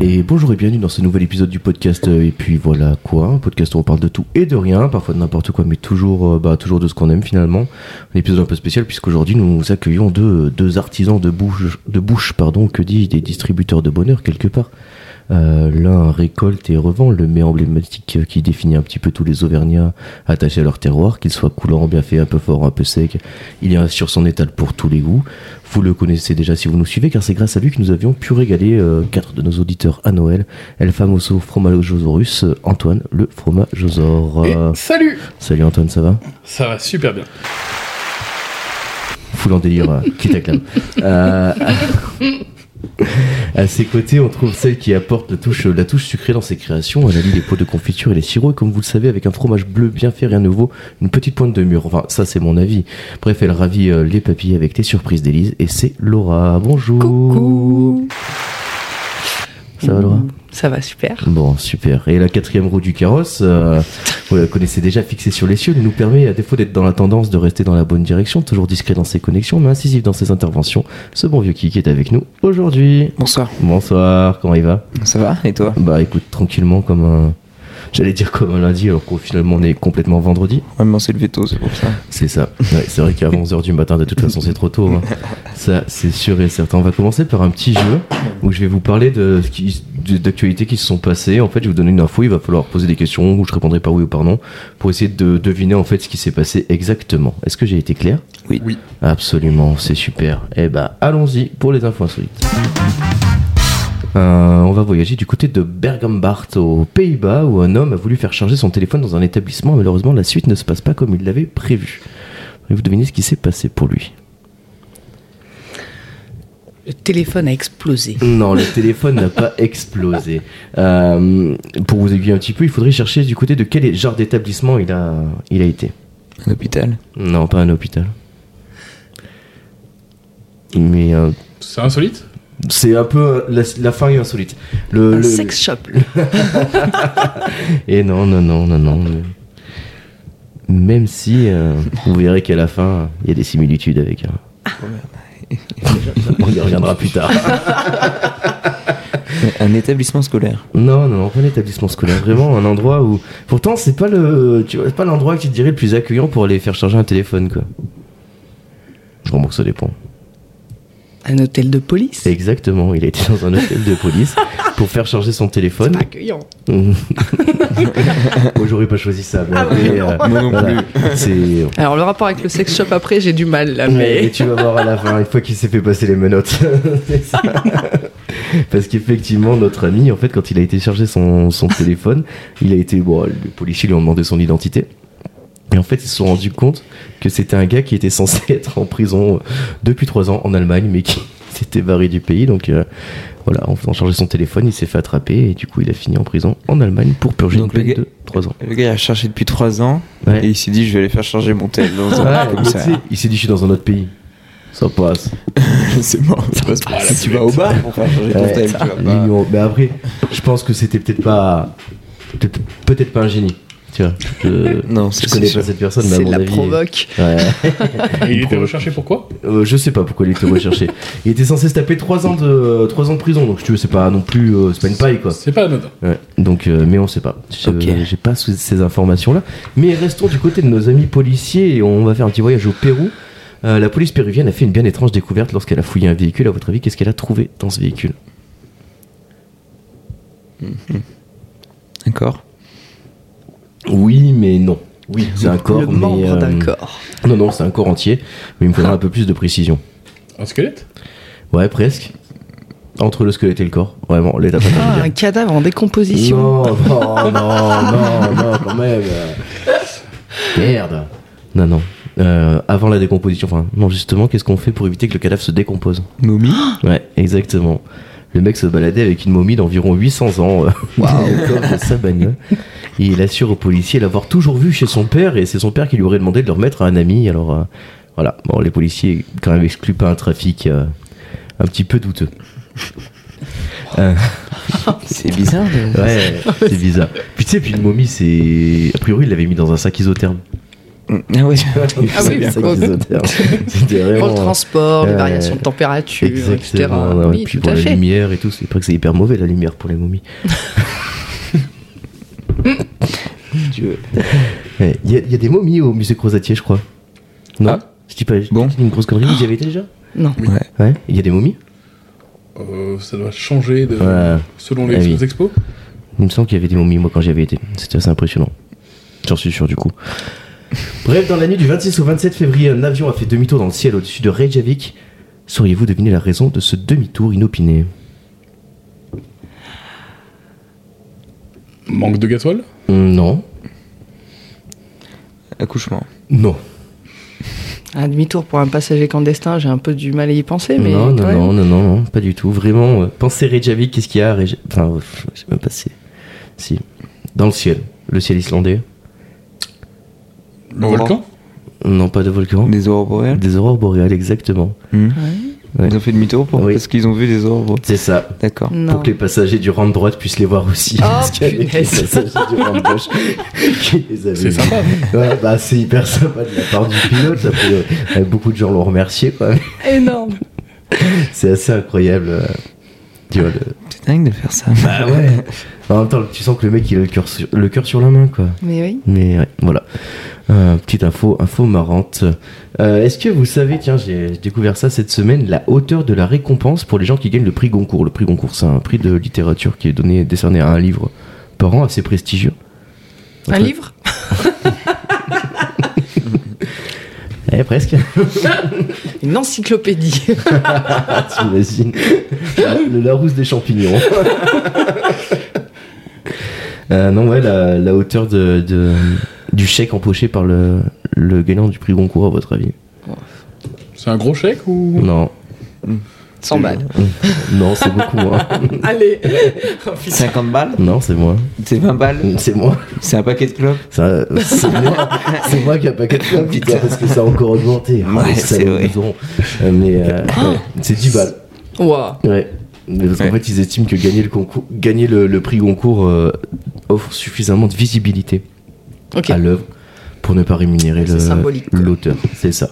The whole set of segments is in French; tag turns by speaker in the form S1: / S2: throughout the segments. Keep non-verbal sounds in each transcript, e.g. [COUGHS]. S1: Et bonjour et bienvenue dans ce nouvel épisode du podcast euh, Et puis voilà quoi, un podcast où on parle de tout et de rien, parfois de n'importe quoi, mais toujours, euh, bah, toujours de ce qu'on aime finalement. Un épisode un peu spécial puisqu'aujourd'hui nous accueillons deux, deux artisans de bouche, de bouche pardon, que dis des distributeurs de bonheur quelque part. Euh, L'un récolte et revend le mets emblématique euh, qui définit un petit peu tous les Auvergnats attachés à leur terroir, qu'ils soient coulants, bien faits, un peu forts, un peu secs. Il y a sur son étal pour tous les goûts. Vous le connaissez déjà si vous nous suivez, car c'est grâce à lui que nous avions pu régaler euh, quatre de nos auditeurs à Noël. El famoso fromageosaurus, euh, Antoine le fromageosaure.
S2: Et
S1: Euh,
S2: salut
S1: Salut Antoine, ça va
S2: Ça va super bien.
S1: Foule en délire, euh, qui t'acclame. Euh, à ses côtés, on trouve celle qui apporte la touche, la touche sucrée dans ses créations. Elle allie les pots de confiture et les sirops, et comme vous le savez, avec un fromage bleu bien fait, rien de nouveau, une petite pointe de mûre. Enfin, ça c'est mon avis. Bref, elle ravit euh, les papilles avec les surprises d'Élise, et c'est Laura. Bonjour
S3: Coucou.
S1: Ça va Laura
S3: Ça va super.
S1: Bon, super. Et la quatrième roue du carrosse, euh, vous la connaissez déjà, fixée sur les cieux, nous permet, à défaut d'être dans la tendance, de rester dans la bonne direction, toujours discret dans ses connexions, mais incisif dans ses interventions. Ce bon vieux qui est avec nous aujourd'hui.
S4: Bonsoir,
S1: Bonsoir, comment il va
S4: ça va Et toi
S1: Bah écoute, tranquillement comme un... J'allais dire comme un lundi, alors qu'au finalement on est complètement vendredi.
S4: Ouais, mais on s'est levé tôt, c'est pour ça.
S1: C'est ça. Ouais, c'est vrai qu'à 11h du matin, de toute façon, c'est trop tôt. hein. Ça, c'est sûr et certain. On va commencer par un petit jeu où je vais vous parler de ce qui- de- d'actualités qui se sont passées. En fait, je vais vous donner une info. Il va falloir poser des questions où je répondrai par oui ou par non pour essayer de deviner en fait ce qui s'est passé exactement. Est-ce que j'ai été clair
S4: Oui.
S2: Oui.
S1: Absolument, c'est super. Eh ben, allons-y pour les infos insolites. Euh, on va voyager du côté de Bergambart aux Pays-Bas où un homme a voulu faire charger son téléphone dans un établissement. Malheureusement, la suite ne se passe pas comme il l'avait prévu. Vous devinez ce qui s'est passé pour lui
S3: Le téléphone a explosé.
S1: Non, le téléphone n'a pas explosé. Euh, pour vous aiguiller un petit peu, il faudrait chercher du côté de quel genre d'établissement il a, il a été.
S4: Un hôpital
S1: Non, pas un hôpital. Mais euh,
S2: C'est insolite
S1: c'est un peu euh, la, la fin est insolite. Le,
S3: Un
S1: le-
S3: sex shop.
S1: Et non, non, non, non, non. Même si euh, vous verrez qu'à la fin, il y a des similitudes avec. un- [LAUGHS] On y reviendra plus tard.
S4: Un établissement scolaire.
S1: Non, non, non, pas un établissement scolaire. Vraiment un endroit où. Pourtant, c'est pas le, tu vois, c'est pas l'endroit que tu te dirais le plus accueillant pour aller faire charger un téléphone, quoi. Bon, bon, ça dépend.
S3: Un hôtel de police.
S1: C'est exactement. Il a été dans un hôtel de police pour faire charger son téléphone.
S3: Pas accueillant.
S1: Moi, j'aurais pas choisi ça. Mais après, euh, voilà. C'est.
S3: Alors le rapport avec le sex shop après, j'ai du mal là,
S1: Mais...
S3: mais
S1: tu vas voir à la fin, une fois qu'il s'est fait passer les menottes. [LAUGHS] C'est ça. Parce qu'effectivement, notre ami, en fait, quand il a été charger son, son téléphone, il a été. Bon, les policiers lui ont demandé son identité. Et en fait, ils se sont rendus compte que c'était un gars qui était censé [LAUGHS] être en prison euh, depuis trois ans en Allemagne, mais qui [LAUGHS] s'était barré du pays. Donc euh, voilà, en faisant charger son téléphone, il s'est fait attraper et du coup, il a fini en prison en Allemagne pour purger
S4: Donc
S1: une
S4: le
S1: peine
S4: gars-
S1: de trois ans.
S4: Le gars a cherché depuis 3 ans
S1: Ouais.
S4: et il s'est dit je vais aller faire changer mon tel [LAUGHS] dans un
S1: Ouais, mais tu sais,
S4: commissariat.
S1: il s'est dit, je suis dans un autre pays. Ça passe.
S4: c'est mort. Ça passe pas. si tu vas au bar pour faire changer ton
S1: Ouais,
S4: tel, tu
S1: ça.
S4: vas
S3: hein.
S1: Lui,
S4: pas.
S1: on- Mais après, je pense que c'était peut-être pas. peut-être- Peut-être pas un génie. Tu vois,
S3: [LAUGHS]
S1: je,
S4: Non,
S1: je
S4: c'est
S1: connais
S4: c'est
S1: pas
S4: sûr.
S1: cette personne, mais bah, à
S3: c'est de
S1: mon
S3: la
S1: avis.
S3: provoque.
S1: ouais.
S2: Et il était recherché pourquoi
S1: Euh, je sais pas pourquoi il était
S3: [LAUGHS]
S1: recherché. il était censé se taper 3 ans de, trois ans de prison, donc si tu veux, c'est pas non plus. euh, c'est pas une paille quoi.
S2: C'est pas anodin.
S1: Ouais, donc, euh, mais on sait pas. Je-
S3: Ok.
S1: J'ai pas sous- ces informations-là. Mais restons du côté de nos amis policiers et on va faire un petit voyage au Pérou. Euh, la police péruvienne a fait une bien étrange découverte lorsqu'elle a fouillé un véhicule. À votre avis, qu'est-ce qu'elle a trouvé dans ce véhicule
S4: D'accord.
S1: Oui, mais non.
S3: [LAUGHS]
S1: Oui, c'est un corps,
S3: le
S1: mais,
S3: membre
S1: euh,
S3: d'un corps.
S1: Non, non, c'est un corps entier, mais il me faudra un peu plus de précision.
S2: Un squelette
S1: Ouais, presque. Entre le squelette et le corps, vraiment, l'étape
S3: Ah, un
S1: intermédiaire.
S3: cadavre en décomposition.
S1: Non, non, non, non, non, quand même. Merde. Non, non. Euh, avant la décomposition, enfin, non, justement, qu'est-ce qu'on fait pour éviter que le cadavre se décompose
S4: Momie
S1: Ouais, exactement. Le mec se baladait avec une momie d'environ 800 ans euh, [LAUGHS] au corps de sa bagnole. Et il assure aux policiers l'avoir toujours vu chez son père et c'est son père qui lui aurait demandé de le remettre à un ami. Alors euh, voilà, bon, les policiers quand même excluent pas un trafic euh, un petit peu douteux. Euh,
S4: [GASPS] C'est bizarre. de-
S1: [LAUGHS] ouais, c'est bizarre. Puis tu sais, puis une momie, c'est. A priori, il l'avait mis dans un sac isotherme.
S4: Ah oui.
S1: [LAUGHS]
S3: Ah oui,
S1: C'est
S3: oui.
S1: exotique. C'était
S3: Pour le
S1: vraiment-
S3: transport, les
S1: Euh,
S3: variations de température, etc.
S1: Exactement. ouais,
S3: Oui,
S1: puis
S3: tout
S1: pour
S3: à
S1: la
S3: fait.
S1: lumière et tout, c'est vrai que c'est hyper mauvais la lumière pour les
S3: [LAUGHS]
S1: momies.
S4: Dieu.
S1: Eh, Il y, a- il y a des momies au musée Crozatier, je crois. Non
S4: Ah.
S1: Je dis pas je
S4: Bon.
S1: dis une grosse connerie, vous y avez été déjà
S3: Non.
S4: Ouais.
S1: Ouais, il y a des momies
S2: Euh, ça doit changer de...
S1: Ouais.
S2: selon les
S1: Ah oui.
S2: expos.
S1: Il me semble qu'il y avait des momies, moi, quand j'y avais été. C'était assez impressionnant. J'en suis sûr, du coup. Bref, dans la nuit du 26 au 27 février, un avion a fait demi-tour dans le ciel au-dessus de Reykjavik. Sauriez-vous deviner la raison de ce demi-tour inopiné
S2: Manque de gasoil
S3: Hmm,
S1: Non.
S4: Accouchement.
S1: Non.
S3: Un demi-tour pour un passager clandestin, j'ai un peu du mal à y penser, mais.
S1: non,
S3: quand
S1: non,
S3: même.
S1: non, non, non, non, pas du tout. Vraiment, euh, pensez Reykjavik, qu'est-ce qu'il y a à Reykjavik Enfin, euh, je sais même pas si... Si. Dans le ciel. Le ciel islandais.
S2: Le
S4: Laurent.
S2: volcan
S1: Non, pas de volcan.
S4: Des aurores boréales.
S1: Des aurores boréales, exactement.
S4: Hmm.
S1: Ouais.
S4: Ils ont fait demi-tour pour...
S1: Oui.
S4: parce qu'ils ont vu des aurores.
S1: C'est ça.
S4: D'accord.
S1: Pour
S3: Non.
S1: que les passagers du rang de droite puissent les voir aussi.
S3: Oh,
S1: Parce qu'il y avait
S3: punaise.
S1: les passagers du rang de
S3: [LAUGHS]
S1: gauche qui les avaient
S2: C'est
S1: vus.
S2: sympa.
S1: Ouais, bah, c'est hyper sympa de la part du pilote. ça peut- ouais, beaucoup de gens l'ont remercié. quoi.
S3: Énorme.
S1: C'est assez incroyable. euh, Tu vois, le-
S4: C'est dingue de faire ça.
S2: Bah
S1: En même temps, tu sens que le mec, il a le cœur sur, le cœur sur la main. quoi.
S3: Mais oui.
S1: Mais ouais, voilà. Euh, petite info, info marrante. Euh, Est-ce que vous savez, tiens, j'ai j'ai découvert ça cette semaine, la hauteur de la récompense pour les gens qui gagnent le prix Goncourt. Le prix Goncourt, c'est un prix de littérature qui est donné, décerné à un livre par an, assez prestigieux.
S3: Un
S1: Attends.
S3: livre
S1: Eh, [LAUGHS] presque.
S3: Une encyclopédie. [LAUGHS]
S1: Ah, T'imagines Le Larousse des champignons. [LAUGHS] Euh, non, ouais, la, la hauteur de, de- du chèque empoché par le, le gagnant du prix Goncourt, à votre avis
S2: C'est un gros chèque ou
S1: Non,
S3: 100 balles.
S1: non, c'est beaucoup moins.
S3: Allez [LAUGHS]
S4: 50 balles
S1: Non, c'est moi.
S4: C'est 20 balles
S1: C'est moi.
S4: C'est un paquet de clopes
S1: Ça, c'est
S3: [LAUGHS]
S1: moi, c'est moi qui a pas quelqu'un, putain, parce que ça a encore augmenté.
S4: Ouais,
S1: Les
S4: c'est
S1: salauds
S4: vrai.
S1: de dons. Euh, Mais euh,
S3: Oh.
S1: ouais, c'est 10 balles.
S3: Waouh
S1: Ouais. Mais parce qu'en
S4: Ouais.
S1: fait, ils estiment que gagner le, concours, gagner le, le prix Goncourt euh, offre suffisamment de visibilité
S3: Ok.
S1: à l'œuvre pour ne pas rémunérer
S3: C'est
S1: le-
S3: symbolique, quoi.
S1: l'auteur. C'est ça.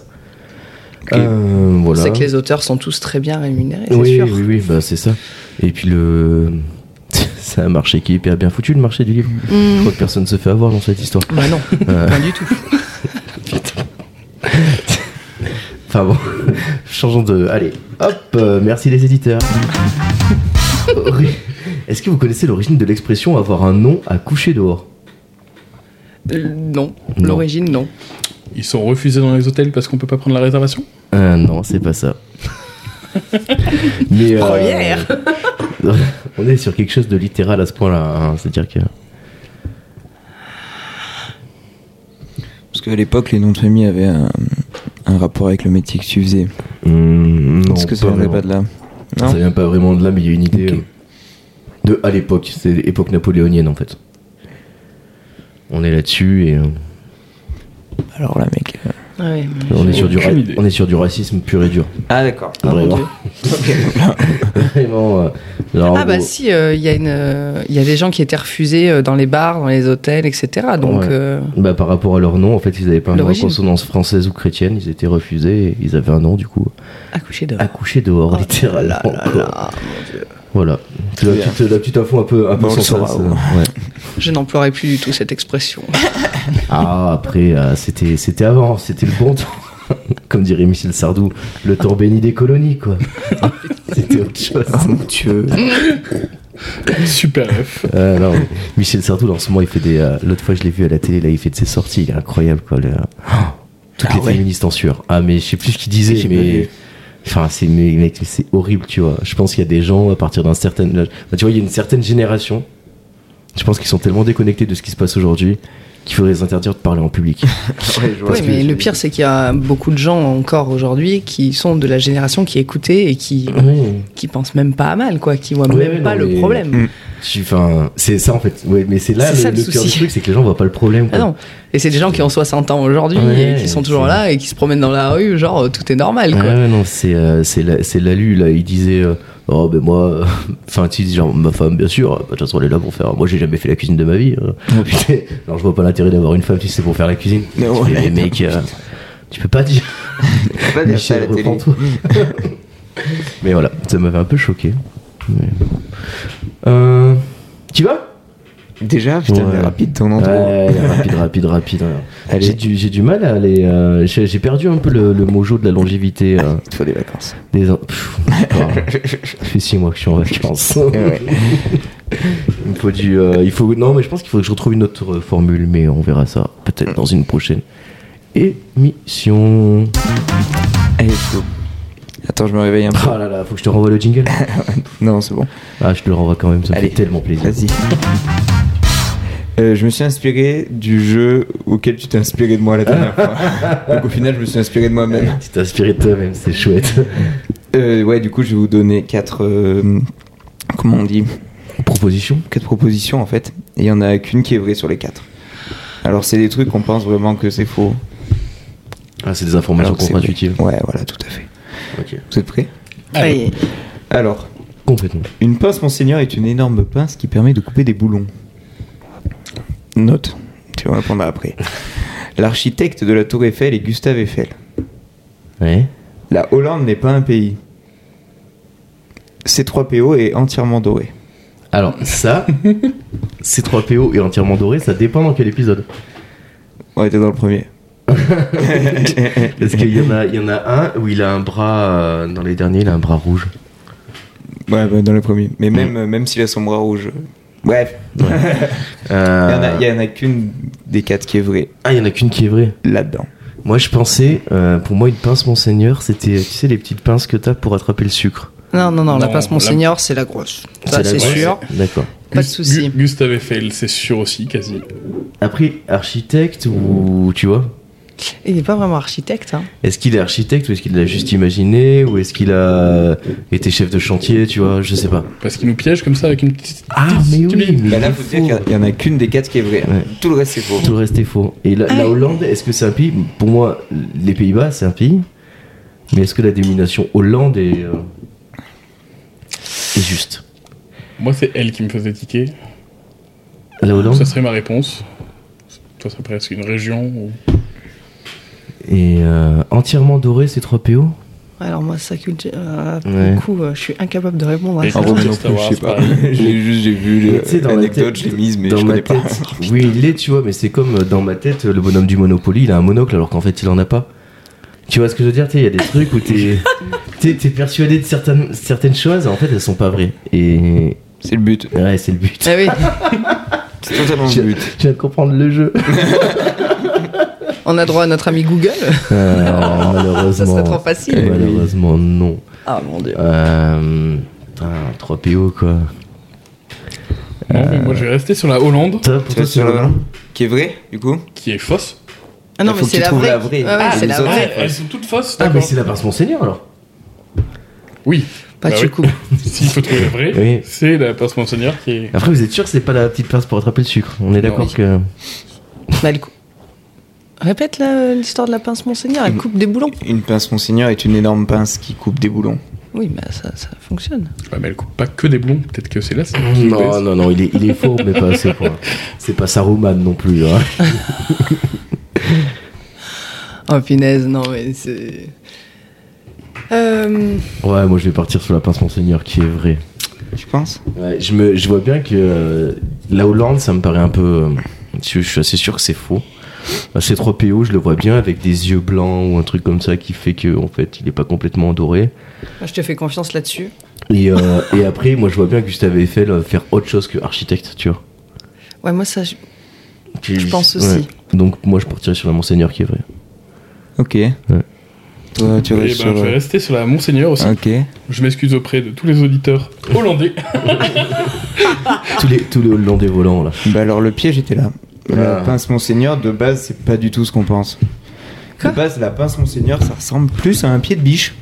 S1: Euh, voilà.
S3: C'est que les auteurs sont tous très bien rémunérés, c'est
S1: oui,
S3: sûr.
S1: oui, oui, bah, c'est ça. Et puis le. [LAUGHS] C'est un marché qui est hyper bien foutu, le marché du livre.
S3: Mm.
S1: Je crois que personne se fait avoir dans cette histoire.
S3: Bah non,
S1: Euh,
S3: pas du tout.
S1: Enfin bon, [LAUGHS] changeons de. Allez, hop, euh, merci les éditeurs. Ori- Est-ce que vous connaissez l'origine de l'expression avoir un nom à coucher dehors
S3: Euh, Non,
S1: Non.
S3: l'origine, non.
S2: ils sont refusés dans les hôtels parce qu'on peut pas prendre la réservation [COUGHS]
S1: Euh, Non, c'est pas ça. Mais, euh,
S3: Première.
S1: [LAUGHS] On est sur quelque chose de littéral à ce point-là. hein, C'est-à-dire que.
S4: Parce qu'à l'époque, les noms de famille avaient un, un rapport avec le métier que tu faisais.
S1: Hmm, non,
S4: Est-ce que ça
S1: pas
S4: venait
S1: vraiment.
S4: pas de là
S1: Ça
S4: Non
S1: vient pas vraiment de là, mais il y a une idée
S4: Ok.
S1: euh, de à l'époque. C'est l'époque napoléonienne en fait. On est là-dessus et euh,
S4: Alors là, mec. euh,
S3: Ah Ouais, mais-
S1: on est, sur du ra-
S2: aucune idée.
S1: on est sur du racisme pur et dur.
S4: Ah, d'accord.
S3: Ah, mon
S1: Vraiment.
S3: Dieu.
S1: [LAUGHS] Vraiment. euh, genre, en
S3: Ah bah
S1: gros-
S3: si, euh, il y, a une, euh, il y a des gens qui étaient refusés euh, dans les bars, dans les hôtels, etc. Donc,
S1: Ouais.
S3: euh,
S1: Bah, par rapport à leur nom, en fait, ils avaient pas un nom à
S3: L'origine.
S1: consonance française ou chrétienne, ils étaient refusés, et ils avaient un nom du coup.
S3: accoucher dehors.
S1: Accouché dehors,
S3: Oh
S1: littéralement.
S3: là là là,
S1: Voilà. C'est la
S4: Bien.
S1: petite, la petite info un peu, un peu
S4: Bon, on le
S1: sans
S4: saura,
S1: face,
S4: ouais.
S1: euh, ouais.
S3: Je n'emploierai plus du tout cette expression.
S1: Ah, après, euh, c'était, c'était avant, c'était le bon temps. [LAUGHS] Comme dirait Michel Sardou, le temps béni des colonies,
S3: [LAUGHS]
S1: quoi. c'était autre chose.
S4: Oh mon [LAUGHS] dieu.
S2: Super F.
S1: Euh, non, [LAUGHS] mais Michel Sardou, en ce moment, il fait des. euh, L'autre fois, je l'ai vu à la télé, là, il fait de ses sorties, il est incroyable, quoi. le- Toutes les
S4: ouais.
S1: féministes en sueur. Ah, mais je sais plus ce qu'il disait,
S4: J'ai pas
S1: mais.
S4: vu.
S1: Enfin, c'est mais, mec, c'est horrible, tu vois. Je pense qu'il y a des gens, à partir d'un certain âge. Enfin, tu vois, il y a une certaine génération. Je pense qu'ils sont tellement déconnectés de ce qui se passe aujourd'hui qu'il faudrait les interdire de parler en public.
S3: Oui, mais le pire, c'est qu'il y a beaucoup de gens encore aujourd'hui qui sont de la génération qui écoutait et qui,
S1: Oui.
S3: qui pensent même pas à mal, quoi, qui voient
S1: Ouais,
S3: même
S1: Mm. ouais,
S3: pas
S1: non,
S3: le
S1: mais-
S3: problème.
S1: Tu- Enfin, c'est ça en fait. Ouais, mais c'est là
S3: C'est
S1: le,
S3: ça, le
S1: le cœur du
S3: souci.
S1: truc, c'est que les gens voient pas le problème.
S3: Ah
S1: quoi.
S3: non. Et c'est des gens qui ont 60 ans aujourd'hui
S1: Ouais,
S3: et qui sont toujours
S1: c'est-
S3: là et qui se promènent dans la rue, genre euh, tout est normal quoi.
S1: Ah ouais, non, c'est euh, c'est la- c'est l'alu là. Il disait, euh, oh ben moi, euh, [LAUGHS] enfin, tu dis genre ma femme, bien sûr. bah, De toute façon, elle est là pour faire. Moi, j'ai jamais fait la cuisine de ma vie. euh. [LAUGHS] Putain, alors je vois pas l'intérêt d'avoir une femme si c'est pour faire la cuisine.
S4: Non,
S1: Tu fais,
S4: ouais.
S1: mais mec, euh, tu peux pas dire.
S4: Pas dire ça à
S1: Michel,
S4: la télé. [LAUGHS]
S1: reprends-toi. mais voilà, ça m'avait un peu choqué. Mais- Euh, tu vas?
S4: Déjà, putain,
S1: Ouais.
S4: mais rapide ton intro.
S1: Ouais, rapide, rapide, rapide. hein.
S4: Allez.
S1: J'ai du, j'ai du mal à aller. euh, j'ai j'ai perdu un peu le, le mojo de la longévité. euh,
S4: Il te faut des vacances.
S1: des ans. Pff, [LAUGHS] pardon. Ça fait 6 mois que je suis en [LAUGHS] vacances.
S4: Ouais.
S1: Il me faut du. euh, il faut, non, mais je pense qu'il faut que je retrouve une autre euh, formule, mais on verra ça peut-être dans une prochaine émission.
S4: Allez, fou. Attends, je me réveille un peu.
S1: Ah là là, faut que je te renvoie le jingle.
S4: Non, c'est bon.
S1: Ah, je te le renvoie quand même, ça me
S4: Allez.
S1: fait tellement plaisir.
S4: Vas-y. [LAUGHS] Euh, je me suis inspiré du jeu auquel tu t'es inspiré de moi la dernière [LAUGHS] fois. Donc au final, je me suis inspiré de moi-même.
S1: Tu t'es inspiré de toi-même, c'est chouette. [LAUGHS]
S4: Euh, ouais, du coup, je vais vous donner quatre. euh, comment on dit
S1: Proposition
S4: Quatre propositions en fait. Et il y en a qu'une qui est vraie sur les quatre. Alors, c'est des trucs qu'on pense vraiment que c'est faux.
S1: Ah, c'est des informations
S4: Alors que c'est
S1: contre-intuitives.
S4: vrai. Ouais, voilà, tout à fait.
S1: Ok.
S4: Vous êtes prêts
S2: Allez.
S3: Ouais.
S4: Alors,
S1: Complètement.
S4: une pince, monseigneur, est une énorme pince qui permet de couper des boulons. Note. Tu vas répondre après. L'architecte de la Tour Eiffel est Gustave Eiffel.
S1: Ouais.
S4: La Hollande n'est pas un pays. C3PO est entièrement doré.
S1: Alors, [LAUGHS] ça, C3PO est entièrement doré, ça dépend dans quel épisode.
S4: On était dans le premier. [LAUGHS]
S1: Parce qu'il y, en a- il y en a un où il a un bras, euh, dans les derniers, il a un bras rouge.
S4: Ouais, bah, dans le premier. Mais même, euh, même s'il a son bras rouge. euh, Bref, il y en a-
S1: Euh,
S4: il y en a, qu'une des quatre qui est vraie
S1: Ah, il y en a qu'une qui est vraie.
S4: là-dedans.
S1: Moi, je pensais, euh, pour moi, une pince, monseigneur, c'était, euh, tu sais, les petites pinces que t'as pour attraper le sucre.
S3: Non, non, non, la
S2: Non,
S3: passe
S2: la-
S3: Monseigneur, c'est la grosse. Ça,
S1: la
S3: c'est
S1: grosse.
S3: sûr.
S1: D'accord.
S3: Pas de
S2: Gus-
S3: souci.
S2: Gu- Gustave Eiffel, c'est sûr aussi, quasi.
S1: Après, architecte ou, tu vois,
S3: Il n'est pas vraiment architecte. Hein.
S1: est-ce qu'il est architecte ou est-ce qu'il l'a juste imaginé ou est-ce qu'il a euh, été chef de chantier, tu vois, je sais pas.
S2: Parce qu'il nous piège comme ça avec une petite.
S1: Ah, mais oui,
S2: petite-
S1: mais-
S4: Bah, là,
S1: il est
S4: faut dire qu'il y
S1: faux.
S4: a- il y en a qu'une des quatre qui est vraie.
S1: Ouais.
S4: Tout le reste, c'est faux.
S1: Tout le reste est faux. Et la, la
S3: Ah.
S1: Hollande, est-ce que c'est un pays Pour moi, les Pays-Bas, c'est un pays. Mais est-ce que la dénomination Hollande est, euh, est juste
S2: Moi, c'est elle qui me faisait tiquer.
S1: La Hollande
S2: Ça serait ma réponse. Toi, ça presque une région. Ou...
S1: est euh, entièrement dorée, ces 3 PO
S3: Alors moi, ça culture. euh, pour
S1: Ouais.
S3: le coup, euh, je suis incapable de répondre à
S2: Et
S3: ça.
S4: En
S2: Tout
S4: vrai,
S2: le
S4: non
S2: reste
S4: plus,
S2: à
S4: je sais pas.
S2: voir, c'est
S4: J'ai juste j'ai vu
S1: Mais tu sais,
S4: le-
S1: dans la
S4: l'anecdote,
S1: tête-
S4: je l'ai mise, mais
S1: Dans
S4: je
S1: ma
S4: connais pas.
S1: tête, oui, il l'est, tu vois, mais c'est comme euh, dans ma tête, le bonhomme du Monopoly, il a un monocle alors qu'en fait, il en a pas. Tu vois ce que je veux dire Tu sais, Il y a des trucs où
S4: [LAUGHS]
S1: t'es es, persuadé de certaines, certaines choses, en fait, elles sont pas vraies. Et
S4: C'est le but.
S1: ouais, c'est le but.
S3: Ah oui,
S4: C'est totalement
S1: Tu
S4: le
S1: viens-
S4: but.
S1: tu viens de comprendre le jeu.
S3: on a droit à notre ami
S1: [LAUGHS]
S3: Google.
S1: Ah,
S3: [LAUGHS] ça
S1: malheureusement.
S3: serait trop facile.
S1: Malheureusement, non.
S3: Ah mon dieu.
S1: Euh, putain, 3 PO quoi. Euh.
S2: Non, mais moi, je vais rester sur la Hollande,
S1: Toi, pour toi,
S4: Tu vois
S1: Ah, c'est
S4: sur
S1: Hollande
S4: le Qui est vrai, du coup
S2: qui est fausse.
S3: Ah non,
S4: faut
S3: mais
S4: que
S3: c'est
S4: tu
S3: la
S4: trouves
S3: vraie.
S4: la vraie.
S3: Ouais, ouais,
S4: Ah,
S3: c'est
S4: les
S3: la
S4: autres,
S3: vraie.
S2: Ouais, elles sont toutes fausses,
S1: Ah, mais
S2: d'accord.
S1: c'est la pince Monseigneur alors.
S2: oui.
S3: Pas
S2: Bah
S3: de
S2: oui.
S3: choucou.
S2: [LAUGHS] S'il faut trouver la vraie,
S1: Oui.
S2: c'est la passe monseigneur qui est.
S1: Après, vous êtes sûr que c'est pas la petite pince pour attraper le sucre On est d'accord
S4: oui.
S1: que.
S3: Bah, elle cou- Répète là, euh, l'histoire de la pince Monseigneur, elle coupe des boulons.
S4: Une pince Monseigneur est une énorme pince qui coupe des boulons.
S3: Oui, bah ça, ça fonctionne.
S2: Ouais, Ah, mais elle coupe pas que des blonds, peut-être que c'est là. c'est-
S1: Non, non, non, il est, il est faux, mais pas assez
S4: [LAUGHS]
S1: quoi. C'est pas Saruman non plus. hein.
S3: Oh punaise, non mais c'est. Euh,
S1: Ouais, moi je vais partir sur la pince Monseigneur qui est vrai.
S4: Tu penses
S1: Ouais, je, me, je vois bien que euh, la Hollande, ça me paraît un peu. euh, je, je suis assez sûr que c'est faux. Euh, Ces 3 PO, je le vois bien avec des yeux blancs ou un truc comme ça qui fait que en fait, il est pas complètement doré.
S3: je te fais confiance là-dessus.
S1: Et, euh, et après, moi, je vois bien Gustave Eiffel euh, faire autre chose que architecte, tu vois.
S3: Ouais, moi ça, je-
S1: Qui-
S3: Je pense
S1: ouais.
S3: aussi.
S1: Donc, moi, je partirais sur la Monseigneur qui est vrai.
S4: Ok. Toi, tu
S2: Eh ben,
S4: restes sur. euh,
S2: je vais rester sur la Monseigneur
S1: Ah.
S2: aussi.
S4: Ok.
S2: Je m'excuse auprès de tous les auditeurs hollandais.
S1: Tous les, tous les Hollandais volants, là.
S4: Bah alors, le piège était là. La
S1: Ah.
S4: pince Monseigneur, de base, c'est pas du tout ce qu'on pense.
S3: Quoi
S4: de base, la pince Monseigneur, ça ressemble plus à un pied de biche.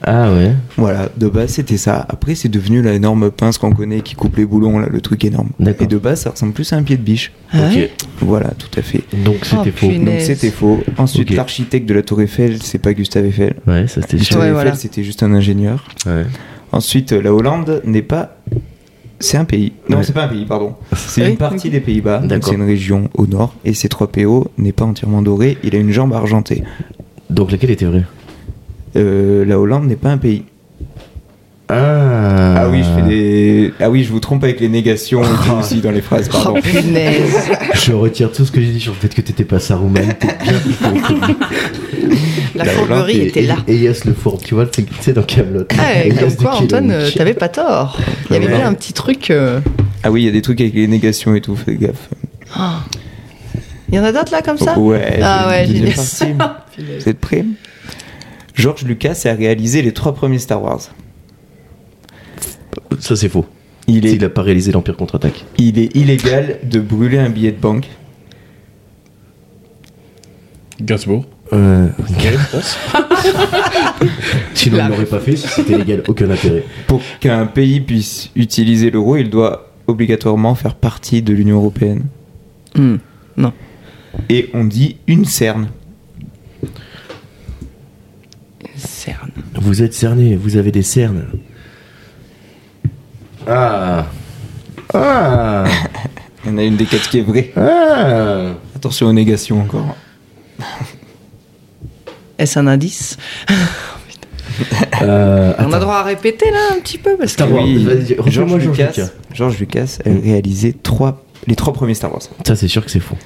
S1: Ah ouais.
S4: Voilà, de base c'était ça. Après c'est devenu la énorme pince qu'on connaît qui coupe les boulons, là, le truc énorme.
S1: D'accord.
S4: Et de base ça ressemble plus à un pied de biche.
S3: Ah ouais
S4: Voilà, tout à fait.
S1: Ok. Donc c'était
S3: Oh,
S1: faux.
S3: punaise.
S4: Donc c'était faux. Ensuite
S1: Ok.
S4: l'architecte de la tour Eiffel, c'est pas Gustave Eiffel.
S1: Ouais, ça c'était sûr.
S4: Gustave Eiffel
S3: voilà.
S4: c'était juste un ingénieur.
S1: Ouais.
S4: Ensuite la Hollande n'est pas... C'est un pays. Non,
S1: Ouais.
S4: c'est pas un pays, pardon. C'est
S3: Oui,
S4: une partie des Pays-Bas. donc
S1: D'accord.
S4: C'est une région au nord. Et ces 3 PO n'est pas entièrement doré. Il a une jambe argentée.
S1: Donc laquelle était vraie
S4: Euh, la Hollande n'est pas un pays.
S1: Ah.
S4: Ah oui, je fais
S3: Euh.
S4: des. Ah oui, je vous trompe avec les négations
S3: [LAUGHS]
S4: aussi dans les phrases.
S3: Oh
S4: Pardon.
S3: [LAUGHS] punaise.
S1: Je retire tout ce que j'ai dit sur le fait que t'étais pas Saruman. t'es bien con.
S3: La
S4: La
S3: fourberie
S1: Et-
S3: était
S1: et-
S3: là.
S1: Et Yas le fourbe, tu vois, c'est c'est dans Camelot.
S3: Ah, ouais, comme quoi, Antoine, euh, t'avais pas tort. Il y avait bien un petit truc. euh,
S4: Ah oui, il y a des trucs avec les négations et tout. Fais gaffe.
S3: ah. Il y en a d'autres là comme ça
S4: Ouais.
S3: Ah ouais,
S4: deuxième
S3: génial.
S4: partie. [LAUGHS] Vous êtes prêts George Lucas a réalisé les trois premiers Star Wars.
S1: Ça c'est faux.
S4: Il
S1: Il,
S4: est,
S1: a pas réalisé l'Empire contre-attaque.
S4: il est illégal de brûler un billet de banque.
S2: Gainsbourg.
S1: Euh...
S2: je pense.
S1: [LAUGHS] Sinon, il
S3: La-
S1: l'aurait pas fait si
S3: [LAUGHS]
S1: c'était légal, aucun intérêt.
S4: Pour qu'un pays puisse utiliser l'euro, il doit obligatoirement faire partie de l'Union européenne.
S3: Hmm. Non.
S4: Et on dit une cerne.
S3: Cerne.
S1: Vous êtes cerné, vous avez des cernes. Ah Ah
S4: Il y en a une des quatre qui est vraie.
S1: Ah
S4: Attention aux négations encore.
S3: Est-ce un indice
S1: euh,
S3: [LAUGHS] On a droit à répéter là un petit peu parce que.
S1: Star Wars, vas-y, refais-moi
S4: George,
S1: George
S4: Lucas,
S1: Lucas.
S4: George Lucas a réalisé trois, les trois premiers Star Wars.
S1: Ça, c'est sûr que c'est faux.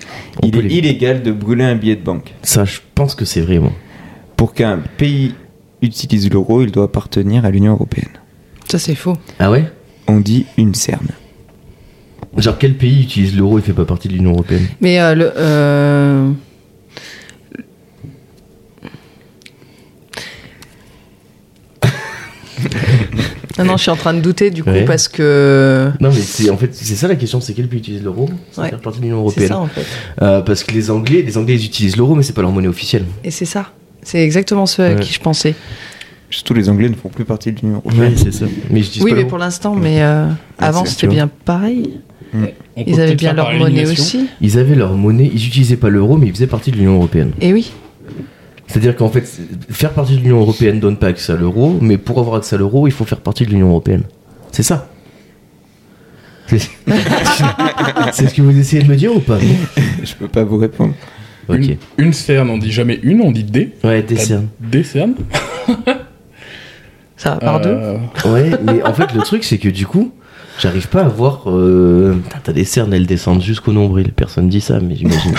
S1: On
S4: Il
S1: peut
S4: est
S1: les-
S4: illégal de brûler un billet de banque.
S1: Ça, je pense que c'est vrai, moi.
S4: Pour qu'un pays utilise l'euro, il doit appartenir à l'Union européenne.
S3: Ça c'est faux.
S1: Ah ouais
S4: On dit une cerne.
S1: Genre, quel pays utilise l'euro et fait pas partie de l'Union Européenne
S3: Mais euh, le. euh, non, non, je suis en train de douter du coup
S1: Ouais.
S3: parce que.
S1: Non, mais c'est en fait, c'est ça la question c'est quel pays utilise l'euro Ça
S3: Ouais.
S1: fait partie de l'Union Européenne.
S3: C'est ça hein. en fait.
S1: Euh, parce que les Anglais, les Anglais ils utilisent l'euro, mais c'est pas leur monnaie officielle.
S3: Et c'est ça. C'est exactement ce à
S1: Ouais.
S3: qui je pensais.
S4: Surtout les Anglais ne font plus partie de l'Union européenne.
S1: Ouais, c'est ça. Mais ils utilisent
S3: Oui,
S1: pas
S3: mais
S1: l'euro.
S3: pour l'instant, mais euh, avant
S4: c'est
S3: c'était
S4: sûr.
S3: bien pareil.
S2: On peut
S3: Ils avaient
S2: peut-être
S3: bien
S2: faire hein.
S3: leur
S2: par
S3: monnaie
S2: élimination.
S3: aussi.
S1: Ils avaient leur monnaie, ils utilisaient pas l'euro, mais ils faisaient partie de l'Union Européenne.
S3: Et Eh oui.
S1: C'est-à-dire qu'en fait, c'est- faire partie de l'Union Européenne donne pas accès à l'euro, mais pour avoir accès à l'euro, il faut faire partie de l'Union Européenne. C'est ça. C'est [LAUGHS] c'est ce que vous essayez de me dire ou pas
S4: [LAUGHS] Je peux pas vous répondre.
S1: Ok.
S2: Une, une cerne, on dit jamais une, on dit des.
S1: Ouais, des cernes.
S2: Des cernes.
S3: Ça va par deux.
S2: Euh,
S1: Ouais, mais en fait, le truc, c'est que du coup, j'arrive pas à voir. euh, putain, T'as des cernes, elles descendent jusqu'au nombril. Personne dit ça, mais j'imagine.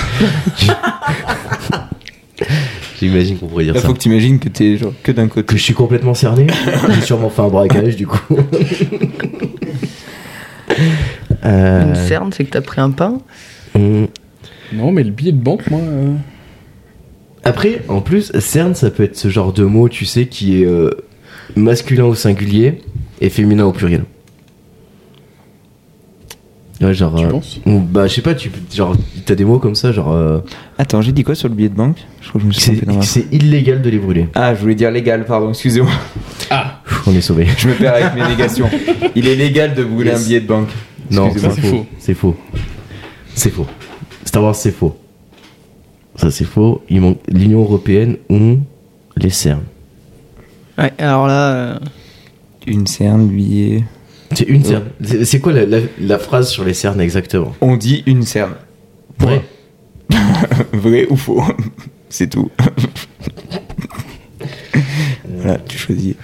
S1: [LAUGHS] j'imagine qu'on pourrait dire
S4: Là,
S1: ça.
S4: Bah, faut que t'imagines que t'es genre que d'un
S1: Que
S4: côté.
S1: je suis complètement cerné. J'ai sûrement fait un braquage, du coup. Euh,
S3: Une cerne, c'est que t'as pris un pain.
S1: hum.
S2: Non, mais le billet de banque, moi. euh,
S1: Après, en plus, cerne, ça peut être ce genre de mot, tu sais, qui est euh, masculin au singulier et féminin au pluriel. Ouais, genre.
S2: Tu
S1: euh,
S2: penses
S1: ou, bah, je sais pas, tu genre, t'as des mots comme ça, genre. euh,
S4: Attends, j'ai dit quoi sur le billet de banque Je crois que je me suis
S1: c'est
S4: trompé dans ma-
S1: c'est illégal de les brûler.
S4: Ah, je voulais dire légal, pardon, excusez-moi. [LAUGHS]
S2: Ah,
S1: Pff, On est sauvé.
S4: Je me perds avec mes négations. Il est légal de brûler
S1: Yes.
S4: un billet de banque.
S1: Non,
S4: Excusez-moi.
S1: c'est
S2: Ça, c'est
S1: faux.
S2: faux.
S1: C'est faux. C'est faux. Star Wars, c'est faux. Ça, c'est faux. Il manque l'Union Européenne ou les cernes.
S3: Ouais, alors là. euh,
S4: Une cerne, billet.
S1: C'est une cerne. C'est- C'est quoi la, la- la phrase sur les cernes exactement
S4: On dit une cerne.
S1: Ouais.
S4: Vrai ou faux [LAUGHS]
S3: [LAUGHS]
S4: C'est tout. voilà, tu choisis.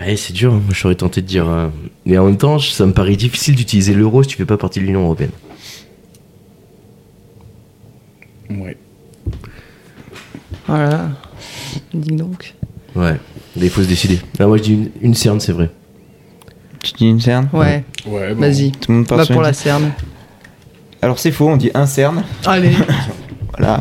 S1: Ouais, c'est dur, hein. moi j'aurais tenté de dire. euh, Mais en même temps, je- ça me paraît difficile d'utiliser l'euro si tu fais pas partie de l'Union Européenne.
S2: ouais.
S3: Oh là là. Dis donc.
S1: Ouais, il faut se décider. Ah, moi je dis une, une cerne, c'est vrai.
S4: Tu dis une cerne
S3: Ouais,
S2: Ouais, bon.
S3: vas-y.
S4: Tout le monde part
S3: Va
S4: sur
S3: Bah, pour
S4: une
S3: la
S4: cerne.
S3: cerne.
S4: Alors c'est faux, on dit un cerne.
S3: Allez.
S4: Voilà.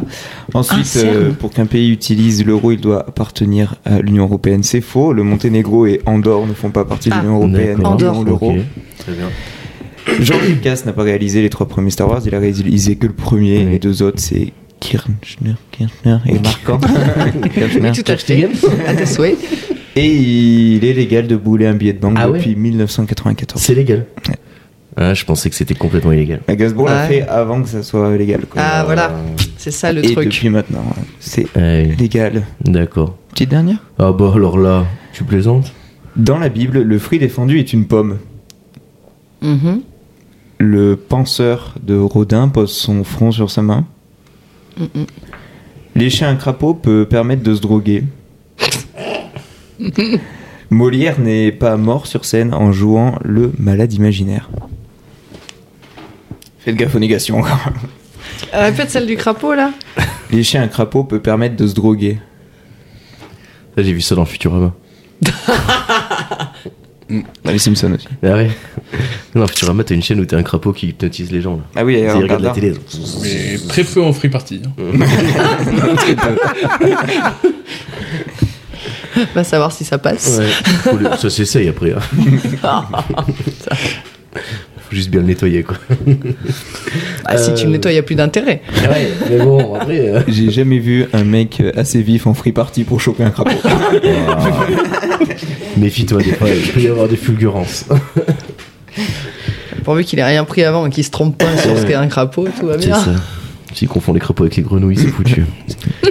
S3: Un
S4: Ensuite,
S3: cerne.
S4: euh, pour qu'un pays utilise l'euro, il doit appartenir à l'Union Européenne. C'est faux. Le Monténégro et Andorre ne font pas partie de
S3: Ah.
S4: l'Union Européenne.
S1: D'accord.
S4: Ils ont
S3: Andorre.
S4: l'euro.
S1: Ok, Très bien.
S4: George Lucas n'a pas réalisé les trois premiers Star Wars. Il a réalisé que le premier.
S1: Oui.
S4: Les deux autres, c'est Kirchner, Kirchner et marquant. Kirchner.
S3: Mais tout acheté [LAUGHS] à tes souhaits.
S4: Et il est légal de bouler un billet de banque
S1: Ah ouais
S4: depuis 1994.
S1: C'est légal. Ah, je pensais que c'était complètement illégal.
S4: Mais Gainsbourg l'a
S3: Ouais.
S4: fait avant que ça soit légal. quoi.
S3: Ah voilà, c'est ça le
S4: et
S3: truc.
S4: depuis maintenant, ouais, c'est euh,
S1: Euh, Ouais,
S4: légal.
S1: D'accord.
S4: Petite dernière.
S1: Ah bah alors là, tu plaisantes
S4: Dans la Bible, le fruit défendu est une pomme.
S3: Mhm.
S4: Le penseur de Rodin pose son front sur sa main. Lécher un crapaud peut permettre de se droguer. Molière n'est pas mort sur scène en jouant le malade imaginaire. Faites gaffe aux négations. encore.
S3: Euh, Répète celle du crapaud là.
S4: Lécher un crapaud peut permettre de se droguer.
S1: Ça, Ah, J'ai vu ça dans Futurama.
S4: Dans les Simpsons aussi.
S1: Ah ouais [LAUGHS] Dans Futurama, t'as une chaîne où t'as un crapaud qui hypnotise les gens. Là.
S4: Ah oui,
S1: Ils
S4: regarde
S1: regardent la
S4: là.
S1: télé.
S2: Mais très peu en free party. hein.
S4: euh,
S3: Va savoir si ça passe.
S1: Ouais. Faut le- Ça s'essaye après. hein. Faut juste bien le nettoyer quoi.
S3: Ah, Si tu
S1: Euh.
S3: le nettoies, il n'y a plus d'intérêt.
S1: Ouais, mais bon, après. euh,
S4: J'ai jamais vu un mec euh, assez vif en free party pour choper un crapaud.
S1: Méfie-toi des fois, il peut y avoir des fulgurances.
S3: Pourvu qu'il ait rien pris avant et qu'il se trompe pas sur ce qu'est un crapaud, tout va
S1: C'est
S3: bien.
S1: ça. S'ils confondent les crapauds avec les grenouilles, c'est foutu. [LAUGHS]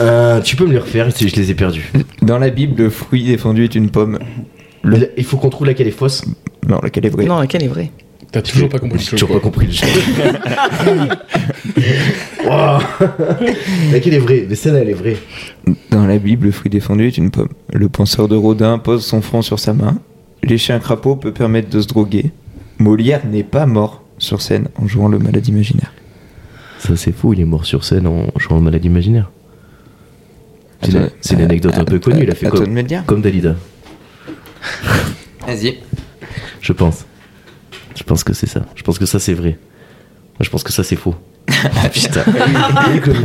S1: Euh, tu peux me les refaire, si je les ai perdus.
S4: Dans la Bible, le fruit défendu est une pomme.
S1: Le- Il faut qu'on trouve laquelle est fausse.
S4: Non, laquelle est vraie
S3: Non, laquelle est vraie
S2: T'as toujours pas compris.
S1: J'ai
S2: le
S1: toujours pas
S2: choix.
S1: compris [LAUGHS] le jeu. Waouh. Laquelle est vraie Mais celle-là, elle est vraie.
S4: Dans la Bible, le fruit défendu est une pomme. Le penseur de Rodin pose son front sur sa main. Lécher un crapaud peut permettre de se droguer. Molière n'est pas mort sur scène en jouant le malade imaginaire.
S1: Ça, c'est fou, il est mort sur scène en jouant le malade imaginaire. C'est une-
S4: Attends,
S1: c'est une
S4: euh,
S1: anecdote un peu connue, il a fait
S4: à toi
S1: comme,
S4: de me le dire.
S1: comme Dalida,
S4: Vas-y.
S1: je pense. Je pense que c'est ça. Je pense que ça, c'est vrai. Moi, je pense que ça, c'est faux. Ah [LAUGHS] putain.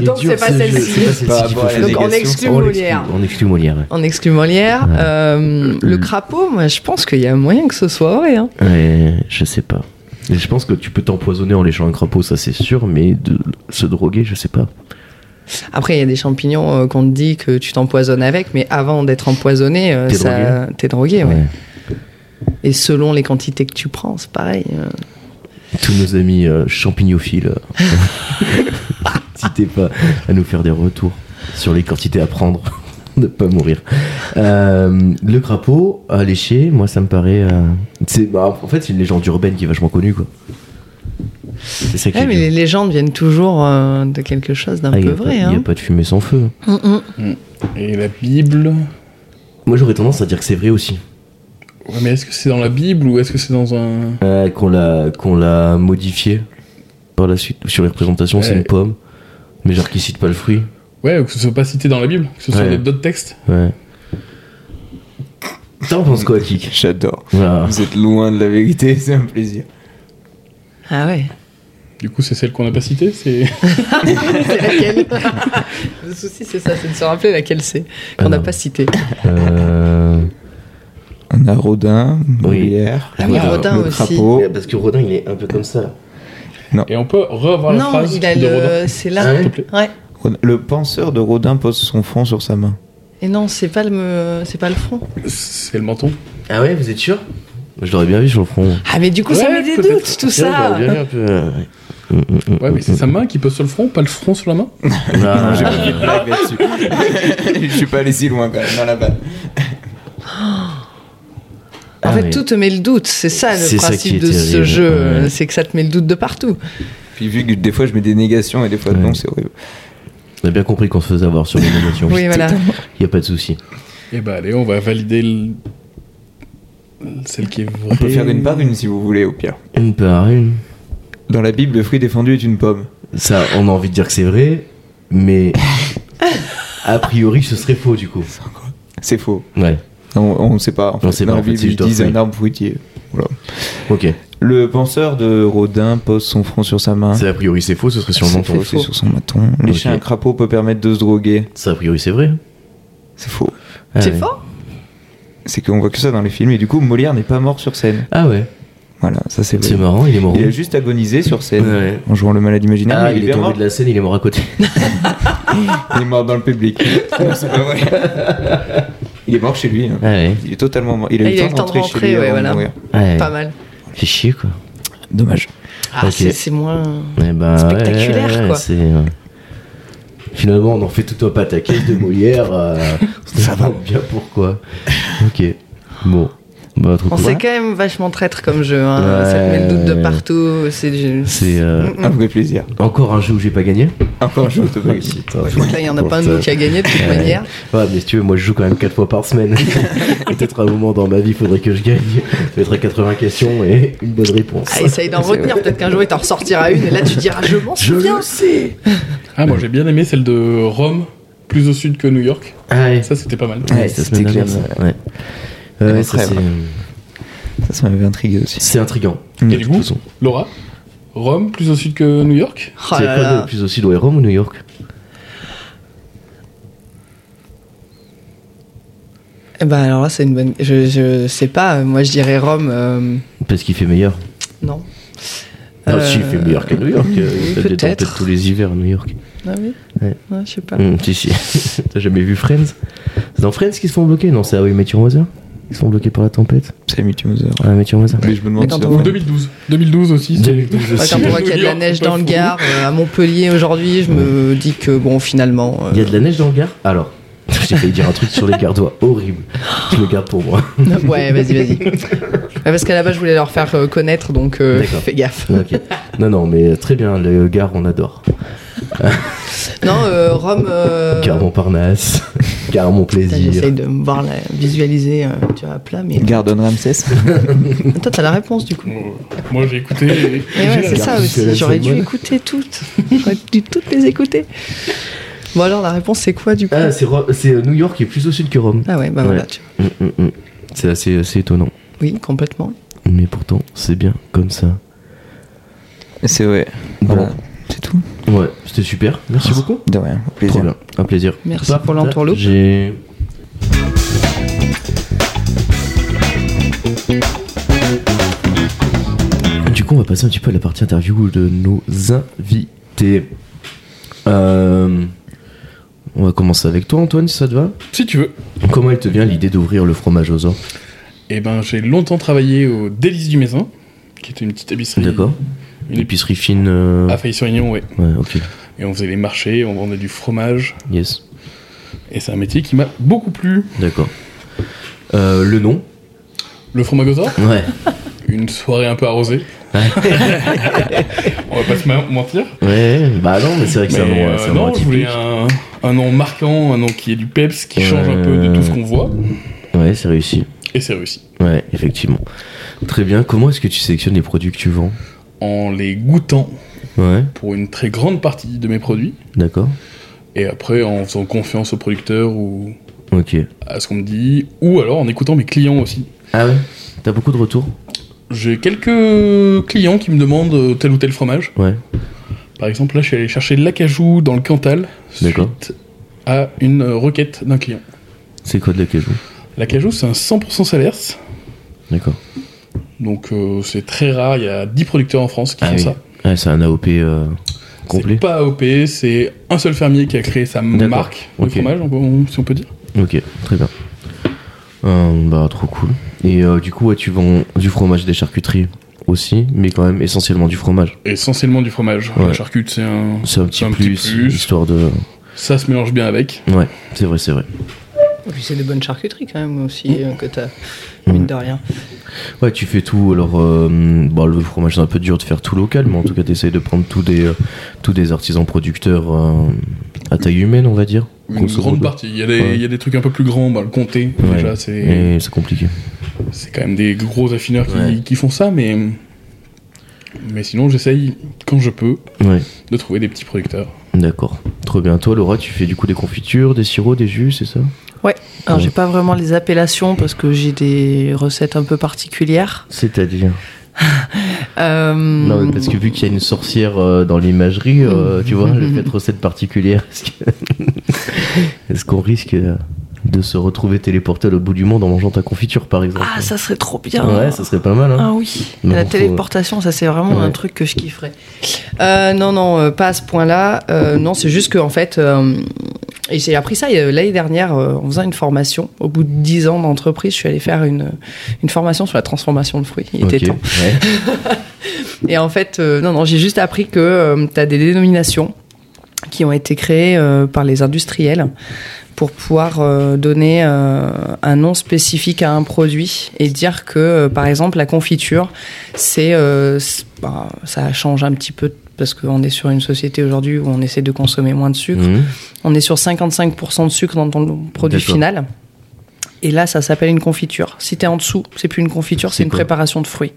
S3: Donc, c'est pas celle-ci. Bah,
S4: Par rapport à la
S3: Donc on
S4: Délégation.
S3: exclut
S1: On
S3: Molière.
S1: exclut- On exclut Molière, ouais.
S3: On exclut Molière.
S1: Ouais.
S3: Euh, le crapaud, moi je pense qu'il y a moyen que ce soit vrai. hein.
S1: Ouais, je sais pas. Et je pense que tu peux t'empoisonner en léchant un crapaud, ça c'est sûr, mais de se droguer, je sais pas.
S3: Après, il y a des champignons euh, qu'on te dit que tu t'empoisonnes avec, mais avant d'être empoisonné, euh,
S1: T'es
S3: ça- t'es drogué. ouais.
S1: Ouais.
S3: Et selon les quantités que tu prends, c'est pareil. euh.
S1: Tous nos amis euh, champignophiles, euh, [LAUGHS] n'hésitez pas à nous faire des retours sur les quantités à prendre, [LAUGHS] ne pas mourir. Euh, le crapaud à lécher, moi ça me paraît. euh, c'est, bah, en fait, c'est une légende urbaine qui est vachement connue, quoi. C'est ça qui
S3: Ouais,
S1: est
S3: mais
S1: bien.
S3: les légendes viennent toujours euh, de quelque chose d'un
S1: Ah, y
S3: peu
S1: a pas-
S3: vrai.
S1: y a
S3: hein.
S1: pas de fumée sans feu.
S3: Mm, mm.
S2: Et la Bible.
S1: Moi j'aurais tendance à dire que c'est vrai aussi.
S2: Ouais, mais est-ce que c'est dans la Bible ou est-ce que c'est dans un.
S1: Euh, qu'on l'a qu'on l'a modifié par la suite sur les représentations c'est
S2: Ouais.
S1: une pomme mais genre qui cite pas le fruit
S2: Ouais, ou que ce soit pas cité dans la Bible, que ce soit
S1: Ouais.
S2: dans d'autres textes.
S1: ouais t'en penses quoi Kik
S4: J'adore.
S1: Voilà.
S4: Vous êtes loin de la vérité, [LAUGHS] c'est un plaisir.
S3: Ah
S2: [LAUGHS]
S3: ouais.
S2: Du coup, c'est celle qu'on n'a pas citée. C'est.
S3: C'est laquelle [LAUGHS] Le souci, c'est ça, c'est de se rappeler laquelle c'est,
S1: Ah
S3: qu'on n'a
S1: non.
S3: pas cité.
S1: Euh,
S4: On a Rodin, Molière,
S3: Ah oui,
S4: le-
S3: Rodin
S4: le
S3: aussi.
S1: Oh.
S4: crapaud.
S1: Eh, parce que Rodin il est un peu comme ça
S2: Et on peut revoir Oh, la
S3: non,
S2: phrase
S3: il a
S2: de Rodin.
S3: le. C'est là.
S1: Ah
S2: S'il
S1: ouais
S2: te plaît.
S3: Ouais.
S4: Rodin- Le penseur de Rodin pose son front sur sa main.
S3: Et non, c'est pas le, c'est pas le front.
S2: C'est le menton.
S1: ah ouais vous êtes sûr je l'aurais bien vu sur le front
S3: Ah, mais du coup, ça
S2: Ouais,
S3: met des
S2: peut-être.
S3: doutes, tout
S1: Tiens,
S3: ça.
S1: j'aurais bien vu un peu euh, ouais. Mm, mm, mm,
S2: Ouais, mais
S1: mm,
S2: c'est sa main qui pose sur le front, pas le front sur la main.
S1: mm. Ah,
S4: Blague là-dessus. [LAUGHS] Je suis pas allé si loin quand même dans la balle.
S3: En
S1: Ah
S3: fait,
S1: ouais.
S3: tout te met le doute. C'est ça le
S1: C'est ça qui est
S3: principe de ce
S1: terrible,
S3: jeu. euh,
S1: ouais.
S3: C'est que ça te met le doute de partout.
S4: Puis vu que des fois je mets des négations et des fois
S1: Ouais.
S4: non, c'est horrible.
S1: on a bien compris qu'on se faisait avoir sur les nominations
S3: Oui, voilà.
S1: y a pas de souci
S2: Et bah, allez, on va valider le- celle qui est vraie.
S4: On peut faire une par une si vous voulez, au pire.
S1: une par une
S4: Dans la Bible, le fruit défendu est une pomme.
S1: Ça, on a envie de dire que c'est vrai, mais [LAUGHS] a priori, ce serait faux du coup.
S4: C'est faux.
S1: Ouais,
S4: On, on sait pas. En fait.
S1: sait
S4: Dans
S1: pas,
S4: la
S1: en fait,
S4: Bible,
S1: si je
S4: ils
S1: dois
S4: disent
S1: trouver.
S4: un arbre fruitier. Voilà.
S1: ok.
S3: Hein
S4: Le penseur de Rodin pose son front sur sa main.
S1: Ça, a priori, c'est faux, ce serait sur le
S4: C'est
S1: menton.
S4: faux, c'est sur son menton. Lécher
S1: Ok.
S4: un crapaud peut permettre de se droguer.
S1: Ça, a priori, c'est vrai.
S4: C'est faux.
S1: Ah
S3: c'est
S1: ouais.
S3: fort
S4: C'est qu'on voit que ça dans les films. Et du coup, Molière n'est pas mort sur scène.
S1: Ah ouais.
S4: Voilà, ça c'est
S1: C'est
S4: vrai.
S1: marrant, il est mort.
S4: Il a juste agonisé sur scène
S1: Ouais.
S4: en jouant le malade imaginaire.
S1: Ah,
S4: mais
S1: il, est
S4: bien
S1: tombé
S4: mort.
S1: de la scène, il est mort à côté.
S4: Il est mort dans le public. Non, c'est pas vrai. [LAUGHS] Il est mort chez lui. hein.
S1: Ah ouais,
S4: Il est totalement mort. Il a
S3: Ah,
S4: eu le temps de rentrer, chez lui
S3: ouais,
S4: avant
S3: voilà.
S4: de mourir.
S1: ouais.
S3: Pas mal.
S1: Fait chier quoi.
S4: Dommage.
S3: Ah,
S1: Ok.
S3: c'est- c'est moins.
S1: Eh ben,
S3: Spectaculaire,
S1: ouais, ouais,
S3: quoi.
S1: c'est, euh, Finalement, on en fait tout un pataquès de Molière. euh, on se demande [LAUGHS] bien pourquoi. Ok. Bon. Bah, trop
S3: On
S1: cool.
S3: s'est quand même vachement traître comme jeu. hein.
S1: Ouais.
S3: Ça te met le doute de partout. C'est
S1: C'est euh,
S4: Un vrai plaisir.
S1: encore un jeu où j'ai pas gagné.
S4: Encore un jour de baguette.
S1: Putain.
S3: Je crois que là, il y en a pas un de nous qui a gagné de toute
S1: Ouais.
S3: manière.
S1: Ouais, mais si tu veux, moi je joue quand même 4 fois par
S3: [LAUGHS]
S1: semaine. [LAUGHS] Peut-être un moment dans ma vie, faudrait que je gagne. Ça va être à 80 questions et une bonne réponse.
S3: Ah, essaye d'en retenir. Peut-être qu'un jour, il t'en ressortira une. Et là, tu diras Je m'en
S1: Je
S3: souviens.
S1: le sais
S2: Ah, moi j'ai bien aimé celle de Rome, plus au sud que New York.
S1: Allez,
S2: Ça, c'était pas mal.
S4: Ouais,
S1: cette
S4: c'était
S1: semaine-là,
S4: clair, ça.
S1: Ouais. Ouais,
S4: Ouais,
S1: ça,
S4: très
S1: c'est-
S4: vrai. [LAUGHS] Ça, ça m'avait intrigué aussi.
S1: c'est intriguant.
S3: Oh
S4: Mm.
S2: Et du coup,
S1: toute façon.
S2: Laura, Rome, plus au sud que New York
S3: Oh
S1: c'est
S3: là
S1: quoi
S3: là.
S1: le plus au sud, ouais, Rome ou New York
S3: Eh ben, alors là, c'est une bonne. Je, je sais pas. Moi, je dirais Rome. euh,
S1: Parce qu'il fait meilleur.
S3: Non.
S1: Ah,
S3: Euh,
S1: si, il fait meilleur qu'à New York. euh,
S3: oui,
S1: Il fait des
S3: peut-être.
S1: tempêtes tous les hivers à New York.
S3: Ah oui
S1: Ouais.
S3: Ouais, Je sais pas.
S1: Hum, si, si. [LAUGHS] T'as jamais vu Friends C'est dans Friends qu'ils se font bloquer Non, c'est à Mathieu Mother Ils se font bloquer par la tempête
S4: C'est Multimother.
S1: Ah, Mathieu Mother
S4: Mais je me
S3: Mais
S4: demande
S3: quand
S4: si
S3: on-
S4: la
S2: Ou
S4: fin-
S2: 2012 2012 aussi. c'est-
S3: Ouais, quand on voit qu'il y a de la neige dans le Gard, euh, à Montpellier aujourd'hui, je me
S1: Mm.
S3: dis que bon, finalement. euh,
S1: Il y a de la neige dans le Gard Alors, j'ai failli dire un truc sur les gardois horrible. Je le garde pour moi. [LAUGHS]
S3: [LAUGHS] Ouais, vas-y, vas-y. Ouais, parce qu'à la base, je voulais leur faire euh, connaître, donc euh,
S1: D'accord.
S3: fais gaffe.
S1: Ok. Non, non, mais euh, très bien, le Gard, on adore.
S3: Non, euh, Rome. euh,
S1: Gare Montparnasse, [LAUGHS] Gare
S3: putain,
S1: Montplaisir.
S3: J'essaye de me voir la visualiser, euh, tu vois, à plat, mais. euh,
S4: Gardon Ramsès.
S3: Toi, t'as la réponse du coup.
S2: Euh, Moi, j'ai écouté. et-
S3: Et ouais, c'est
S1: la
S3: ça
S1: carte
S3: aussi.
S1: visuelle
S3: J'aurais dû
S1: Salmon.
S3: écouter toutes. [LAUGHS] J'aurais dû toutes les écouter. Bon, alors, la réponse, c'est quoi du coup
S1: Ah, c'est Ro- c'est euh, New York qui est plus au sud que Rome.
S3: Ah ouais, bah
S1: Ouais.
S3: voilà, tu vois.
S1: Hum, hum, hum. C'est assez, assez étonnant.
S3: Oui, complètement.
S1: Mais pourtant, c'est bien comme ça.
S4: [LAUGHS] C'est vrai.
S1: Bon.
S4: Voilà. C'est tout.
S1: Ouais, c'était super. Merci beaucoup.
S4: De rien. Au
S1: Trop
S4: plaisir.
S1: bien, un plaisir.
S3: Merci pour l'entourloupe.
S1: J'ai. Du coup, on va passer un petit peu à la partie interview de nos invités. Euh, on va commencer avec toi, Antoine, si ça te va.
S2: Si tu veux.
S1: Comment elle te vient l'idée d'ouvrir le fromage aux orques
S2: Eh ben, j'ai longtemps travaillé au Délice du Mézin, qui était une petite épicerie.
S1: D'accord.
S2: Une épicerie
S1: L'épicerie fine. euh,
S2: à Failly-sur-Ignon, ouais.
S1: Ouais, ok.
S2: Et on faisait les marchés, on vendait du fromage.
S1: Yes.
S2: Et c'est un métier qui m'a beaucoup plu.
S1: D'accord. Euh, le nom
S2: Le fromagosaure,
S1: Ouais.
S2: une soirée un peu arrosée. [LAUGHS] On va pas se ma- mentir.
S1: Ouais, bah non, mais c'est vrai que c'est un
S2: Mais,
S1: nom.
S2: euh,
S1: c'est un nom
S2: non, je voulais
S1: atypique.
S2: un, un nom marquant, un nom qui est du peps, qui change un peu de tout ce qu'on voit.
S1: Ouais, c'est réussi.
S2: Et c'est réussi.
S1: Ouais, effectivement. Très bien. Comment est-ce que tu sélectionnes les produits que tu vends
S2: En les goûtant
S1: Ouais,
S2: pour une très grande partie de mes produits.
S1: d'accord.
S2: Et après, en faisant confiance au producteur ou
S1: Ok.
S2: à ce qu'on me dit. Ou alors en écoutant mes clients aussi.
S1: Ah ouais T'as beaucoup de retours
S2: J'ai quelques clients qui me demandent euh, tel ou tel fromage.
S1: Ouais.
S2: Par exemple, là, je suis allé chercher de l'acajou dans le Cantal
S1: D'accord.
S2: suite à une euh, requête d'un client.
S1: C'est quoi de l'acajou
S2: L'acajou, c'est un 100% Salers,
S1: D'accord.
S2: donc euh, c'est très rare. Il y a 10 producteurs en France qui
S1: Ah
S2: font
S1: oui.
S2: ça.
S1: Ouais, c'est un AOP euh, complet.
S2: C'est pas AOP, c'est un seul fermier qui a créé sa
S1: D'accord.
S2: marque de
S1: Ok.
S2: fromage, on peut- si on peut dire.
S1: Ok, très bien. Euh, bah, trop cool. Et euh, du coup, ouais, tu vends du fromage et des charcuteries aussi, mais quand même essentiellement du fromage.
S2: Essentiellement du fromage.
S1: Ouais.
S2: La charcute, c'est un.
S1: C'est un petit,
S2: C'est un
S1: plus,
S2: petit plus.
S1: histoire de.
S2: Ça se mélange bien avec.
S1: Ouais, c'est vrai, c'est vrai.
S3: Et puis, c'est des bonnes charcuteries quand même aussi euh, que t'as,
S1: Mm.
S3: mine de rien.
S1: Ouais, tu fais tout. Alors, euh, bon, le fromage, c'est un peu dur de faire tout local, mais en tout cas, t'essayes de prendre tous des, euh, tous des artisans producteurs euh, à taille humaine, on va dire.
S2: Une
S1: grosso
S2: grande
S1: modo.
S2: partie. Il y, a des,
S1: Ouais.
S2: il y a des trucs un peu plus grands, bah, le comté,
S1: Ouais.
S2: déjà, c'est
S1: Et c'est compliqué.
S2: c'est quand même des gros affineurs qui,
S1: Ouais.
S2: qui font ça, mais. Mais sinon, j'essaye quand je peux
S1: Ouais,
S2: de trouver des petits producteurs.
S1: d'accord. Trop bien. Toi, Laura, tu fais du coup des confitures, des sirops, des jus, c'est ça
S3: Alors,
S1: Ouais.
S3: j'ai pas vraiment les appellations parce que j'ai des recettes un peu particulières.
S1: C'est-à-dire
S3: Euh,
S1: Non, mais parce que vu qu'il y a une sorcière euh, dans l'imagerie, euh, tu vois, [LAUGHS]
S3: Mhm.
S1: le fait de recette particulière, est-ce que- est-ce qu'on risque. euh, de se retrouver téléporté à l'autre bout du monde en mangeant ta confiture, par exemple.
S3: Ah, ça serait trop bien.
S1: Ouais, ça serait pas mal. Hein.
S3: Ah oui,
S1: Non,
S3: la
S1: faut-
S3: téléportation, ça c'est vraiment
S1: Ouais.
S3: un truc que je kifferais. Euh, non, non, euh, pas à ce point-là. Euh, non, c'est juste que en fait, euh, et j'ai appris ça euh, l'année dernière euh, en faisant une formation. Au bout de 10 ans d'entreprise, je suis allée faire une, une formation sur la transformation de fruits. Il
S1: Ok,
S3: était temps. [LAUGHS]
S1: ouais.
S3: Et en fait, euh, non, non, j'ai juste appris que tu as des dénominations qui ont été créées euh, par les industriels pour pouvoir euh, donner euh, un nom spécifique à un produit et dire que, euh, par exemple, la confiture, c'est, euh, c'est- bah, ça change un petit peu parce qu'on est sur une société aujourd'hui où on essaie de consommer moins de sucre.
S1: Mhm.
S3: On est sur 55% de sucre dans ton produit
S1: D'accord.
S3: final. Et là, ça s'appelle une confiture. Si t'es en dessous, c'est plus une confiture,
S1: C'est
S3: c'est une
S1: quoi
S3: préparation de fruits.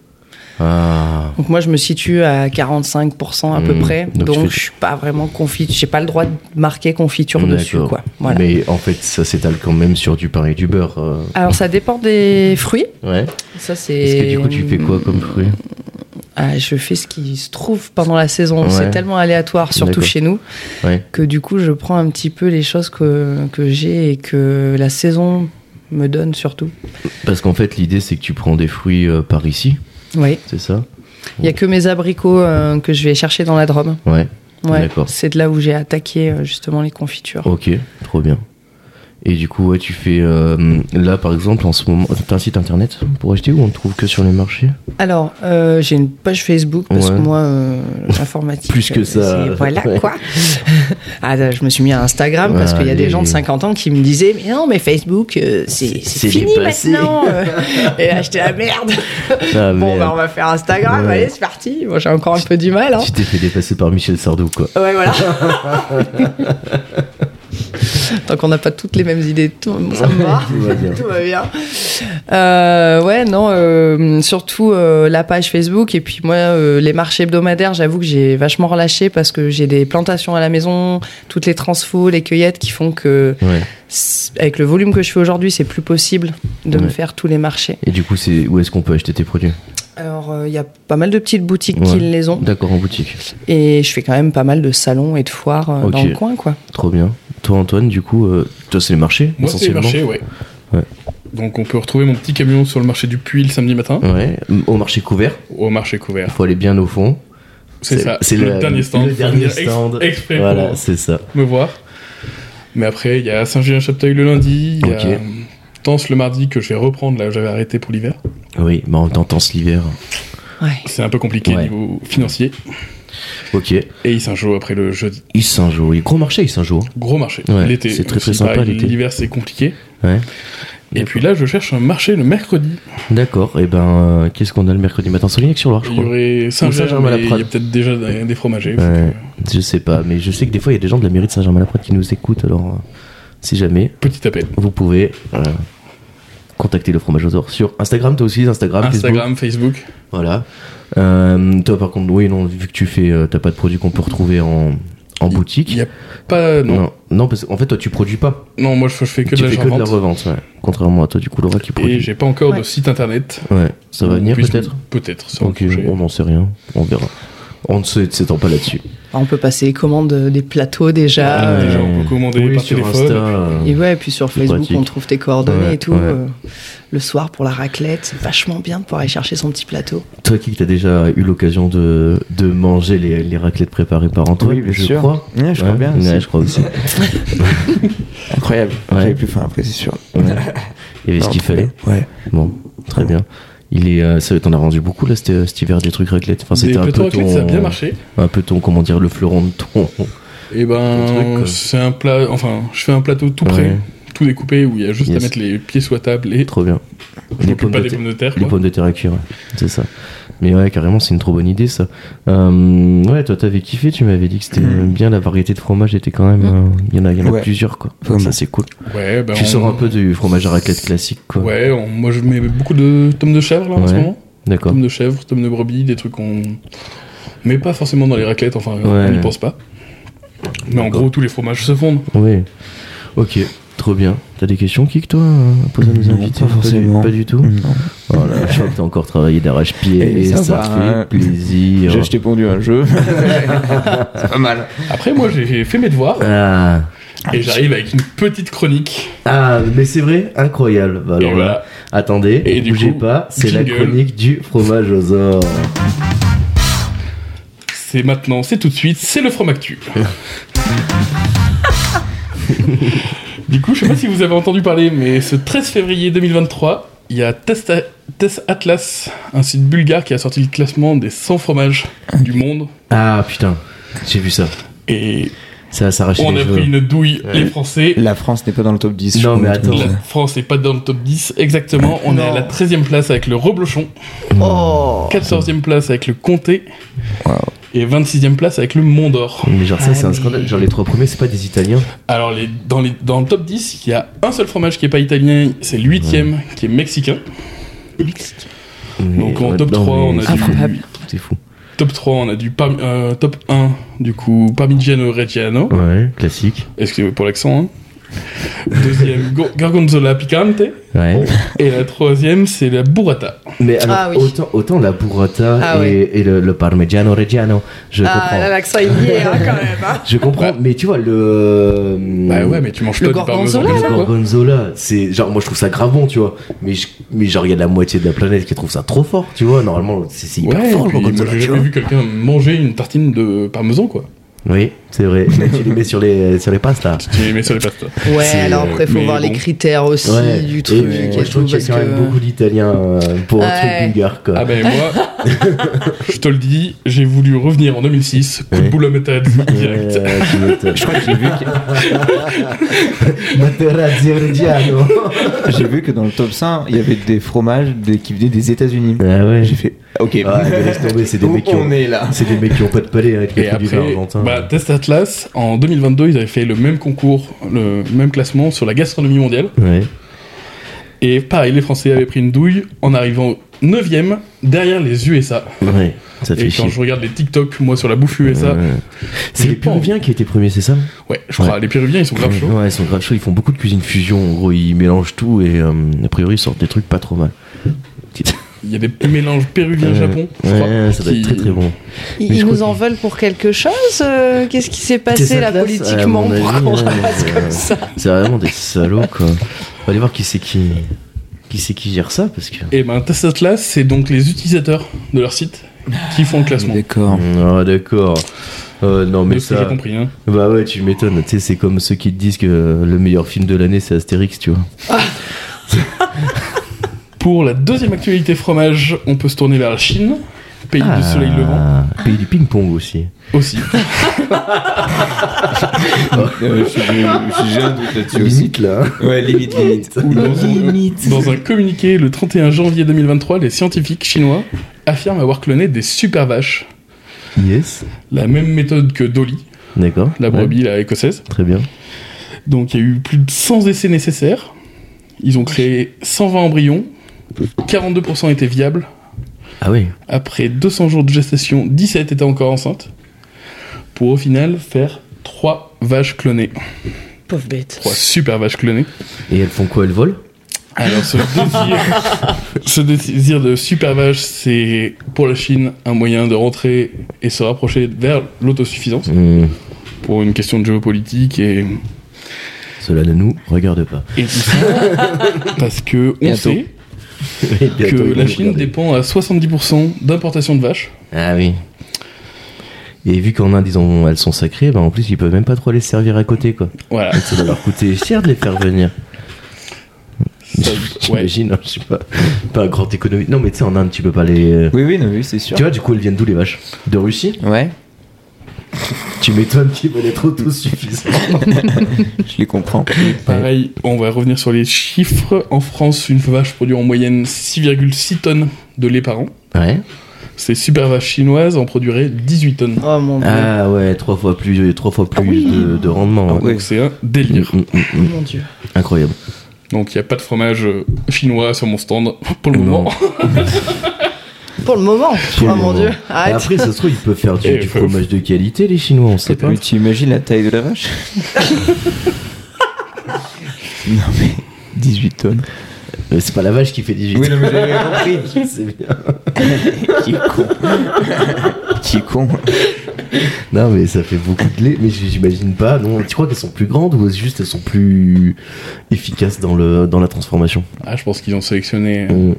S1: Ah,
S3: Donc moi je me situe à 45% à peu
S1: Mmh.
S3: près,
S1: Donc,
S3: donc,
S1: tu fais-
S3: je suis pas vraiment confiture, j'ai pas le droit de marquer confiture dessus
S1: d'accord.
S3: quoi. Voilà.
S1: Mais en fait, ça s'étale quand même sur du pain et du beurre. euh,
S3: Alors ça dépend des fruits,
S1: Ouais.
S3: ça c'est. euh,
S1: Parce que du coup, tu fais quoi comme fruit
S3: Ah, Je fais ce qui se trouve pendant la saison.
S1: Ouais.
S3: C'est tellement aléatoire, surtout
S1: D'accord.
S3: chez nous,
S1: Ouais.
S3: que du coup je prends un petit peu les choses que que j'ai et que la saison me donne surtout.
S1: Parce qu'en fait, l'idée, c'est que tu prends des fruits euh, par ici,
S3: Oui.
S1: c'est ça
S3: Il y a que mes abricots euh, que je vais chercher dans la Drôme.
S1: Ouais.
S3: Ouais.
S1: D'accord.
S3: C'est de là où j'ai attaqué euh, justement les confitures.
S1: Ok, trop bien. Et du coup, ouais, tu fais. euh, là, par exemple, en ce moment. T'as un site internet pour acheter ou on le trouve que sur les marchés
S3: Alors, euh, j'ai une page Facebook parce
S1: Ouais.
S3: que moi, euh, l'informatique.
S1: Plus que
S3: euh,
S1: ça.
S3: c'est- Voilà
S1: Ouais.
S3: quoi. ah, là, je me suis mis à Instagram parce qu'il y a
S1: Allez.
S3: des gens de 50 ans qui me disaient Mais non, mais Facebook, euh, c'est
S1: C'est
S3: c'est fini
S1: dépassé.
S3: maintenant.
S1: [LAUGHS]
S3: euh. Et là, j'étais la merde.
S1: Ah,
S3: Bon,
S1: merde.
S3: bah, on va faire Instagram.
S1: Ouais.
S3: Allez, c'est parti. Moi, j'ai encore un peu du mal. Hein.
S1: Tu t'es fait dépasser par Michel Sardou, quoi.
S3: Ouais, voilà. [LAUGHS] Tant qu'on n'a pas toutes les mêmes idées, tout, ça me va.
S1: Tout va bien.
S3: Tout va bien. Euh, ouais, non, euh, surtout euh, la page Facebook et puis moi, euh, les marchés hebdomadaires, j'avoue que j'ai vachement relâché parce que j'ai des plantations à la maison, toutes les transfos, les cueillettes qui font que,
S1: Ouais.
S3: c'est- avec le volume que je fais aujourd'hui, c'est plus possible de me
S1: Ouais.
S3: faire tous les marchés.
S1: Et du coup, c'est où est-ce qu'on peut acheter tes produits
S3: Alors, euh, il y a pas mal de petites boutiques
S1: Ouais.
S3: qui les ont
S1: D'accord, en boutique.
S3: et je fais quand même pas mal de salons et de foires euh, dans
S1: Ok.
S3: le coin, quoi.
S1: Trop bien. Toi, Antoine, du coup, euh, toi, c'est les marchés
S2: Moi, c'est le
S1: essentiellement
S2: marché, ouais.
S1: Ouais.
S2: Donc, on peut retrouver mon petit camion sur le marché du Puy le samedi matin,
S1: Ouais, m- au marché couvert.
S2: au marché
S1: Il
S2: couvert.
S1: faut aller bien au fond.
S2: C'est ça, le,
S1: la-
S2: dernier stand.
S1: Le
S2: faut
S1: dernier
S2: venir ex-
S1: stand.
S2: exprès
S1: Voilà,
S2: pour
S1: c'est ça.
S2: me voir. Mais après, il y a Saint-Julien-Chapteuil le lundi, il y a
S1: Ok.
S2: Tence le mardi que je vais reprendre, là où j'avais arrêté pour l'hiver.
S1: Oui, bah, mais en même temps, tense l'hiver.
S3: Ouais.
S2: C'est un peu compliqué
S1: Ouais.
S2: niveau financier.
S1: Ok.
S2: Et il saint après le jeudi.
S1: Il s'injoue. Gros marché, il s'injoue.
S2: Gros marché.
S1: Ouais,
S2: l'été.
S1: c'est très, très
S2: aussi,
S1: sympa,
S2: pareil,
S1: l'été.
S2: L'hiver, c'est compliqué.
S1: Ouais.
S2: Et puis là, je cherche un marché le mercredi.
S1: D'accord. Et ben, euh, qu'est-ce qu'on a le mercredi matin Solignac-sur-Loire, je
S2: Il y
S1: crois.
S2: aurait Saint-Germain, mais il y a
S1: Saint-Germain-la-Prade.
S2: peut-être déjà des des fromagers.
S1: Ouais. Je sais pas, mais je sais que des fois, il y a des gens de la mairie de Saint-Germain-la-Prade qui nous écoutent. Alors, euh, si jamais,
S2: Petit appel.
S1: vous pouvez euh, contacter le fromage aux ors sur Instagram, toi aussi, Instagram, Ah, Facebook.
S2: Instagram, Facebook.
S1: Voilà. Euh, toi, par contre, oui, non, vu que tu fais, euh, t'as pas de produits qu'on peut retrouver en, en boutique.
S2: Il y a pas. Non, non,
S1: non, parce qu'en fait, toi, tu produis pas.
S2: moi je je fais que
S1: tu
S2: de la
S1: fais que de la
S2: revente.
S1: revente, ouais. Contrairement à toi, du coup, Laura qui
S2: Et
S1: produit.
S2: j'ai pas encore de
S3: Ouais.
S2: site internet.
S1: Ouais, ça va
S2: On
S1: venir
S2: puisse-
S1: peut-être
S2: Peut-être, ça
S1: Ok, on n'en sait rien, on verra. On ne s'é- s'étend pas là-dessus.
S3: On peut passer les commandes euh, des plateaux déjà.
S1: Ouais.
S2: Ah, Déjà, on peut commander
S1: Oui,
S2: par
S1: sur
S2: téléphone.
S1: Insta, euh,
S3: Et ouais, et puis sur
S1: Plus
S3: Facebook,
S1: pratique.
S3: on trouve tes coordonnées
S1: Ouais,
S3: et tout.
S1: ouais.
S3: euh, le soir, pour la raclette, c'est vachement bien de pouvoir aller chercher son petit plateau.
S1: Toi qui t'as déjà eu l'occasion de, de manger les, les raclettes préparées par Antoine,
S4: Oui, bien
S1: je
S4: sûr.
S1: crois.
S4: Ouais, je crois bien
S1: ouais,
S4: aussi.
S1: je crois aussi.
S4: Incroyable.
S1: Ouais.
S4: J'avais plus faim après, c'est sûr.
S1: Ouais. Il y avait ce qu'il fallait.
S4: Ouais.
S1: Bon, très bien. Il est, euh, ça, t'en as vendu beaucoup là cet, cet hiver des trucs raclettes. Enfin,
S2: Des
S1: Ah, c'était un
S2: plateaux
S1: peu
S2: raclette,
S1: ton,
S2: ça a bien marché.
S1: un peu ton, comment dire, le fleuron de ton. [LAUGHS] Ton truc,
S2: Et ben,
S1: quoi.
S2: c'est un plat. Enfin, je fais un plateau tout prêt,
S1: Ouais.
S2: tout découpé, où il y a juste
S1: Yes.
S2: à mettre les pieds sous la table et
S1: Trop bien.
S2: je
S1: Les
S2: m'occupe
S1: pommes,
S2: pas
S1: de
S2: des
S1: terre,
S2: pommes de terre.
S1: les
S2: quoi.
S1: pommes de terre à cuire, ouais. c'est ça. Mais ouais, carrément, c'est une trop bonne idée ça. Euh, ouais, toi t'avais kiffé, tu m'avais dit que c'était
S4: Mm.
S1: euh, bien la variété de fromage était quand même. euh, Il y en a, il y en a
S4: Hmm. Ouais.
S1: plusieurs quoi.
S4: Vraiment.
S1: Ça c'est cool.
S2: Ouais, ben,
S1: Tu
S2: on-
S1: sors un peu du fromage à raclette classique quoi.
S2: Ouais, on- moi je mets beaucoup de tomes de chèvre là en
S1: Ouais.
S2: ce moment.
S1: D'accord.
S2: Tomes de chèvre, tomes de brebis, des trucs qu'on met pas forcément dans les raclettes, enfin on
S1: Ouais.
S2: n'y pense pas. Mais en
S1: D'accord.
S2: gros, tous les fromages se fondent.
S1: Oui. Ok, trop bien. T'as des questions, Kik, toi, à poser à nos
S4: Non,
S1: invités
S4: pas
S1: du-
S4: forcément.
S1: Pas du, tout.
S4: Non.
S1: Voilà, je crois que t'as encore travaillé d'arrache-pied
S4: Et
S1: et ça,
S4: ça va,
S1: fait
S4: hein.
S1: plaisir.
S4: J'ai [LAUGHS] acheté pondu un jeu. c'est pas mal.
S2: Après, moi j'ai fait mes devoirs.
S1: Ah,
S2: Et j'arrive avec une petite chronique.
S1: Ah, mais c'est vrai, incroyable. Bah, alors là,
S2: et voilà.
S1: attendez,
S2: Et du
S1: bougez
S2: coup,
S1: pas, c'est la
S2: jingle.
S1: chronique du fromage aux ors.
S2: C'est maintenant, c'est tout de suite, c'est
S1: [LAUGHS]
S2: le Fromactu. du coup, je sais pas si vous avez entendu parler, mais ce 13 février 2023, il y a Test, Test Atlas, un site bulgare qui a sorti le classement des 100 fromages du monde.
S1: Ah putain, j'ai vu ça.
S2: Et
S1: Ça va s'arracher
S2: on
S1: les
S2: a
S1: cheveux.
S2: pris une douille, les Français.
S4: La France n'est pas dans le top 10. je
S1: Non,
S4: crois,
S1: mais
S4: en tout
S1: attends.
S4: cas.
S2: La France n'est pas dans le top 10, exactement. On est à
S3: Non.
S2: la 13e place avec le Reblochon, Hmm.
S3: Oh
S2: 14e place avec le Comté
S4: Wow.
S2: et 26e place avec le Mont d'Or.
S1: Mais genre ça
S3: Ah,
S1: c'est un
S3: mais-
S1: scandale, genre les trois premiers c'est pas des Italiens.
S2: Alors, les, dans, les, dans le top 10, il y a un seul fromage qui est pas italien, c'est le huitième qui est mexicain.
S1: Mais-
S2: Donc, en
S1: ouais,
S2: top
S1: non,
S2: 3, on
S1: mais
S2: a
S1: c'est
S2: du-
S1: fou.
S3: Improbable.
S1: C'est fou.
S2: Top 3, on a du Parm- euh, top 1, du coup, Parmigiano Reggiano.
S1: Ouais, classique.
S2: Excusez-moi pour l'accent. Hein. Deuxième, Go- Gorgonzola Picante.
S1: Ouais.
S4: Oh.
S2: Et la troisième, c'est la Burrata.
S1: Mais alors,
S3: Ah oui.
S1: autant, autant la burrata
S3: Ah
S1: et, et le, le parmigiano reggiano, je
S3: Ah,
S1: comprends.
S3: là, l'accent, il y est, hein, quand même. hein.
S1: Je comprends,
S2: Bah.
S1: mais tu vois, le.
S2: Bah ouais, mais tu manges
S3: Le
S2: pas du parmesan.
S3: gorgonzola,
S2: déjà,
S1: Le
S2: quoi.
S1: gorgonzola, c'est genre moi je trouve ça grave bon, tu vois. Mais je- mais genre il y a la moitié de la planète qui trouve ça trop fort, tu vois. Normalement c'est c'est hyper
S2: Ouais, et
S1: fort le
S2: puis moi,
S1: gorgonzola.
S2: j'ai
S1: tu
S2: jamais
S1: vois.
S2: vu quelqu'un manger une tartine de parmesan, quoi.
S1: Oui, c'est vrai. Mais tu les mets sur les sur les pastes
S3: [LAUGHS]
S1: là.
S2: Tu les mets sur les pastas.
S3: Ouais,
S1: C'est-
S3: alors après, faut
S2: mais
S3: voir les
S2: bon.
S3: critères aussi
S1: Ouais.
S3: du
S1: Et
S3: truc.
S1: puis,
S3: et
S1: moi, je
S3: tout,
S1: trouve qu'il y a
S3: parce
S1: quand même
S3: que-
S1: beaucoup d'Italiens euh, pour un
S3: Ouais.
S1: truc bulgare quoi.
S2: Ah ben moi, je te le dis, j'ai voulu revenir en 2006, coup de
S1: Ouais.
S2: boule à méthode, direct.
S1: Euh, tu
S2: [LAUGHS]
S1: m'étonnes.
S4: Je crois que j'ai vu, que-
S1: Materazzi Reggiano.
S4: j'ai vu que dans le top 5, il y avait des fromages des- qui venaient des États-Unis.
S1: Ah ouais.
S4: J'ai fait. Ok,
S1: Ah, mais laisse tomber, c'est des
S4: Où
S1: mecs qui ont-
S4: on est là.
S1: C'est des mecs qui ont pas de palais avec
S2: Et
S1: les produits
S2: après,
S1: argentins.
S2: bah, Test Atlas, en 2022, ils avaient fait le même concours, le même classement sur la gastronomie mondiale.
S1: Ouais.
S2: Et pareil, les Français avaient pris une douille en arrivant 9 e derrière les USA.
S1: Ouais. Ça
S2: Et
S1: fait
S2: quand
S1: chier. Euh,
S2: je regarde les TikTok, moi, sur la bouffe USA,
S1: Ouais. C'est
S2: J'ai
S1: les
S2: pas
S1: Péruviens qui étaient premiers, c'est ça
S2: ouais, je crois, les Péruviens, ils sont grave chauds.
S1: Ouais, ils sont grave chauds. Ils font beaucoup de cuisine fusion. En gros, ils mélangent tout et euh, a priori, ils sortent des trucs pas trop mal.
S2: Il y a des mélanges Péruvien-Japon, je crois.
S1: Ouais, ça doit
S2: qui-
S1: être très très bon.
S3: Ils
S1: Mais je
S3: ils
S1: crois
S3: nous en
S1: qu'il-
S3: veulent pour quelque chose euh, Qu'est-ce qui s'est passé
S1: Tessa
S3: là
S1: Atlas, à
S3: politiquement
S1: mon
S3: pour
S1: avis,
S3: [LAUGHS]
S1: ouais,
S3: qu'on fasse
S1: mais, euh,
S3: comme ça
S1: C'est vraiment des salauds quoi. On va aller voir qui c'est qui. Qui c'est qui gère ça parce que.
S2: Et ben, Test Atlas, c'est donc les utilisateurs de leur site qui font le classement.
S4: D'accord.
S1: Ah d'accord. Euh, non mais
S2: de ce que j'ai
S1: ça.
S2: compris. Hein.
S1: Bah ouais, tu m'étonnes. Tu sais, c'est comme ceux qui te disent que le meilleur film de l'année c'est Astérix, tu vois.
S2: Pour la deuxième actualité fromage, on peut se tourner vers la Chine, pays du soleil levant
S1: Ah, Pays du ping-pong aussi.
S2: aussi.
S4: Euh, je- je- J'ai un doute là-dessus aussi.
S1: Limite là. hein.
S4: Ouais, limite, limite.
S2: où dans, un, dans un communiqué le 31 janvier 2023, les scientifiques chinois affirment avoir cloné des super vaches,
S1: Yes.
S2: la même méthode que Dolly,
S1: D'accord.
S2: la
S1: Ouais,
S2: brebis la écossaise.
S1: très bien.
S2: Donc il y a eu plus de 100 essais nécessaires. Ils ont créé 120 embryons, 42% étaient viables.
S1: Ah oui.
S2: Après 200 jours de gestation, 17 étaient encore enceintes, pour au final faire 3 vaches clonées,
S3: Pauvre bête.
S2: 3 super vaches clonées.
S1: Et elles font quoi Elles volent
S2: Alors ce désir, ce désir de supervage, c'est pour la Chine un moyen de rentrer et se rapprocher vers l'autosuffisance
S1: Hmm,
S2: pour une question de géopolitique et,
S1: Cela ne nous regarde [LAUGHS] pas.
S2: et tout ça parce que on
S4: Bientôt.
S2: sait
S1: Et bientôt,
S2: que
S1: ils vont
S2: la
S1: nous
S2: Chine
S1: regarder.
S2: dépend à 70% d'importation de vaches.
S1: Ah oui. Et vu qu'en Inde, ils ont- elles sont sacrées, bah en plus, ils peuvent même pas trop les servir à côté, quoi. [LAUGHS]
S2: Voilà.
S1: Ça doit leur coûter cher de les faire venir.
S2: Ça- ouais.
S1: J'imagine, hein, je sais pas. Pas un grand économie. Non, mais tu sais, en Inde, tu peux pas les.
S4: Oui, oui, non, oui, c'est sûr.
S1: Tu vois, du coup, elles viennent d'où les vaches De Russie
S4: Ouais,
S1: Tu m'étonnes qu'ils veulent être autosuffisants. [LAUGHS]
S4: je les comprends.
S2: Pareil, on va revenir sur les chiffres. En France, une vache produit en moyenne 6,6 tonnes de lait par an.
S1: Ouais.
S2: Ces super vaches chinoises en produiraient 18 tonnes.
S3: Oh mon dieu.
S1: Ah ouais, trois fois plus, trois fois plus de, de rendement. ouais.
S4: ouais.
S2: Donc c'est un délire.
S1: Mm, mm, mm, mm.
S3: Oh, Mon dieu.
S1: Incroyable.
S2: Donc il n'y a pas de fromage euh, chinois sur mon stand [LAUGHS] pour le
S1: Non.
S2: moment.
S3: Pour le moment.
S1: Pour le
S3: oh mon
S1: moment.
S3: dieu.
S1: Et
S3: Arrête.
S1: après, ça se trouve, ils peuvent faire du,
S2: Et
S1: du
S2: faut-
S1: fromage de qualité, les Chinois, on sait pas.
S4: Mais tu imagines la taille de
S1: [LAUGHS]
S4: la vache Non, mais 18 tonnes.
S1: Mais Euh, C'est pas la vache qui fait 18.
S4: Oui, non, mais j'avais
S1: [LAUGHS] C'est bien.
S4: compris. Qui est con. Qui est con.
S1: Non, mais ça fait beaucoup de lait. Mais j'imagine pas. Non, tu crois qu'elles sont plus grandes ou juste elles sont plus efficaces dans, le, dans la transformation
S2: Ah, je pense qu'ils ont sélectionné euh,
S1: On-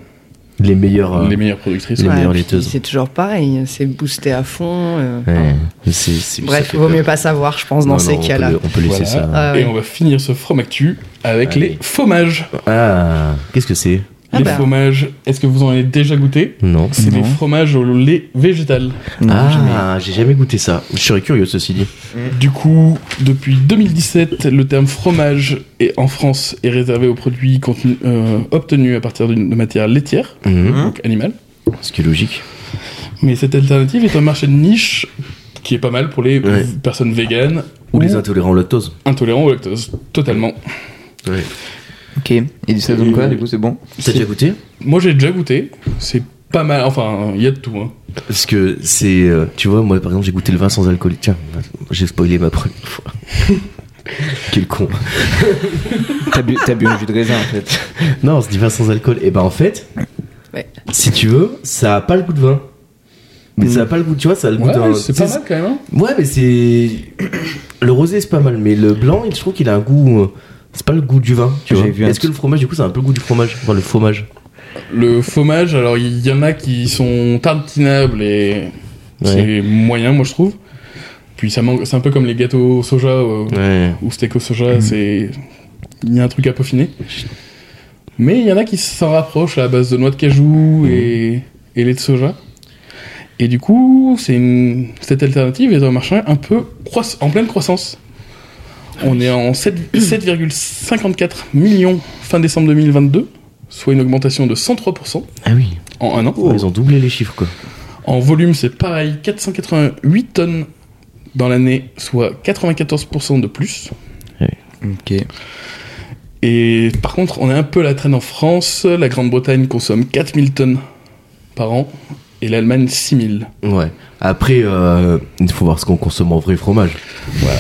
S1: Les meilleurs. euh,
S2: les meilleures productrices.
S1: les
S3: Ouais,
S1: meilleures
S3: puis
S1: laiteuses.
S3: C'est toujours pareil, c'est boosté à fond. euh.
S1: ouais, c'est- c'est- ça
S3: Bref,
S1: fait
S3: vaut
S1: peur.
S3: mieux pas savoir, je pense, dans
S1: Non,
S3: ces
S1: non, on peut
S3: cas-là.
S1: le- On peut laisser
S2: Voilà.
S1: ça.
S3: Ah ouais.
S2: Et on va finir ce From Actu avec
S1: Allez.
S2: les fromages.
S1: Ah, qu'est-ce que c'est
S3: Ah
S2: les
S3: bah.
S2: fromages, est-ce que vous en avez déjà goûté
S1: Non.
S2: C'est
S4: Non.
S2: les fromages au lait végétal.
S4: Non, jamais.
S1: ah, j'ai jamais goûté ça. Je serais curieux, ceci dit.
S2: Du coup, depuis 2017, le terme fromage est, en France est réservé aux produits contenu- euh, obtenus à partir d'une- de matière laitière,
S1: Mhm.
S2: donc animale.
S1: Ce qui est logique.
S2: Mais cette alternative est un marché de niche qui est pas mal pour les
S1: Ouais.
S2: personnes véganes
S1: Ou les intolérants au lactose.
S2: intolérants au lactose, totalement.
S1: Ouais.
S4: Ok. Et ça donne quoi Du coup, c'est bon.
S1: T'as déjà goûté
S2: Moi, j'ai déjà goûté. C'est pas mal. Enfin, il y a de tout. hein.
S1: Parce que c'est. euh, Tu vois, moi par exemple, j'ai goûté le vin sans alcool. Tiens, j'ai spoilé ma première [LAUGHS] fois. Quel con.
S4: T'as bu, t'as bu un jus de raisin en fait.
S1: Non, c'est du vin sans alcool. Et ben en fait,
S3: Ouais.
S1: si tu veux, ça a pas le goût de vin. Mais ça a pas le goût, tu vois, ça a le goût d'un.
S2: c'est pas mal quand même. hein.
S1: Ouais, mais c'est. Le rosé, c'est pas mal, mais le blanc, il- je trouve qu'il a un goût. euh, C'est pas le goût du vin, tu
S4: J'ai
S1: vois.
S4: vu un
S1: Est-ce que
S4: petit-
S1: le fromage, du coup, ça a un peu le goût du fromage Enfin, le fromage.
S2: Le fromage, alors il y en a qui sont tartinables et c'est moyen, moi je trouve. Puis ça manque, c'est un peu comme les gâteaux au soja euh,
S1: Ouais.
S2: ou steak au soja, c'est il y a un truc à peaufiner. Mais il y en a qui s'en rapprochent à la base de noix de cajou et, et lait de soja. Et du coup, c'est une, cette alternative est un marché un peu croiss- en pleine croissance. On est en 7 7,54 millions fin décembre 2022, soit une augmentation de 103%
S1: Ah oui.
S2: en un an.
S1: Ouais, Ils ont doublé les chiffres, quoi.
S2: En volume, c'est pareil, 488 tonnes dans l'année, soit 94% de plus.
S4: Ok.
S2: Et par contre, on est un peu à la traîne en France. La Grande-Bretagne consomme 4000 tonnes par an et l'Allemagne 6000.
S1: Ouais. Après, euh, il faut voir ce qu'on consomme en vrai fromage.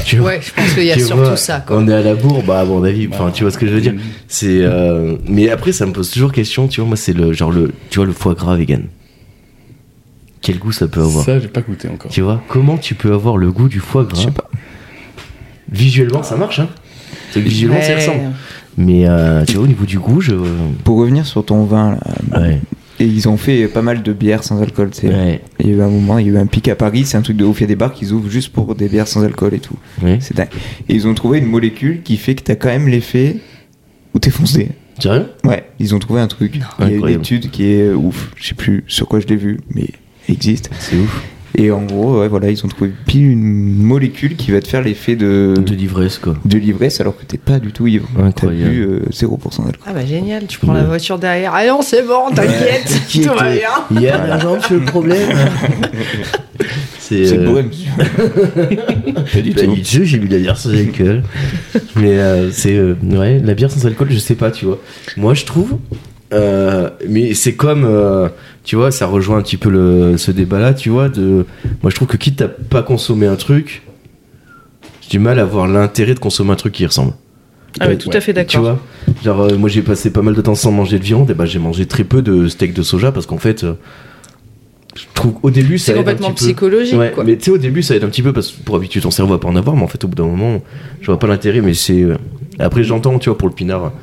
S1: Tu vois
S3: Ouais, je pense qu'il y a
S1: Tu
S3: surtout
S1: vois,
S3: ça. Quoi.
S1: On est à la bourre, bah à mon avis, enfin
S2: Bah.
S1: tu vois ce que je veux dire. C'est euh, mais après ça me pose toujours question, tu vois moi c'est le genre le tu vois le foie gras vegan. Quel goût ça peut avoir
S2: Ça, j'ai pas goûté encore.
S1: Tu vois comment tu peux avoir le goût du foie gras
S4: Je sais pas.
S1: Visuellement ça marche hein. C'est que Visuellement ça y
S3: Ouais.
S1: ressemble. Mais euh, tu vois au niveau du goût je
S4: Pour revenir sur ton vin, là,
S1: ouais
S4: et ils ont fait pas mal de bières sans alcool. tu sais.
S1: ouais
S4: Il y a eu un moment, il y a eu un pic à Paris, c'est un truc de ouf. Il y a des bars qu'ils ouvrent juste pour des bières sans alcool et tout.
S1: ouais.
S4: C'est dingue. Et ils ont trouvé une molécule qui fait que t'as quand même l'effet où t'es foncé.
S1: Sérieux
S4: Ouais, ils ont trouvé un truc. Il y a une
S1: Incroyable.
S4: étude qui est euh, ouf. Je sais plus sur quoi je l'ai vu, mais elle existe.
S1: C'est ouf.
S4: Et en gros, ouais, voilà, ils ont trouvé pile une molécule qui va te faire l'effet de,
S1: De l'ivresse quoi.
S4: de l'ivresse alors que t'es pas du tout ivre. T'as
S1: Incroyable.
S4: bu euh, 0% d'alcool.
S3: Ah bah génial, tu prends
S1: Ouais.
S3: la voiture derrière. Allez, on c'est bon,
S1: [LAUGHS]
S3: t'inquiète, tout va bien.
S1: Il y a de l'argent sur le
S3: [LAUGHS]
S1: problème.
S4: C'est
S1: euh,
S4: bourré, monsieur. Pas du
S1: Bah,
S4: tout.
S1: il dit, j'ai bu de la bière sans
S4: [LAUGHS]
S1: alcool. mais euh, c'est. euh, ouais, la bière sans alcool, je sais pas, tu vois. Moi, je trouve. euh, mais c'est comme. euh, tu vois, ça rejoint un petit peu le, ce débat-là, tu vois. De, moi, je trouve que quitte à pas consommer un truc, j'ai du mal à avoir l'intérêt de consommer un truc qui y ressemble.
S3: Ah ouais, tout à
S1: Tu
S3: fait d'accord.
S1: vois Genre, euh, moi, j'ai passé pas mal de temps sans manger de viande, et bah, j'ai mangé très peu de steak de soja parce qu'en fait. euh, je trouve au début ça
S3: C'est
S1: aide un
S3: complètement
S1: petit peu.
S3: psychologique.
S1: Ouais,
S3: quoi.
S1: mais tu sais, au début, ça aide un petit peu parce que pour habitude, ton cerveau va pas en avoir, mais en fait, au bout d'un moment, je vois pas l'intérêt. Mais c'est. euh, Après, j'entends, tu vois, pour le pinard,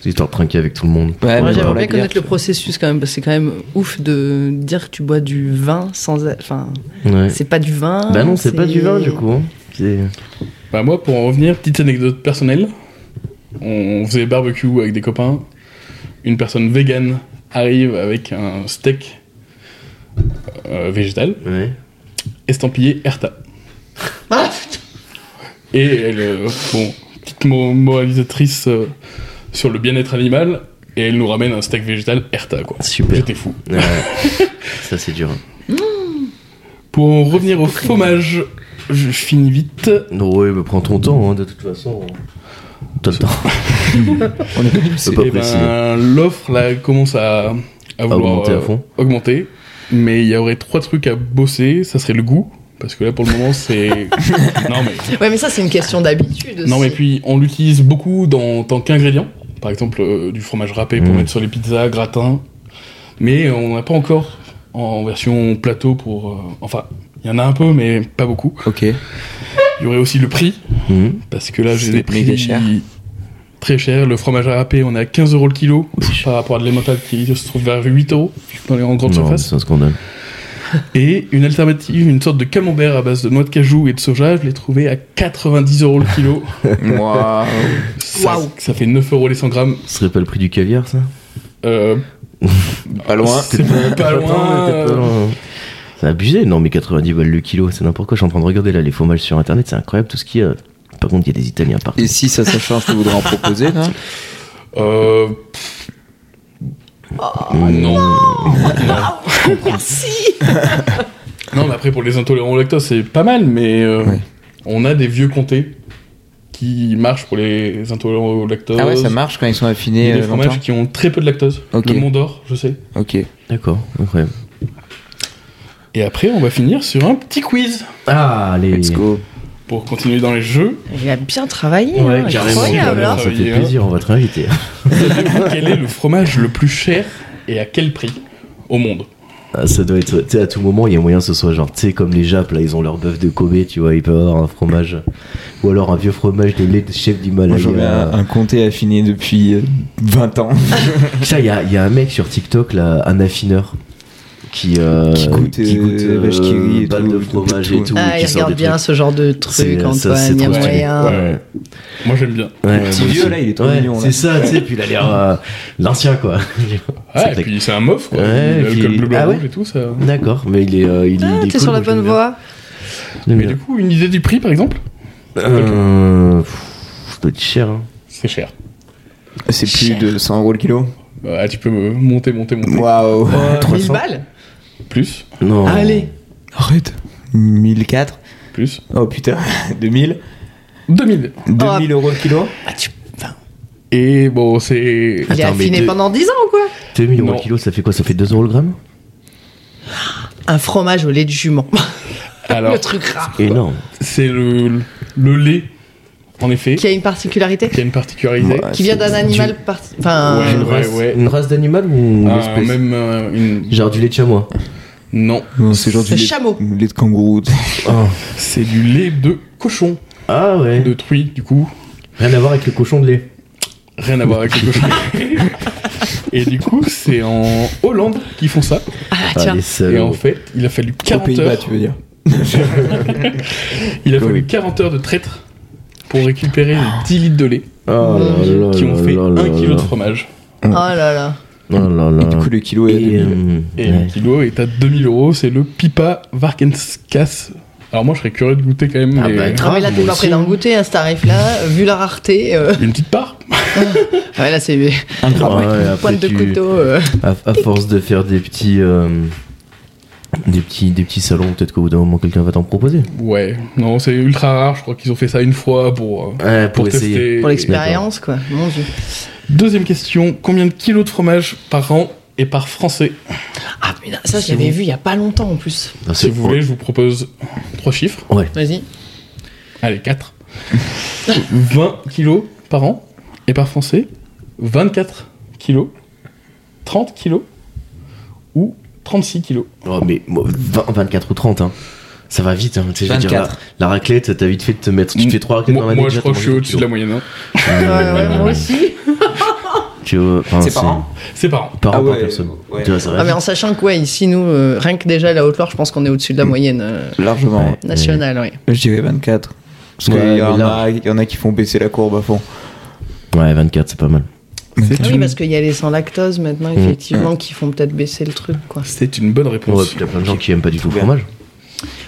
S1: c'est histoire de trinquer avec tout le monde.
S4: Ouais,
S3: Moi, j'aimerais
S4: mais pour la
S3: bien
S4: bière,
S3: connaître le processus quand même, parce que c'est quand même ouf de dire que tu bois du vin sans. Enfin,
S1: Ouais.
S3: c'est pas du vin.
S1: Bah non, c'est pas du vin, du coup. hein. C'est-
S2: Bah, moi, pour en revenir, petite anecdote personnelle. On faisait barbecue avec des copains. Une personne végane arrive avec un steak euh, végétal
S1: Ouais.
S2: estampillé Erta. Et elle, euh, bon, petite mo- moralisatrice euh, sur le bien-être animal, et elle nous ramène un steak végétal Erta, quoi.
S1: Super.
S2: J'étais fou.
S1: [LAUGHS] Ouais. ça, c'est dur.
S2: Pour en revenir au fromage, je finis vite.
S1: Non, ouais, mais prends ton temps, hein, de toute façon. T'as le temps.
S4: On est pas du-
S1: C'est pas
S2: Eh ben,
S1: précis. hein.
S2: L'offre, là, commence à, à vouloir
S1: augmenter à
S2: euh,
S1: fond.
S2: augmenter. Mais il y aurait trois trucs à bosser. Ça serait le goût. Parce que là, pour le moment, c'est. non, mais
S3: Ouais, mais ça, c'est une question d'habitude.
S2: Non,
S3: aussi.
S2: mais puis on l'utilise beaucoup dans, en tant qu'ingrédient. Par exemple, euh, du fromage râpé pour
S1: Mm.
S2: mettre sur les pizzas, gratin. Mais on n'a pas encore en version plateau pour. euh, enfin, Il y en a un peu, mais pas beaucoup.
S4: Ok.
S2: Il y aurait aussi le prix,
S1: Mhm.
S2: parce que là, j'ai
S4: C'est
S2: des prix
S4: méga cher.
S2: très chers. Le fromage à râpé, on est à 15 euros le kilo, par rapport à de l'emmental qui se trouve vers 8 euros dans les en grande
S1: Non,
S2: surface.
S1: c'est un scandale.
S2: Et une alternative, une sorte de camembert à base de noix de cajou et de soja, je l'ai trouvé à 90 euros le kilo.
S4: Waouh.
S2: ça, ça fait 9 euros les 100 grammes.
S1: Ce serait pas le prix du caviar, ça
S2: Euh,
S4: Pas loin.
S2: c'est pas loin.
S1: Attends, mais t'es pas
S2: euh,
S1: loin. C'est abusé, non mais 90 balles le kilo, c'est n'importe quoi. Je suis en train de regarder là les fromages sur internet, c'est incroyable tout ce qu'il y a. Par contre, il y a des Italiens partout.
S4: Et si ça, ça change, tu voudrais en proposer là
S2: euh,
S4: Ah,
S1: Mm.
S2: non.
S3: Merci
S2: Non, mais après, pour les intolérants au lactose, c'est pas mal, mais euh,
S4: Ouais.
S2: on a des vieux comtés qui marchent pour les intolérants au lactose.
S4: Ah ouais, ça marche quand ils sont
S2: Il y
S4: affinés
S2: a des
S4: euh, longtemps.
S2: fromages qui ont très peu de lactose.
S4: Ok.
S2: Le Mont d'Or, je sais.
S4: Ok.
S1: D'accord, incroyable.
S2: Et après, on va finir sur un petit quiz
S1: Ah, allez,
S4: Let's go.
S2: pour continuer dans
S1: [LAUGHS]
S2: les jeux.
S3: Il a bien travaillé,
S1: Ouais,
S3: hein,
S1: carrément.
S3: incroyable. hein.
S1: ça fait
S2: Travailler, hein.
S1: plaisir, on va te
S4: [LAUGHS]
S1: réinviter.
S2: Quel est le fromage le plus cher et à quel prix au monde
S1: Ah, ça doit être, tu sais, à tout moment, il y a moyen que ce soit genre, tu sais, comme les Japs, là, ils ont leur bœuf de Kobe, tu vois, ils peuvent avoir un fromage, ou alors un vieux fromage de lait de chef
S4: Moi, j'aurais
S1: d'Himalaya.
S4: un, un comté affiné depuis euh, 20 ans.
S1: Ça, il y a, il y a un mec sur TikTok, là, un affineur, qui, euh,
S4: Qui goûte, euh, vache qui rit et
S1: balle
S4: tout,
S1: de
S4: tout,
S1: fromage
S4: tout,
S1: et
S4: tout.
S1: tout.
S3: Ah,
S1: qui
S3: il
S1: sort
S3: regarde
S1: des
S3: bien
S1: trucs.
S3: ce genre de
S1: C'est-
S3: truc,
S1: ça, c'est
S3: Antoine, il y a
S1: trop stylé.
S3: moyen.
S1: Ouais.
S2: Moi, j'aime bien.
S1: Ouais,
S4: Le petit
S1: moi
S4: vieux,
S1: aussi.
S4: là, il est trop
S1: Ouais,
S4: mignon, là.
S1: C'est ça, tu sais, puis il a l'air euh, l'ancien, quoi. [LAUGHS]
S2: Ah, et
S1: clair.
S2: puis c'est un meuf, quoi.
S1: Ouais,
S2: Il a
S1: puis-
S2: L'alcool bleu, blanc,
S1: Ah ouais
S2: rouge et tout, ça.
S1: D'accord, mais il est. euh, il, est-
S3: Ah,
S1: il est
S3: t'es
S1: cool,
S3: sur la
S1: moi, j'aime
S3: bonne
S1: bien.
S3: voie.
S1: J'aime
S2: Mais
S1: bien.
S2: du coup, une idée du prix, par exemple
S1: Euh, pff, Ça doit être cher, hein.
S2: C'est cher.
S4: C'est plus
S3: Cher.
S4: de 100 euros le kilo.
S2: Ah, tu peux me monter, monter, monter.
S4: Waouh. [LAUGHS]
S3: 1000 balles
S2: Plus,
S1: Non.
S3: Allez
S4: Arrête. 1004.
S2: plus.
S4: Oh putain. [LAUGHS] 2000.
S2: 2000.
S4: 2000 euros le kilo.
S3: Ah, tu- enfin,
S2: Et bon, c'est.
S3: Il est
S1: Attends, mais
S3: affiné
S1: deux-
S3: pendant 10 ans ou quoi
S1: 2000 euros
S2: Non.
S1: le kilo, ça fait quoi Ça fait 2 euros le gramme
S3: Un fromage au lait de jument. [LAUGHS]
S2: Alors,
S3: Le truc rare.
S1: Énorme.
S2: c'est le, le lait, en effet,
S3: Qui a une particularité
S2: qui a une particularité.
S4: Ouais,
S3: Qui vient
S4: c'est
S3: d'un
S4: du-
S1: Ah,
S3: animal parti- Enfin,
S2: Ouais,
S1: Une
S2: ouais,
S1: race,
S2: ouais.
S1: une race d'animal ou une
S2: Ah,
S1: espèce
S2: même euh, une.
S1: Genre du lait de chamois.
S2: Non,
S4: Non, c'est genre du
S3: Le
S4: lait-
S3: chameau.
S4: Lait de kangourou.
S1: Ah,
S2: c'est du lait de cochon,
S1: Ah ouais.
S2: de truie, du coup.
S1: Rien à voir avec le cochon de lait.
S2: Rien à voir avec le cochon.
S4: [LAUGHS]
S2: Et du coup, c'est en Hollande qu'ils font ça.
S3: Ah,
S1: Ah,
S3: tiens.
S1: les
S2: Et
S1: salauds.
S2: en fait, il a fallu
S4: Aux
S2: 40
S4: Pays-Bas,
S2: heures.
S4: tu veux dire.
S2: Il a
S4: Oui.
S2: fallu 40 heures de traître pour récupérer les 10 litres de lait
S1: Oh là là
S2: qui ont
S1: là
S2: fait
S1: là
S2: 1
S1: là
S2: kg de
S1: là.
S2: fromage.
S3: Oh là là.
S1: Oh là là.
S4: Et du coup, le kilo est à
S1: Et,
S4: 2000.
S1: euh,
S2: Et le
S1: ouais.
S2: kilo est à 2000 euros, c'est le Pipa Varkenskas. Alors moi, je serais curieux de goûter quand même.
S1: Ah
S2: mais-
S1: bah,
S3: Ah,
S1: Grave,
S3: mais là, t'es
S1: moi
S3: pas prêt
S1: aussi.
S3: d'en goûter à ce tarif-là, vu la rareté. euh.
S2: Une petite part
S3: Ah, ouais, là, c'est
S4: Un gramme.
S1: Ouais, après,
S3: pointe de
S1: tu-
S3: couteau. euh.
S1: À, à force de faire des petits, euh, des petits, des petits salons, peut-être qu'au bout d'un moment quelqu'un va t'en proposer.
S2: Ouais, non, c'est ultra rare, je crois qu'ils ont fait ça une fois pour, euh,
S1: Ouais, pour
S2: tester.
S1: essayer.
S3: Pour l'expérience, quoi. Mon dieu.
S2: Deuxième question, combien de kilos de fromage par an et par français
S3: Ah, putain, ça, je
S2: Si
S3: l'avais
S2: vous-
S3: vu il y a pas longtemps en plus.
S1: Non,
S2: Si
S1: c'est-
S2: vous voulez, je vous propose trois chiffres.
S1: Ouais.
S3: Vas-y.
S1: [LAUGHS]
S2: Allez, 4. 20 kilos par an et par français 24 kilos 30 kilos ou 36 kilos
S1: Oh, mais moi, 20, 24 ou 30, hein. Ça va vite, hein. Tu sais, je veux dire,
S4: 24.
S1: la, la raclette, t'as vite fait de te mettre. Tu te fais 3 raclettes dans
S2: Moi,
S1: l'année.
S2: Mm. moi, je
S1: déjà,
S2: crois que
S1: t'en
S2: je suis
S1: manges
S2: au-dessus de la moyenne. hein.
S3: Ouais, ouais, moi aussi.
S1: Tu vois, enfin,
S4: C'est par an
S2: C'est par an.
S1: Par an,
S4: Ah
S1: par
S4: ouais,
S1: personne.
S4: ouais.
S1: Tu vois, ça va
S3: Ah, mais
S1: vite.
S3: en sachant que, ouais, ici, nous, euh, rien que déjà la Haute-Loire, je pense qu'on est au-dessus de la moyenne euh,
S4: Largement.
S1: Ouais.
S3: nationale, oui.
S4: Je dirais 24. Parce
S1: Ouais,
S4: qu'il y,
S1: mais
S4: en
S1: là-
S4: a- il y en a qui font baisser la courbe à fond.
S1: Ouais, 24, c'est pas mal.
S2: C'est
S3: Ah oui,
S2: une-
S3: parce qu'il y a les sans lactose maintenant,
S1: Mm.
S3: effectivement, qui font peut-être baisser le truc, quoi.
S2: C'est une bonne
S1: Ouais,
S2: réponse.
S1: puis t'as plein de gens qui aiment pas du tout le
S4: Bien.
S1: fromage.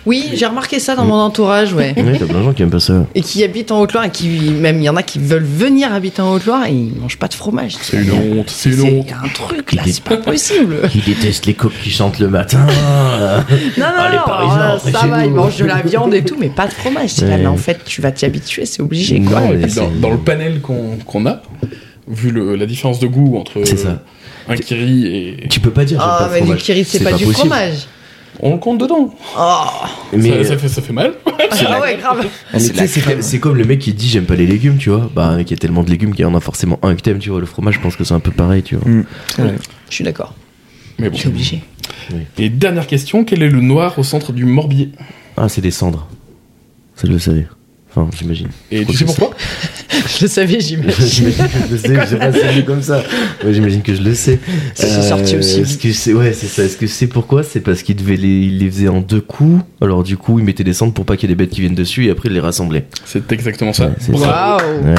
S3: Oui, j'ai remarqué ça dans mon entourage, ouais.
S1: Ouais, t'as plein de gens qui aiment pas ça.
S3: Et qui habitent en Haute-Loire, et qui, même, il y en a qui veulent venir habiter en Haute-Loire et ils mangent pas de fromage.
S2: c'est une honte. C'est une honte.
S3: Il y a un truc là, c'est pas possible.
S1: Qui détestent les coqs qui chantent le matin.
S3: [LAUGHS] Non, non,
S1: Ah, les
S3: non,
S1: Parisiens,
S3: alors,
S1: après
S3: ça
S1: chez
S3: va,
S1: nous.
S3: ils mangent de la viande et tout, mais pas de fromage. C'est là,
S1: Ouais. Mm.
S3: mais en fait, tu vas t'y habituer, c'est obligé, quoi.
S1: Non,
S2: Ah, Et
S1: mais
S2: puis, dans,
S1: c'est-
S2: dans le panel qu'on qu'on a, vu le- la différence de goût entre
S1: C'est ça.
S2: un kiri et.
S1: Tu peux pas dire. j'aime
S3: Ah,
S1: pas le
S3: mais du
S1: fromage.
S3: kiri, c'est pas, du
S1: possible.
S3: fromage.
S2: On le compte dedans.
S3: Oh,
S1: Mais-
S2: Ça, ça fait, ça fait mal.
S3: ah ouais, grave.
S4: Ah,
S1: Mais
S4: c'est
S1: tu
S4: de la
S1: sais, c'est
S4: crème.
S1: comme- c'est comme le mec qui dit j'aime pas les légumes, tu vois. Bah, mec, il y a tellement de légumes qu'il y en a forcément un que t'aimes, tu vois. Le fromage, je pense que c'est un peu pareil, tu vois.
S4: Mm. C'est vrai.
S3: Je suis d'accord,
S2: Mais
S1: [LAUGHS]
S2: bon.
S3: je suis obligé.
S1: Oui.
S2: [LAUGHS] Et dernière question, quel est le noir au centre du Morbier
S1: Ah, c'est des cendres. Ça, je le savais. Enfin,
S3: [LAUGHS]
S1: j'imagine.
S2: Et
S1: crois
S2: tu
S1: que
S2: sais
S1: c'est
S2: pourquoi
S3: Je le savais, j'imagine.
S1: J'imagine que je le sais, je sais pas si c'est comme ça. Ouais, j'imagine que je le sais. Euh,
S3: Ça, c'est sorti aussi.
S1: Est-ce que c'est ouais, c'est ça. Est-ce que c'est pourquoi C'est parce qu'il devait les, il les faisait en deux coups. Alors du coup, il mettait des cendres pour pas qu'il y ait des bêtes qui viennent dessus et après il les rassemblait.
S2: C'est exactement ça.
S1: Ouais, c'est
S2: Bravo.
S3: Waouh
S1: Ouais.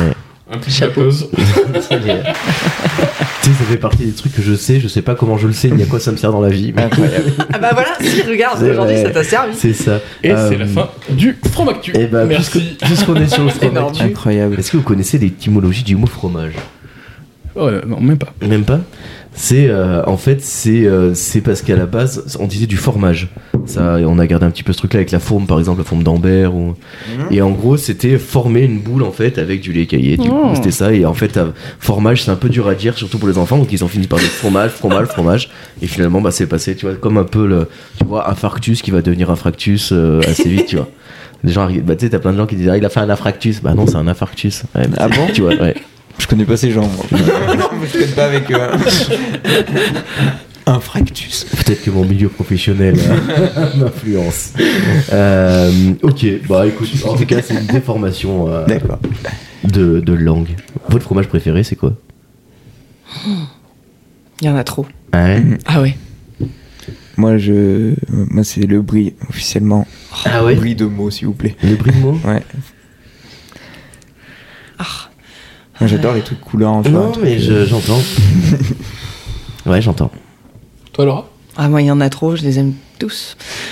S2: Un petit chapeause.
S1: tu sais, ça fait partie des trucs que je sais. Je sais pas comment je le sais ni à quoi ça me sert dans la vie. Mais...
S3: Ah bah voilà, si, regarde,
S1: C'est
S3: aujourd'hui,
S1: vrai.
S3: ça t'a servi.
S1: C'est ça.
S2: Et
S1: Euh,
S2: c'est la fin du Fromactu.
S1: Et bah,
S2: Merci.
S1: puisque- puisqu'on est
S2: [LAUGHS]
S1: sur le fromage,
S3: Énorme.
S4: Incroyable.
S1: est-ce que vous connaissez l'étymologie du mot fromage
S2: Oh, là, non, même pas.
S1: Même pas. C'est euh, en fait c'est euh, c'est parce qu'à la base on disait du formage. Ça on a gardé un petit peu ce truc là avec la fourme par exemple la fourme d'Ambert ou
S4: Mhm.
S1: et en gros c'était former une boule en fait avec du lait caillé. Du coup
S3: Oh.
S1: c'était ça et en fait euh, formage c'est un peu dur à dire surtout pour les enfants donc ils ont fini par dire fromage fromage fromage et finalement bah c'est passé tu vois comme un peu le tu vois infarctus qui va devenir infractus euh, assez vite tu vois. Les gens arrivent- bah tu sais t'as plein de gens qui disent ah, il a fait un infarctus bah non c'est un infarctus. Ouais, bah,
S4: Ah
S1: c'est-
S4: bon
S1: tu vois ouais.
S4: Je connais pas ces gens, moi. [LAUGHS] non, mais je connais pas avec eux. hein. Un fractus.
S1: Peut-être que mon milieu professionnel euh, m'influence. Euh, ok, bah écoute, en tout cas, c'est une déformation euh,
S4: D'accord.
S1: de, de langue. Votre fromage préféré, c'est quoi
S3: Il y en a trop.
S1: Hein
S3: Ah ouais.
S4: Moi, je. Moi, c'est le brie, officiellement.
S1: Ah ouais
S4: Brie de mots, s'il vous plaît.
S1: Le brie de mot
S4: Ouais.
S3: Ah.
S4: Moi, j'adore les trucs coulants. tu vois, un
S1: Non,
S4: truc,
S1: mais
S4: euh,
S1: je- j'entends. ouais, j'entends.
S2: Toi, Laura
S3: Ah, moi, il y en a trop, je les aime tous. [LAUGHS]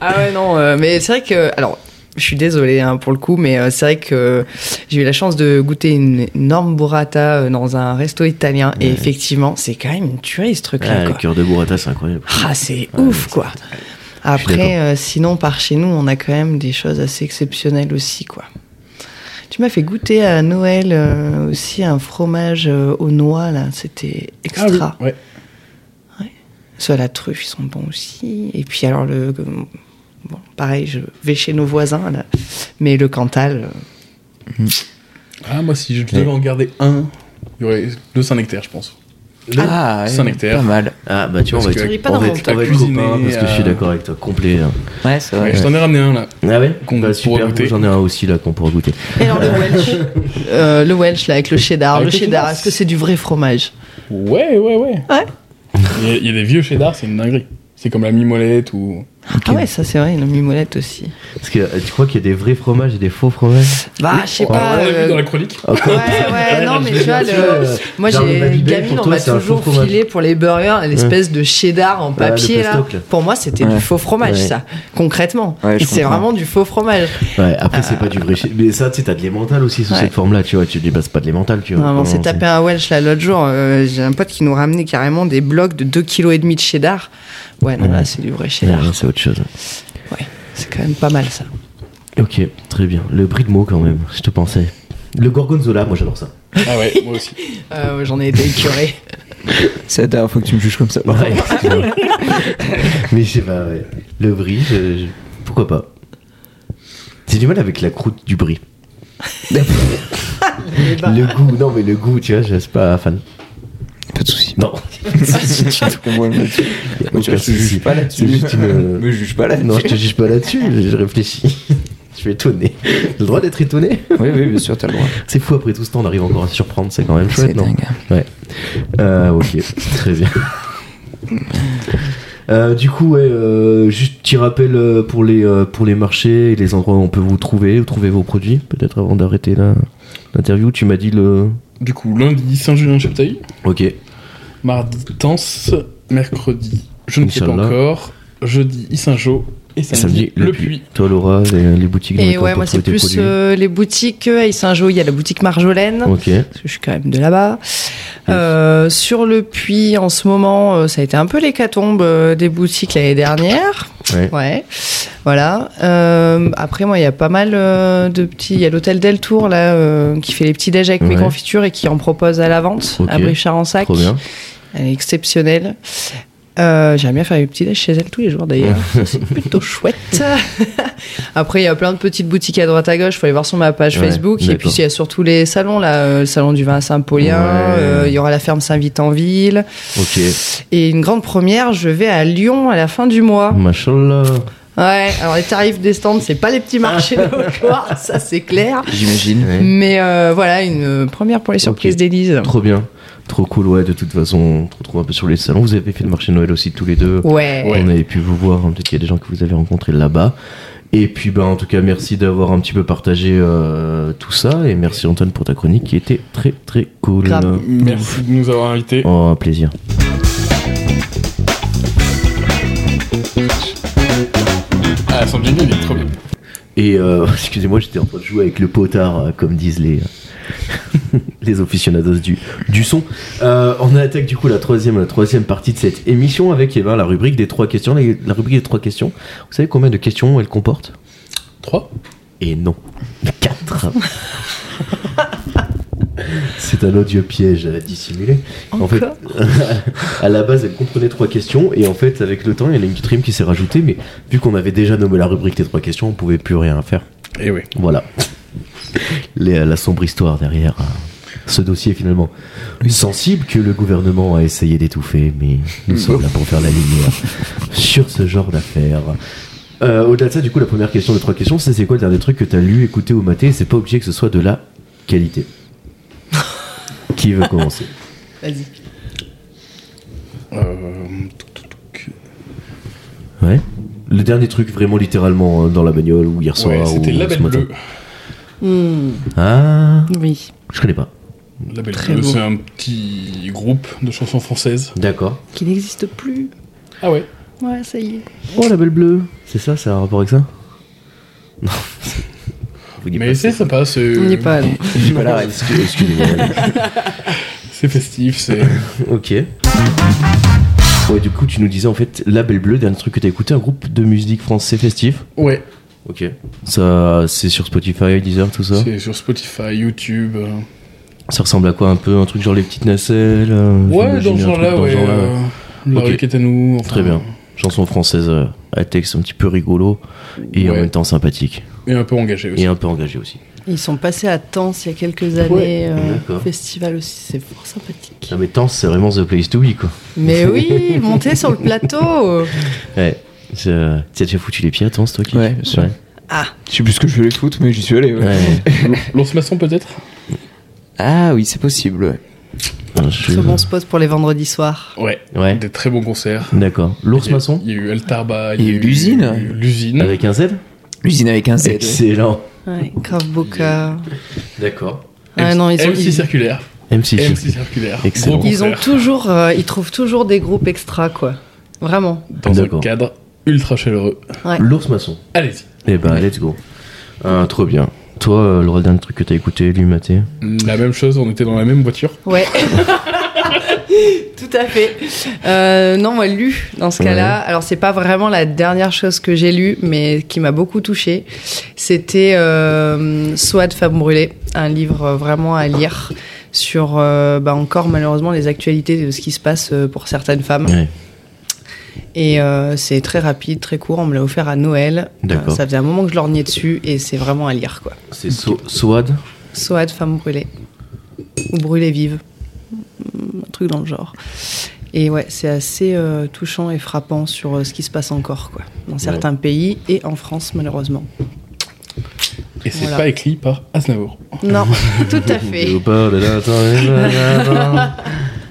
S3: ah ouais, non, euh, mais c'est vrai que. Alors, je suis désolée hein, pour le coup, mais euh, c'est vrai que euh, j'ai eu la chance de goûter une énorme burrata euh, dans un resto italien, et effectivement, c'est quand même une tuerie ce
S1: Ah,
S3: truc-là.
S1: le
S3: quoi.
S1: cœur de burrata, c'est incroyable.
S3: Ah, c'est
S1: Ouais,
S3: ouf,
S1: c'est-
S3: quoi.
S1: suis d'accord.
S3: Après, euh, sinon, par chez nous, on a quand même des choses assez exceptionnelles aussi, quoi. Tu m'as fait goûter à Noël euh, aussi un fromage euh, aux noix, là. C'était
S2: Ah oui,
S3: extra.
S2: ouais.
S3: Ceux à la truffe, ils sont bons aussi. Et puis, alors, le. euh, Bon, pareil, je vais chez nos voisins, là. Mais le Cantal. euh,
S2: Ah, moi, si je devais en garder un, il y aurait le Saint-Nectaire, je pense.
S4: Ah, ouais,
S2: Saint-Nectaire.
S4: Pas mal.
S1: Ah, bah tu vois, on va
S2: Parce
S1: être,
S3: que- Je l'ai pas
S1: on
S3: dans
S1: va
S3: mon
S1: être-
S2: temps.
S1: on va être
S2: Cuisiner,
S1: copains, parce que je suis
S2: euh,
S1: d'accord avec toi, complet. hein.
S4: Ouais, c'est
S2: Ouais,
S4: vrai.
S2: Je t'en ai ramené un, là.
S1: Ah ouais
S2: Qu'on
S1: Bah,
S2: pourra
S1: super,
S2: goûter.
S1: j'en ai un aussi là qu'on pourra goûter.
S3: Et alors, le Welsh. [LAUGHS] Euh, le Welsh, là, avec le cheddar.
S2: Avec
S3: le
S2: le
S3: cheddar,
S2: cheddar.
S3: est-ce que c'est du vrai fromage
S2: Ouais, ouais, ouais.
S3: Ouais.
S2: Il y a, il y a des vieux cheddar, c'est une dinguerie. C'est comme la mimolette ou.
S3: Ah ouais, ça, c'est vrai, une mimolette aussi.
S1: Parce que euh, tu crois qu'il y a des vrais fromages et des faux fromages
S3: Bah, je sais pas.
S2: Ah, on l'a
S3: euh,
S2: vu dans la chronique.
S1: [LAUGHS]
S3: Ouais, ouais, non, mais tu vois,
S1: Tu
S3: le...
S1: vois,
S3: [LAUGHS] moi,
S1: genre, le Baby Bell,
S3: j'ai gamine,
S1: pour
S3: on
S1: toi,
S3: m'a
S1: c'est un
S3: toujours
S1: faux fromage.
S3: filé pour les burgers l'espèce de cheddar en
S1: Ouais, le
S3: papier, là.
S1: pestocle.
S3: Pour moi, c'était
S4: Ouais.
S3: du faux fromage,
S1: Ouais.
S3: ça, concrètement.
S4: Ouais, je
S3: c'est
S4: comprends.
S3: vraiment du faux fromage.
S1: Ouais, après, c'est pas du vrai. chi- Mais ça, tu sais, t'as de l'emmental aussi sous
S3: Ouais.
S1: cette forme-là, tu vois. Tu te dis, bah, c'est pas de l'emmental, tu vois.
S3: Non, mais on s'est
S1: Comment
S3: tapé un Welsh, là, l'autre jour. Euh, j'ai un pote qui nous ramenait carrément des blocs de 2,5 kg de cheddar. Ouais, non, là, c'est du vrai
S1: c'est-
S3: cheddar.
S1: Ouais, c'est autre chose.
S3: Ouais, c'est quand même pas mal, ça.
S1: Ok, très bien. Le bris de mots, quand même, je te pensais. Le gorgonzola, moi, j'adore ça.
S2: Ah ouais, moi aussi.
S3: Euh, J'en ai été écœuré.
S4: C'est la dernière fois que tu me juges comme ça.
S1: Ouais, excuse-moi. [LAUGHS] mais je sais pas, ouais. Le bris, je- je- pourquoi pas J'ai du mal avec la croûte du bris. Le goût, non, mais le goût, tu vois, je suis pas fan.
S4: Pas de soucis. [LAUGHS]
S1: Non.
S4: Mais tu vois, je te juge pas là-dessus.
S1: C'est
S4: [LAUGHS]
S1: juste une-
S4: Me juge pas là-dessus.
S1: Non, je te juge pas là-dessus, je je réfléchis. [LAUGHS] Je suis étonné. J'ai le droit d'être étonné
S4: Oui, oui, bien sûr, t'as le droit.
S1: C'est fou, après tout ce temps, on arrive encore à se surprendre, c'est quand même chouette,
S4: C'est
S1: non
S4: dingue.
S1: Ouais. Euh, ok, [LAUGHS] très
S4: [LAUGHS]
S1: bien. Euh, du coup, ouais, euh, juste petit rappel euh, pour les, euh, pour les marchés et les endroits où on peut vous trouver, où trouver vos produits, peut-être avant d'arrêter la- l'interview. Tu m'as dit le.
S2: Du coup, lundi, Saint-Julien-Chaptaï.
S1: Ok,
S2: Mardi, Tence. Mercredi, je ne sais pas
S1: Inch'Allah.
S2: encore. Jeudi, Issingeau. Et samedi, le, Puy.
S1: Toi, Laura, les, les boutiques dans
S3: Et
S1: lesquelles
S3: ouais,
S1: on peut
S3: moi, c'est
S1: trouver tes
S3: plus
S1: produits.
S3: euh, les boutiques. euh, À Saint-Jean, il y a la boutique Marjolaine.
S1: Ok,
S3: parce que je suis quand même de là-bas. Euh, sur le puits, en ce moment, euh, ça a été un peu l'hécatombe euh, des boutiques l'année dernière.
S1: ouais.
S3: Ouais, voilà. Euh, après, moi, il y a pas mal euh, de petits. Il y a l'hôtel Del Tour, là, euh, qui fait les petits déj avec mes
S1: Ouais.
S3: confitures et qui en propose à la vente
S1: Ok.
S3: à Brive-Charensac.
S1: Trop bien.
S3: Elle est exceptionnelle. Euh, J'aime bien faire mes petits déj chez elle tous les jours d'ailleurs. Ça, C'est
S1: [LAUGHS]
S3: plutôt chouette. Après, il y a plein de petites boutiques à droite à gauche. Il faut aller voir sur ma page
S1: Ouais,
S3: Facebook. Et
S1: d'accord.
S3: puis, il y a surtout les salons. Là, euh, le salon du vin à Saint-Paulien.
S1: Ouais.
S3: euh, Il y aura la ferme Saint-Vite-en-Ville.
S1: Ok.
S3: Et une grande première, je vais à Lyon à la fin du mois.
S1: Machallah.
S3: Ouais, alors les tarifs des stands, c'est pas les petits
S1: [LAUGHS]
S3: marchés de Loire, ça c'est clair.
S4: J'imagine.
S1: Ouais.
S3: Mais euh, voilà, une euh, première pour les surprises
S1: Ok.
S3: d'Élise.
S1: Trop bien. Trop cool, ouais, de toute façon, on te retrouve un peu sur les salons. Vous avez fait le marché de Noël aussi tous les deux.
S3: Ouais.
S1: On avait pu vous voir, hein, peut-être qu'il y a des gens que vous avez rencontrés là-bas. Et puis, ben, en tout cas, merci d'avoir un petit peu partagé euh, tout ça. Et merci Antoine pour ta chronique qui était très très cool.
S3: Grave.
S2: Merci de nous avoir invités.
S1: Oh, un plaisir.
S2: Ah, son jingle, il est trop bien.
S1: Et euh, [LAUGHS] excusez-moi, j'étais en train de jouer avec le potard, euh, comme disent les, [LAUGHS] les aficionados du, du son. Euh, on attaque du coup la troisième, la troisième partie de cette émission avec eh ben, la rubrique des trois questions. La, la rubrique des trois questions, vous savez combien de questions elle comporte
S2: 3
S1: Et non, 4 C'est un odieux piège à dissimulé. en fait, [LAUGHS] à la base, elle comprenait trois questions, et en fait, avec le temps, il y en a une quatrième qui s'est rajoutée, mais vu qu'on avait déjà nommé la rubrique des trois questions, on pouvait plus rien faire.
S2: Et Eh oui.
S1: Voilà. Les- euh, la sombre histoire derrière euh, ce dossier finalement sensible que le gouvernement a essayé d'étouffer, mais nous sommes là pour faire la
S2: [LAUGHS]
S1: lumière sur ce genre d'affaires. Euh, Au-delà de ça, du coup, la première question des trois questions, c'est c'est quoi le dernier truc que t'as lu, écouté ou maté et C'est pas obligé que ce soit de la
S2: [LAUGHS]
S1: qualité. Qui veut commencer
S3: Vas-y.
S2: Euh,
S1: Ouais. Le dernier truc vraiment littéralement euh, dans la bagnole ou hier soir
S2: Ouais, c'était
S1: ou
S2: la
S1: ce
S2: belle
S1: matin.
S2: bleue.
S1: Ah,
S3: Hmm. Oui.
S1: je connais pas.
S2: La Belle
S3: Très
S2: Bleue,
S3: beau.
S2: c'est un petit groupe de chansons françaises.
S1: D'accord.
S3: Qui n'existe plus.
S2: Ah ouais
S3: Ouais, ça y est.
S1: Oh la belle bleue. C'est ça, ça a un rapport [LAUGHS] avec ça Non. Vous dites
S2: Mais c'est sympa, c'est.
S1: Euh,
S3: On n'y
S1: [LAUGHS]
S3: est pas. non.
S1: J'ai pas la ref, excuse- Excusez-moi. [LAUGHS]
S2: C'est festif, c'est.
S1: ok. Ouais, du coup, tu nous disais en fait La Belle Bleue, dernier truc que t'as écouté, un groupe de musique français festif.
S2: Ouais,
S1: Ok. Ça, c'est sur Spotify, Deezer, tout ça.
S2: c'est sur Spotify, YouTube. euh.
S1: Ça ressemble à quoi un peu Un truc genre les petites nacelles euh,
S2: Ouais,
S1: j'imagine,
S2: dans ce
S1: un truc
S2: genre-là,
S1: dans ce
S2: ouais.
S1: genre-là.
S2: euh, La
S1: Ok.
S2: rue qui est à nous. enfin.
S1: Très bien. Chanson française euh, à texte un petit peu rigolo et en
S2: Ouais.
S1: même temps sympathique
S2: Et un peu engagé aussi.
S1: et un peu engagé aussi.
S3: Ils sont passés à Tence il y a quelques années. euh,
S1: D'accord. Ah.
S3: festival aussi, c'est fort sympathique.
S1: Non mais temps, c'est vraiment the place to be quoi. [LAUGHS]
S3: Mais oui, monter sur le plateau.
S1: Ouais. C'est, euh, T'as déjà foutu les pieds à temps, toi qui
S4: Ouais, bien sûr.
S3: Ah,
S4: Je sais plus ce que je voulais foutre, mais j'y suis allé. ouais.
S1: Ouais.
S4: [LAUGHS]
S1: [LAUGHS]
S2: L'ours maçon peut-être
S4: Ah oui, c'est possible. ouais.
S1: Ouais, je-
S3: très bon spot pour les vendredis soirs.
S2: Ouais.
S1: Ouais.
S2: Des très bons concerts.
S1: D'accord. L'ours
S2: Il y a-
S1: maçon
S2: Il y a eu Altarba.
S4: Il y a eu l'usine.
S2: il y a eu L'usine.
S1: Avec un Z
S4: L'usine avec un Z. ouais.
S1: Excellent.
S3: Ouais, grave boca.
S1: D'accord.
S3: Ah non, ils sont-
S2: MC
S3: ils-
S2: circulaire.
S1: MC.
S2: MC circulaire.
S1: Excellent.
S2: Gros
S3: Ils ont
S2: concert.
S3: toujours, euh, ils trouvent toujours des groupes extra, quoi. Vraiment.
S2: Dans un
S1: D'accord.
S2: cadre ultra chaleureux.
S1: L'ours maçon.
S2: Allez-y.
S1: Eh ben, let's go. Euh, trop bien. Toi, euh, Laura, le dernier truc que t'as écouté, lui, maté
S2: La même chose, on était dans la même voiture.
S3: Ouais. [LAUGHS] Tout à fait. Euh, non, moi, lu, dans ce
S1: Ouais.
S3: cas-là. Alors, c'est pas vraiment la dernière chose que j'ai lue, mais qui m'a beaucoup touchée. C'était euh, Soit de Femme Brûlée, un livre euh, vraiment à lire sur, euh, bah, encore malheureusement, les actualités de ce qui se passe euh, pour certaines femmes.
S1: Ouais.
S3: Et euh, c'est très rapide, très court. On me l'a offert à Noël.
S1: D'accord.
S3: Euh, ça faisait un moment que je lorgnais dessus et c'est vraiment à lire, quoi.
S1: C'est So- Soad.
S3: Soit de femme brûlée. Ou brûlée vive. Mm, Un truc dans le genre. Et ouais, c'est assez euh, touchant et frappant sur euh, ce qui se passe encore, quoi. Dans certains pays et en France,
S1: [LAUGHS]
S3: malheureusement.
S2: Et c'est
S3: Voilà.
S2: pas écrit par Aznavour.
S3: Non, tout à fait.
S1: Au bord de la
S3: [LAUGHS]
S1: tente-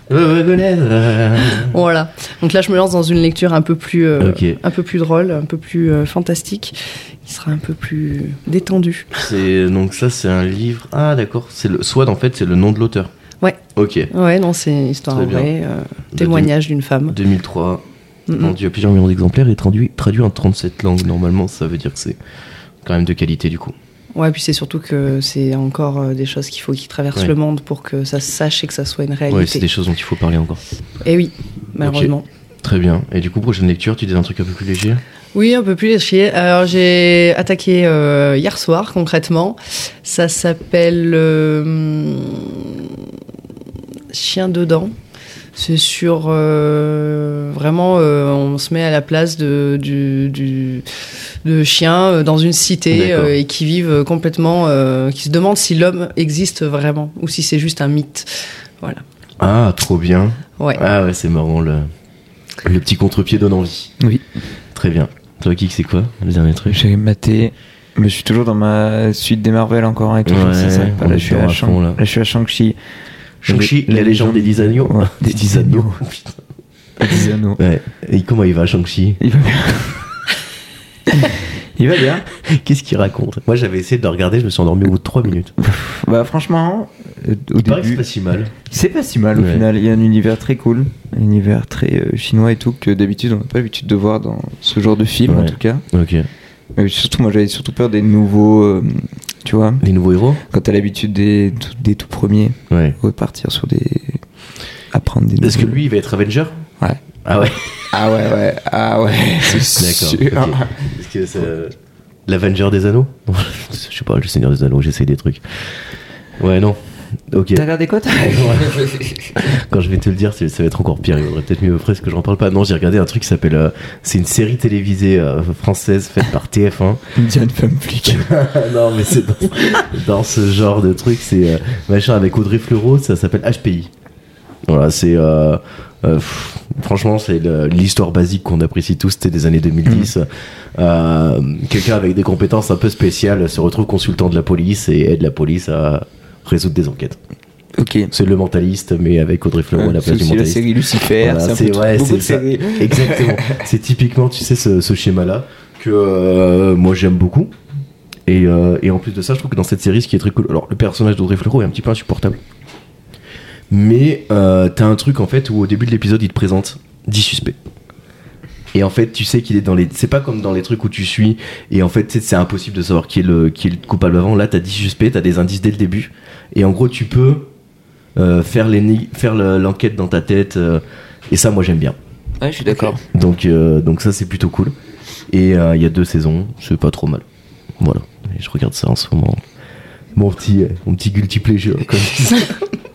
S1: Vous reconnaissez, euh,
S3: Voilà. Donc là, je me lance dans une lecture un peu plus, euh,
S1: Ok.
S3: un peu plus drôle, un peu plus euh, fantastique, qui sera un peu plus détendue.
S1: C'est donc ça, c'est un livre. Ah d'accord, c'est le Swad en fait, c'est le nom de l'auteur.
S3: Ouais.
S1: Ok. Bah,
S3: Ouais, non, c'est une histoire
S1: Très bien. Bah,
S3: vraie. euh, témoignage d'une femme.
S1: 2003.
S3: Mm, mm.
S1: Vendu à plusieurs millions d'exemplaires et traduit traduit en 37 langues. Normalement, ça veut dire que c'est quand même de qualité du coup.
S3: Ouais, puis c'est surtout que c'est encore euh, des choses qu'il faut qu'ils traversent
S1: Ouais.
S3: le monde pour que ça se sache et que ça soit une réalité.
S1: Ouais, c'est des choses dont il faut parler encore.
S3: Et oui, malheureusement.
S1: Très bien. Et du coup, prochaine lecture, tu dis un truc un peu plus léger
S3: Oui, un peu plus léché. Alors j'ai attaqué euh, hier soir concrètement. Ça s'appelle euh, Chien dedans. C'est sur euh, vraiment, euh, on se met à la place de, du, du- de chiens euh, dans une cité
S1: D'accord.
S3: euh, et qui vivent complètement, euh, qui se demandent si l'homme existe vraiment ou si c'est juste un mythe. Voilà.
S1: Ah, trop bien.
S3: Ouais.
S1: Ah ouais, c'est marrant, le, le petit contre-pied donne envie.
S4: Oui.
S1: Très bien. Toi, Kik, c'est quoi le dernier truc
S4: J'ai maté. Mais je suis toujours dans ma suite des Marvel encore avec les
S1: Ouais,
S4: films, c'est sympa.
S1: on
S4: Là,
S1: est
S4: je suis
S1: dedans
S4: à
S1: à
S4: Shang-
S1: fond, là.
S4: là, je suis à Shang-Chi.
S1: Shang-Chi,
S4: La-
S1: la légende des 10 agneaux.
S4: Ouais,
S1: Des 10 agneaux.
S4: Des anneaux.
S1: Ouais. Et comment il va, Shang-Chi
S4: Il va bien. [LAUGHS] Il va bien.
S1: Qu'est-ce qu'il raconte Moi, j'avais essayé de le regarder, je me suis endormi au bout de 3 minutes.
S4: Bah, franchement, euh, au
S1: Il paraît que c'est
S4: début,
S1: pas si mal.
S4: c'est pas si mal au
S1: Ouais.
S4: final. Il y a un univers très cool, un univers très euh, chinois et tout, que d'habitude on n'a pas l'habitude de voir dans ce genre de film en
S1: Ouais.
S4: tout cas.
S1: Ok.
S4: Mais surtout, moi j'avais surtout peur des nouveaux. euh, tu vois,
S1: Les nouveaux héros
S4: quand t'as l'habitude des, tout- des tout premiers,
S1: Ouais.
S4: repartir sur des. apprendre des
S1: Est-ce que
S4: nouveaux-
S1: lui, il va être Avenger
S4: Ouais.
S1: Ah ouais
S4: Ah ouais, ouais,
S1: [LAUGHS]
S4: ah ouais,
S1: D'accord.
S4: c'est sûr.
S1: ok. Est-ce que c'est euh, l'Avenger des anneaux Non, Je sais pas, le Seigneur des anneaux, j'essaye des trucs. Ouais, non. Ok.
S4: T'as regardé [LAUGHS] quoi toi
S1: Quand je vais te le dire, c'est- ça va être encore pire. Il vaudrait peut-être mieux presque que j'en parle pas. Non, j'ai regardé un truc qui s'appelle. euh, c'est une série télévisée euh, française faite par TF1.
S4: Diane femme flic.
S1: [LAUGHS] non, mais c'est dans, dans ce genre de truc. C'est euh, machin avec Audrey Fleurot, ça s'appelle HPI. Voilà, c'est. euh, euh, pff, franchement, c'est le- l'histoire basique qu'on apprécie tous. C'était des années
S4: Mm.
S1: 2010. Euh, Quelqu'un avec des compétences un peu spéciales se retrouve consultant de la police et aide la police à résoudre des enquêtes.
S4: Ok.
S1: C'est le mentaliste, mais avec Audrey Fleurot à la
S4: C'est
S1: place du
S4: aussi la
S1: mentaliste.
S4: série Lucifer,
S1: Voilà,
S4: c'est un peu tout-
S1: ouais,
S4: beaucoup de
S1: c'est ça.
S4: séries.
S1: [LAUGHS] Exactement. c'est typiquement, tu sais, ce, ce schéma-là que euh, moi j'aime beaucoup. Et, euh, et en plus de ça, je trouve que dans cette série, ce qui est très cool, alors le personnage d'Audrey Fleurot est un petit peu insupportable. Mais euh, t'as un truc en fait où au début de l'épisode, il te présente 10 suspects. Et en fait, tu sais qu'il est dans les. C'est pas comme dans les trucs où tu suis et en fait, tu sais, c'est impossible de savoir qui est le, qui est le coupable avant. Là, t'as 10 suspects, t'as des indices dès le début. Et en gros, tu peux euh, faire les- faire le- l'enquête dans ta tête. euh, et ça, moi, j'aime bien.
S4: Ouais, je suis d'accord.
S1: Donc, euh, donc ça, c'est plutôt cool. Et euh, il y a deux saisons, c'est pas trop mal. Voilà. Et je regarde ça en ce moment. Mon petit, euh, mon petit guilty pleasure. comme ils disent.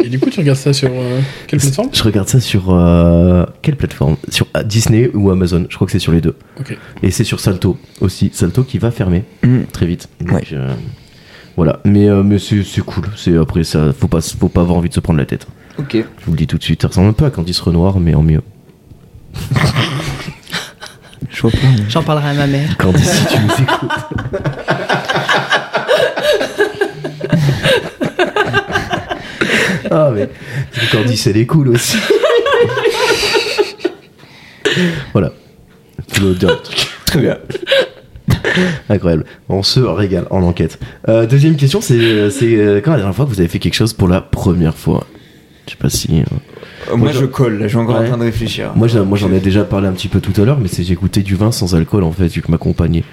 S2: Et du coup, tu regardes ça sur euh, quelle plateforme
S1: je regarde ça sur euh, quelle plateforme Sur euh, Disney ou Amazon Je crois que c'est sur les deux.
S2: Ok.
S1: Et c'est sur Salto aussi. Salto qui va fermer
S4: Mm.
S1: très vite. Donc,
S4: Ouais.
S1: euh, voilà. Mais, euh, mais c'est c'est cool. C'est après ça, faut pas, faut pas avoir envie de se prendre la tête.
S4: Ok.
S1: Je vous le dis tout de suite, ça ressemble un peu à Candice Renoir, mais en mieux.
S4: Je vois pas.
S3: J'en parlerai à ma mère.
S1: Candice, si tu nous écoutes. ah, mais Candice, elle est cool aussi. voilà. Je voulais dire un truc
S4: Très bien.
S1: Incroyable. On se régale en enquête. Euh, deuxième question, c'est euh, c'est, euh, quand la dernière fois que vous avez fait quelque chose pour la première fois Je sais pas si. euh,
S4: Moi, je colle, là, je suis encore
S1: Ouais.
S4: en train de réfléchir.
S1: Moi, j'en- moi j'en ai déjà parlé un petit peu tout à l'heure, mais c'est j'écoutais du vin sans alcool en fait, vu que ma compagne est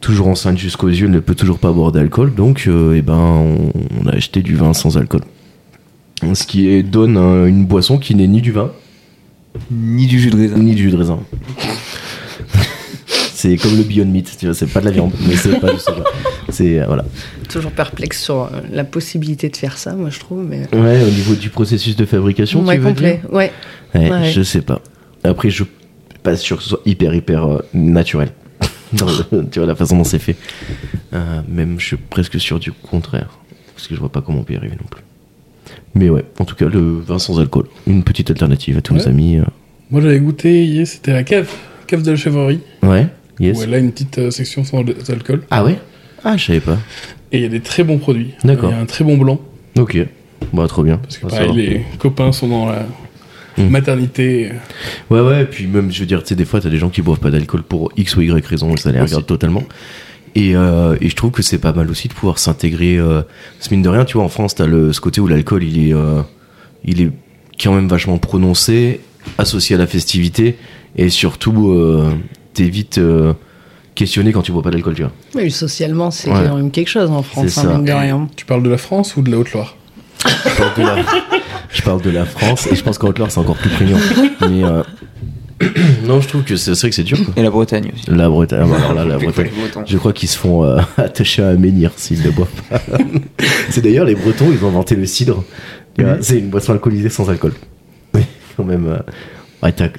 S1: toujours enceinte jusqu'aux yeux, ne peut toujours pas boire d'alcool, donc euh, eh ben, on, on a acheté du vin sans alcool. Ce qui est- donne un- une boisson qui n'est ni du vin,
S4: Ni du jus de raisin.
S1: ni du jus de raisin. [LAUGHS] c'est comme le Beyond Meat, tu vois, c'est pas de la viande, mais c'est pas du soja. C'est, euh, voilà.
S3: Toujours perplexe sur euh, la possibilité de faire ça, moi je trouve, mais.
S1: Ouais, au niveau du processus de fabrication,
S3: Ouais,
S1: tu veux
S3: complet.
S1: dire
S3: Ouais.
S1: Ouais,
S3: Ouais.
S1: je sais pas. Après, je suis pas sûr que ce soit hyper, hyper euh, naturel. [LAUGHS] Dans le- tu vois, la façon dont c'est fait. Euh, même, je suis presque sûr du contraire. Parce que je vois pas comment on peut y arriver non plus. Mais ouais, en tout cas, le vin sans alcool. Une petite alternative à tous nos
S2: Ouais.
S1: amis. euh.
S2: Moi, j'avais goûté hier, c'était la cave, cave de la chèvrerie.
S1: Ouais, yes.
S2: Où elle a une petite euh, section sans al- alcool.
S1: Ah ouais Ah, je savais pas.
S2: Et il y a des très bons produits.
S1: D'accord.
S2: Il y a un très bon blanc.
S1: Ok. Bah, trop bien.
S2: Parce que
S1: On va
S2: pareil,
S1: savoir.
S2: les copains sont dans la
S1: Mm.
S2: maternité.
S1: Ouais, ouais, et puis même, je veux dire, tu sais, des fois, t'as des gens qui boivent pas d'alcool pour X ou Y raison, et ça les
S2: Aussi.
S1: regarde totalement. Et, euh, et je trouve que c'est pas mal aussi de pouvoir s'intégrer. Euh, parce que mine de rien, tu vois, en France, t'as le, ce côté où l'alcool, il est, euh, il est quand même vachement prononcé, associé à la festivité, et surtout, euh, t'es vite euh, questionné quand tu bois pas d'alcool, tu vois.
S3: Mais socialement, c'est
S1: Ouais.
S3: quand même quelque chose en France,
S1: C'est
S3: hein,
S1: ça.
S3: mine de rien.
S2: Tu parles de la France ou de la Haute-Loire
S1: Je parle de la, je parle de la France, et je pense qu'en Haute-Loire, c'est encore plus prégnant. Mais euh, [COUGHS] non, je trouve que c'est c'est vrai que c'est dur. quoi.
S4: Et la Bretagne aussi.
S1: La Bretagne, ah bah alors là, la
S4: Les
S1: Bretagne.
S4: Bretons.
S1: Je crois qu'ils se font euh, [LAUGHS] attacher à un menhir s'ils ne boivent [LAUGHS] pas. Euh, c'est d'ailleurs les Bretons, ils ont inventé le cidre. Tu vois, C'est une boisson alcoolisée sans alcool. [LAUGHS] quand même. euh, Ouais, t'as-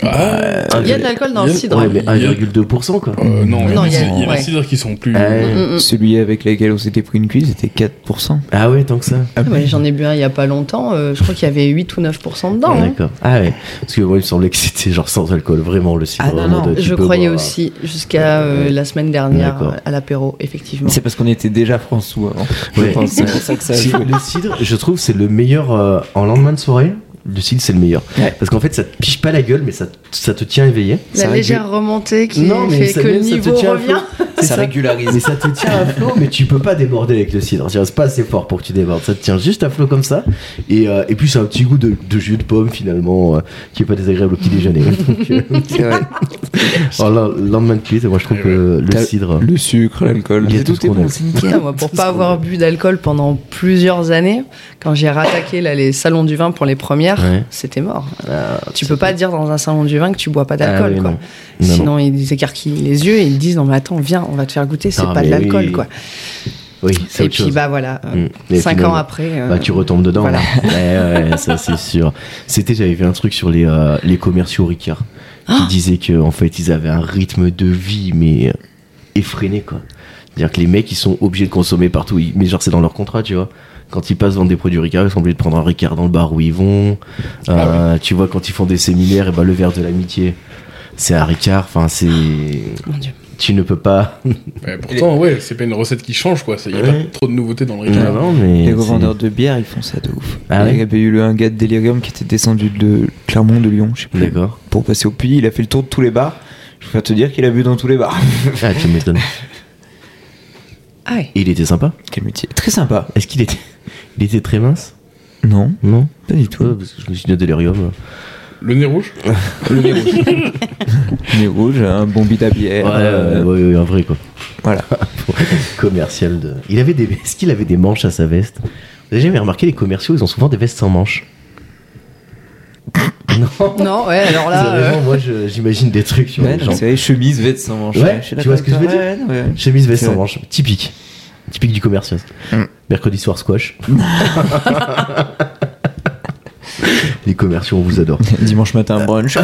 S2: Ah,
S3: Il y a de l'alcool dans
S2: Il y
S3: le
S2: a-
S3: cidre. hein.
S1: ouais, mais
S2: Il y a-
S1: 1,2% quoi.
S2: euh, non, il y
S3: Non,
S2: a
S3: il y a-
S2: il y a
S3: ouais.
S2: des cidres qui sont plus.
S1: Ouais.
S3: Mm, mm.
S4: Celui avec lequel on s'était pris une cuisse était 4%.
S1: Ah ouais, tant que ça.
S4: Ah
S3: Ah ouais, J'en ai bu un il y a pas longtemps. euh, je crois qu'il y avait 8 ou 9% dedans.
S1: Ah,
S3: hein.
S1: D'accord. Ah ouais. Parce que moi, il me semblait que c'était genre sans alcool, vraiment le cidre.
S4: Ah, non,
S1: vraiment, euh,
S4: non,
S1: tu
S3: Je
S1: peux
S3: croyais
S1: boire.
S3: aussi jusqu'à euh,
S1: Ouais.
S3: la semaine dernière euh,
S1: D'accord.
S3: à l'apéro, effectivement.
S4: C'est parce qu'on était déjà François avant. Je
S1: Ouais.
S4: pense, c'est pour ça que ça a
S1: Si-
S4: joué.
S1: le [LAUGHS] cidre, je trouve, c'est le meilleur euh, en lendemain de soirée. Le cidre, c'est le meilleur.
S4: Ouais.
S1: Parce qu'en fait, ça te piche pas la gueule, mais ça, ça te tient éveillé.
S4: ça
S3: La
S4: régule-
S3: légère remontée qui fait que le
S1: même,
S3: niveau revient.
S1: flot. C'est
S4: Ça
S1: ça.
S4: régularise.
S1: Mais ça te tient à flot, mais tu peux pas déborder avec le cidre. Tu vois, C'est pas assez fort pour que tu débordes. Ça te tient juste à flot comme ça. Et, euh, et puis, c'est un petit goût de, de jus de pomme, finalement, euh, qui est pas désagréable au petit
S3: [LAUGHS]
S1: déjeuner. Donc, euh, alors, le lendemain de cuite, moi, je
S3: Eh
S1: trouve que le
S4: T'as-
S1: cidre.
S4: Le sucre, l'alcool,
S1: Il y a tout ce qu'on aime.
S3: Putain, moi, pour pas avoir bu d'alcool pendant plusieurs années, quand j'ai rattaqué là, les salons du vin pour les premières,
S1: Ouais.
S3: c'était mort. tu peux pas dire dans un salon du vin que tu bois pas
S1: Ah
S3: d'alcool.
S1: oui,
S3: quoi.
S1: non. Non,
S3: Sinon, ils écarquillent les yeux et ils disent non mais attends, viens, on va te faire goûter, c'est
S1: Ah,
S3: pas de
S1: mais
S3: l'alcool
S1: oui.
S3: quoi.
S1: Oui, c'est
S3: Et
S1: autre
S3: puis
S1: chose.
S3: bah voilà, euh,
S1: Mm. Et
S3: cinq
S1: finalement,
S3: ans après. euh,
S1: Bah, tu retombes dedans.
S3: voilà.
S1: Ouais, ouais, ça c'est
S3: [LAUGHS]
S1: sûr. C'était, j'avais vu un truc sur les, euh, les commerciaux Ricard qui
S3: Ah
S1: disaient que en fait ils avaient un rythme de vie mais euh, effréné quoi. C'est-à-dire que les mecs ils sont obligés de consommer partout. Ils- Mais genre c'est dans leur contrat, tu vois. Quand ils passent vendre des produits Ricard, ils sont obligés de prendre un Ricard dans le bar où ils vont.
S3: Ah
S1: Euh, Tu vois quand ils font des séminaires, et ben le verre de l'amitié, c'est un Ricard. Enfin c'est,
S3: Ah, Mon Dieu.
S1: tu ne peux pas.
S2: Ouais, pourtant, ouais, c'est pas une recette qui change, quoi. Il y a
S1: Ouais.
S2: pas trop de nouveautés dans le Ricard.
S1: Non, mais
S4: Les
S1: c'est-
S4: revendeurs de bière, ils font ça de ouf.
S1: Ah ouais
S4: il y avait eu le, un gars de Delirium qui était descendu de Clermont, de Lyon, je sais
S3: [LAUGHS]
S4: plus,
S1: D'accord.
S4: pour passer au pays. Il a fait le tour de tous les bars. Je préfère te dire qu'il a bu dans tous les bars. [LAUGHS]
S1: Ah tu m'étonnes.
S3: Ah ouais.
S1: Et Il était sympa.
S4: Quel métier. Très sympa.
S1: Est-ce qu'il était, il était très mince
S4: Non,
S1: Non
S4: pas du
S1: Toi,
S4: tout.
S1: parce que je me suis dit à Delirium.
S2: Le nez rouge
S4: Le nez rouge. nez rouge, un bon bid à bière. euh,
S1: ouais, ouais, un vrai quoi.
S4: Voilà.
S1: [LAUGHS] Commercial de. Il avait des. Est-ce qu'il avait des manches à sa veste Vous avez jamais remarqué les commerciaux, ils ont souvent des vestes sans
S4: [LAUGHS]
S1: manches. non.
S3: Non, ouais,
S1: [LAUGHS]
S3: alors là. euh,
S1: Vraiment, moi, je- j'imagine des trucs sur les
S4: Ouais, non,
S1: gens.
S4: c'est vrai, chemise, veste sans manche.
S1: Ouais,
S4: suis
S1: tu vois ce que je veux
S4: d'accord. Ouais, ouais.
S1: Chemise veste
S4: C'est
S1: sans
S4: vrai.
S1: manches, typique, typique du commercial.
S4: Mm.
S1: Mercredi soir
S4: [LAUGHS]
S1: squash. [LAUGHS] les commerciaux, on vous adore.
S4: [LAUGHS] Dimanche matin, brunch.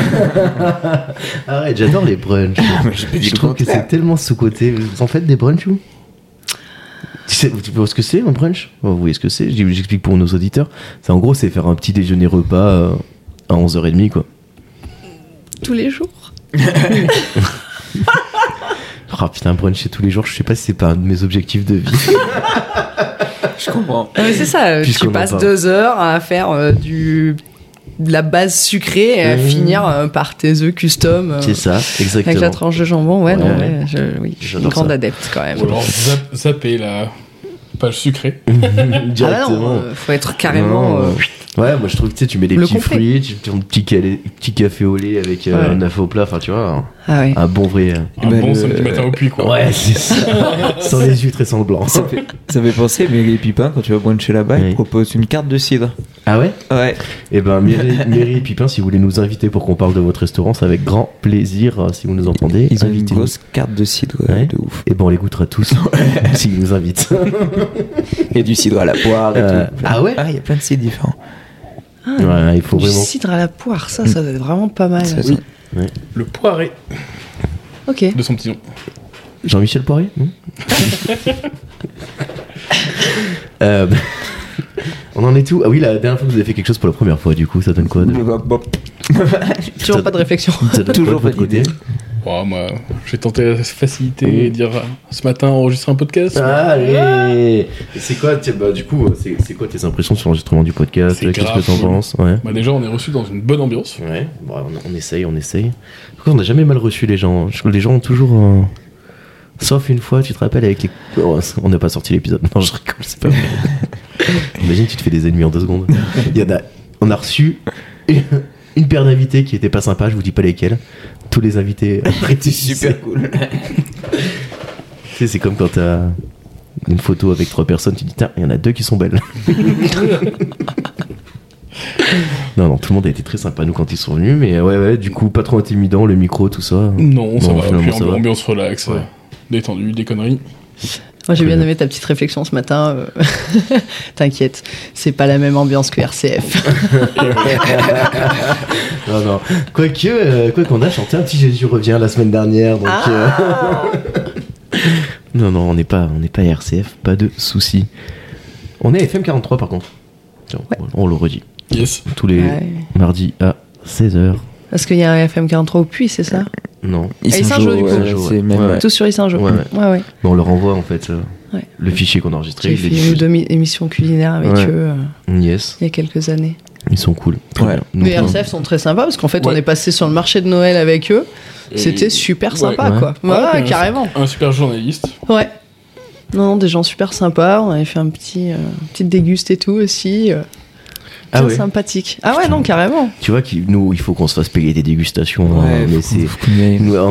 S1: Arrête, j'adore les brunchs.
S4: mais j'ai [LAUGHS] pas dit
S1: je
S4: le
S1: trouve que
S4: contraire.
S1: c'est tellement sous-côté. Vous en faites des brunchs, vous tu sais, tu vois ce que c'est un brunch Oh, Vous voyez ce que c'est J- J'explique pour nos auditeurs. C'est en gros, c'est faire un petit déjeuner repas euh, à 11h30 quoi.
S3: tous les jours.
S1: Ah putain, bruncher tous les jours, je sais pas si c'est pas un de mes objectifs de vie.
S4: Je comprends.
S3: Non, mais c'est ça, euh,
S1: Puisqu'on
S3: tu
S1: en
S3: passes
S1: parle.
S3: deux heures à faire euh, du de la base sucrée et à
S1: Mmh.
S3: finir euh, par tes œufs custom
S1: [LAUGHS]
S3: euh,
S1: c'est ça, exactement.
S3: avec la tranche de jambon. Ouais, non,
S1: Ouais,
S3: ouais, je, oui, je suis une
S1: J'adore
S3: grande
S1: ça.
S3: adepte quand même.
S2: Ou alors zap- zapper la page sucrée.
S3: Ah bah
S1: Directement.
S3: non, euh, faut être carrément.
S1: Non,
S3: euh,
S1: euh, Ouais, moi je trouve que tu sais, tu mets des
S3: le
S1: petits
S3: complet.
S1: fruits, tu ton petit, calé- petit café au lait avec euh,
S3: Ouais.
S1: un affaire au plat, enfin tu vois, un,
S3: Ah ouais.
S1: un bon vrai. euh,
S2: Un
S4: bah,
S2: bon
S4: le-
S2: samedi matin au puits, quoi.
S1: Ouais, c'est ça. [LAUGHS] sans les huîtres et sans le blanc.
S4: Ça fait, ça fait penser, mais les pipins, quand tu vas bruncher là-bas,
S1: Oui.
S4: ils proposent une carte de cidre.
S1: Ah ouais
S4: Ouais.
S1: Eh ben,
S4: [LAUGHS]
S1: Mairie, Mairie et Pipin, si vous voulez nous inviter pour qu'on parle de votre restaurant, c'est avec grand plaisir euh, si vous nous entendez.
S4: Ils ont une
S1: invitez-nous.
S4: grosse carte de cidre ouais,
S1: Ouais.
S4: de ouf.
S1: Eh ben, on les goûtera
S4: [LAUGHS]
S1: tous [LAUGHS] s'ils nous invitent.
S4: Il y a du cidre à la poire et
S1: Euh,
S4: tout.
S1: ah ouais
S4: Ah, il y a plein de cidres différents.
S1: Ouais, il faut
S3: Ah, Du
S1: vraiment.
S3: cidre à la poire, ça, ça doit être vraiment pas mal.
S4: Ça,
S2: Oui.
S4: ça-
S2: Le poiré
S3: Ok.
S2: de son petit nom.
S1: Jean-Michel Poirier
S4: [LAUGHS]
S1: non Euh, [LAUGHS] On en est tout. Ah oui, la dernière fois que vous avez fait quelque chose pour la première fois, du coup, ça donne quoi de-
S4: Bop, bop.
S3: Toujours pas
S1: [LAUGHS]
S3: de réflexion.
S1: Ça donne
S4: Toujours
S1: quoi de votre
S4: pas d'idée.
S1: côté
S2: Oh, moi, j'ai tenté la facilité et dire ah, ce matin enregistrer un podcast.
S1: Allez
S4: Ah
S1: Et C'est quoi, t'es- bah, du coup, c'est c'est quoi tes impressions sur l'enregistrement du podcast
S2: C'est
S1: Qu'est-ce que
S2: grave
S1: t'en
S2: cool.
S1: penses ouais.
S2: Bah, déjà, on est reçu dans une bonne ambiance.
S1: Ouais, bon, on, on essaye, on essaye. Pourquoi on n'a jamais mal reçu les gens Je- Les gens ont toujours. euh, Sauf une fois, tu te rappelles avec les. Oh, on n'a pas sorti l'épisode. Non, je rigole, c'est pas vrai. Imagine, tu te fais des ennemis en deux secondes. Il y en a. On a reçu une, une paire d'invités qui était pas sympa, je vous dis pas lesquels. Tous les invités.
S4: C'est super [LAUGHS] cool.
S1: Tu sais, c'est comme quand t'as une photo avec trois personnes, tu te dis, tiens, il y en a deux qui sont belles. non, non, tout le monde a été très sympa, nous, quand ils sont venus, mais ouais, ouais, du coup, pas trop intimidant, le micro, tout ça.
S2: Non, ça
S1: Bon,
S2: va.
S1: finalement,
S2: Puis
S1: ça
S2: ambi-
S1: va.
S2: ambiance relax,
S1: Ouais.
S2: détendue, des conneries.
S3: Moi, j'ai
S1: Très
S3: bien
S1: bien.
S3: aimé ta petite réflexion ce matin. euh, [LAUGHS] T'inquiète, c'est pas la même ambiance que RCF.
S1: Non, non. Quoique, euh, quoi qu'on a chanté un petit Jésus revient la semaine dernière, donc. euh, non, non, on n'est pas, on n'est pas RCF, pas de souci. On est FM 43 par contre. Tiens, On le redit
S2: Yes.
S1: tous les
S3: Ouais.
S1: mardis à 16h.
S3: Parce qu'il y a un FM 43 au puits, c'est ça
S1: Non.
S3: Et Saint-Jeau, du coup.
S1: Saint-Jeau,
S4: c'est
S1: ouais.
S4: même,
S1: Ouais,
S4: ouais.
S3: Tout sur les Saint-Jean.
S1: Ouais, ouais.
S3: ouais.
S1: Mais on le renvoie en fait. euh,
S3: Ouais.
S1: Le fichier qu'on a enregistré. il
S3: J'ai
S1: est
S3: fait une
S1: diffusé.
S3: demi-émission culinaire avec
S1: Ouais.
S3: eux euh,
S1: Mm, Yes,
S3: il y a quelques années.
S1: ils sont cool. Très
S4: Ouais.
S1: bien.
S3: Mais
S1: Donc,
S3: RCF sont très sympas parce qu'en fait, on
S2: Ouais.
S3: est passé sur le marché de Noël avec eux.
S2: Et-
S3: C'était super
S2: Ouais.
S3: sympa,
S1: Ouais.
S3: quoi. Ouais,
S2: Ouais,
S3: carrément.
S2: Un super journaliste.
S3: Ouais. Non, non, des gens super sympas. On avait fait un petit, euh, petite déguste et tout aussi. euh,
S1: Ah
S3: bien
S1: ouais.
S3: sympathique. Ah ouais, non, carrément.
S1: Tu vois, qu'il- nous, il faut qu'on se fasse payer des dégustations. hein, mais c'est-
S4: [LAUGHS]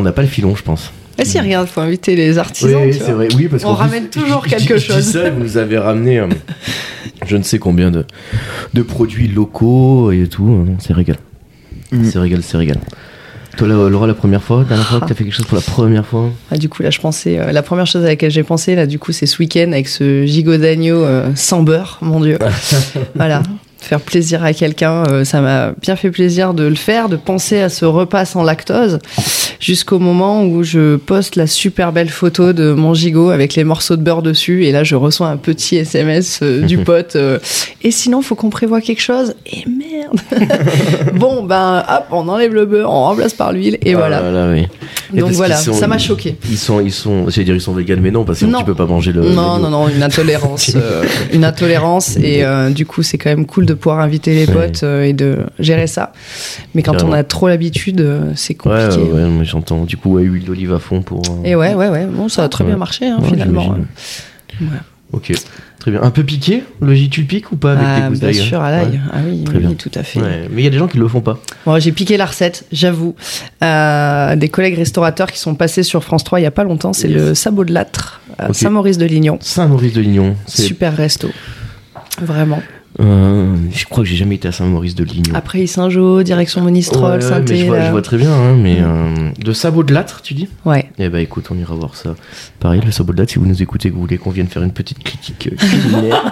S1: nous, on n'a pas le filon, je pense.
S3: Ah si, regarde, faut inviter les artisans.
S1: oui,
S3: tu
S1: c'est
S3: vois.
S1: vrai. Oui, parce
S3: On
S1: qu'en plus,
S3: ramène toujours
S1: je- je-
S3: quelque
S1: je dis
S3: chose.
S1: ça, vous nous avez ramené euh, je ne sais combien de, de produits locaux et tout. Euh, non, C'est régal.
S4: Mm.
S1: C'est régal, c'est régal. Ah. Toi, là, Laura, la première fois, la dernière fois que t'as fait quelque chose pour la première fois
S3: Ah, du coup, là, je pensais. euh, la première chose à laquelle j'ai pensé, là, du coup, c'est ce week-end avec ce gigot d'agneau euh, sans beurre, mon
S1: [LAUGHS]
S3: Dieu. voilà. Faire plaisir à quelqu'un, euh, ça m'a bien fait plaisir de le faire, de penser à ce repas sans lactose, jusqu'au moment où je poste la super belle photo de mon gigot avec les morceaux de beurre dessus, et là je reçois un petit SMS
S1: [LAUGHS]
S3: euh, du pote. euh, et sinon, faut qu'on prévoie quelque chose. Et
S1: [LAUGHS]
S3: merde. bon, ben, hop, on enlève le beurre, on remplace par l'huile, et
S1: Ah
S3: voilà.
S1: là là, oui. Et
S3: Donc
S1: parce
S3: voilà,
S1: qu'ils sont-
S3: ça m'a choqué.
S1: Ils sont, ils sont, j'allais dire ils sont véganes, mais non, parce que
S3: Non.
S1: tu peux pas manger le.
S3: Non, non, non,
S1: [LAUGHS]
S3: une intolérance. euh, une intolérance. Et euh, du coup, c'est quand même cool de pouvoir inviter les
S1: Ouais.
S3: potes euh, et de gérer ça. Mais quand on
S1: Carrément.
S3: a trop l'habitude, euh, c'est
S1: Ouais,
S3: compliqué.
S1: ouais, ouais, mais j'entends. Du coup, ouais, huile d'olive à fond pour. euh,
S3: Et ouais, ouais, ouais. Bon, ça a très
S1: Ouais.
S3: bien marché, hein,
S1: Ouais,
S3: finalement.
S1: j'imagine.
S3: Ouais.
S1: Ok, très bien. Un peu piqué, le tu le piques ou pas avec hein.
S3: Ah,
S1: des gousses
S3: bien
S1: d'ail
S3: sûr, à l'ail. Ah oui,
S1: Très
S3: oui,
S1: bien.
S3: tout à fait.
S1: Ouais. Ouais, Mais il y a des gens qui le font pas.
S3: Bon, j'ai piqué la recette, j'avoue, à des collègues restaurateurs qui sont passés sur France 3 il y a pas longtemps. C'est
S1: Yes.
S3: le sabot de euh, l'âtre à
S1: Ok.
S3: Saint-Maurice-de-Lignon.
S1: Saint-Maurice-de-Lignon. c'est-
S3: Super resto. Vraiment.
S1: Euh, je crois que j'ai jamais été à Saint-Maurice-de-Lignon.
S3: Après, il Saint-Jean, direction Monistrol,
S1: Ouais, ouais, mais
S3: Ah, Saint-Étienne.
S1: je, vois, je vois très bien, hein, mais euh, de sabot de l'âtre, tu dis
S3: Ouais.
S1: Eh ben écoute, on ira voir ça. Pareil, le sabot de l'âtre, si vous nous écoutez, que vous voulez qu'on vienne faire une petite critique euh, culinaire,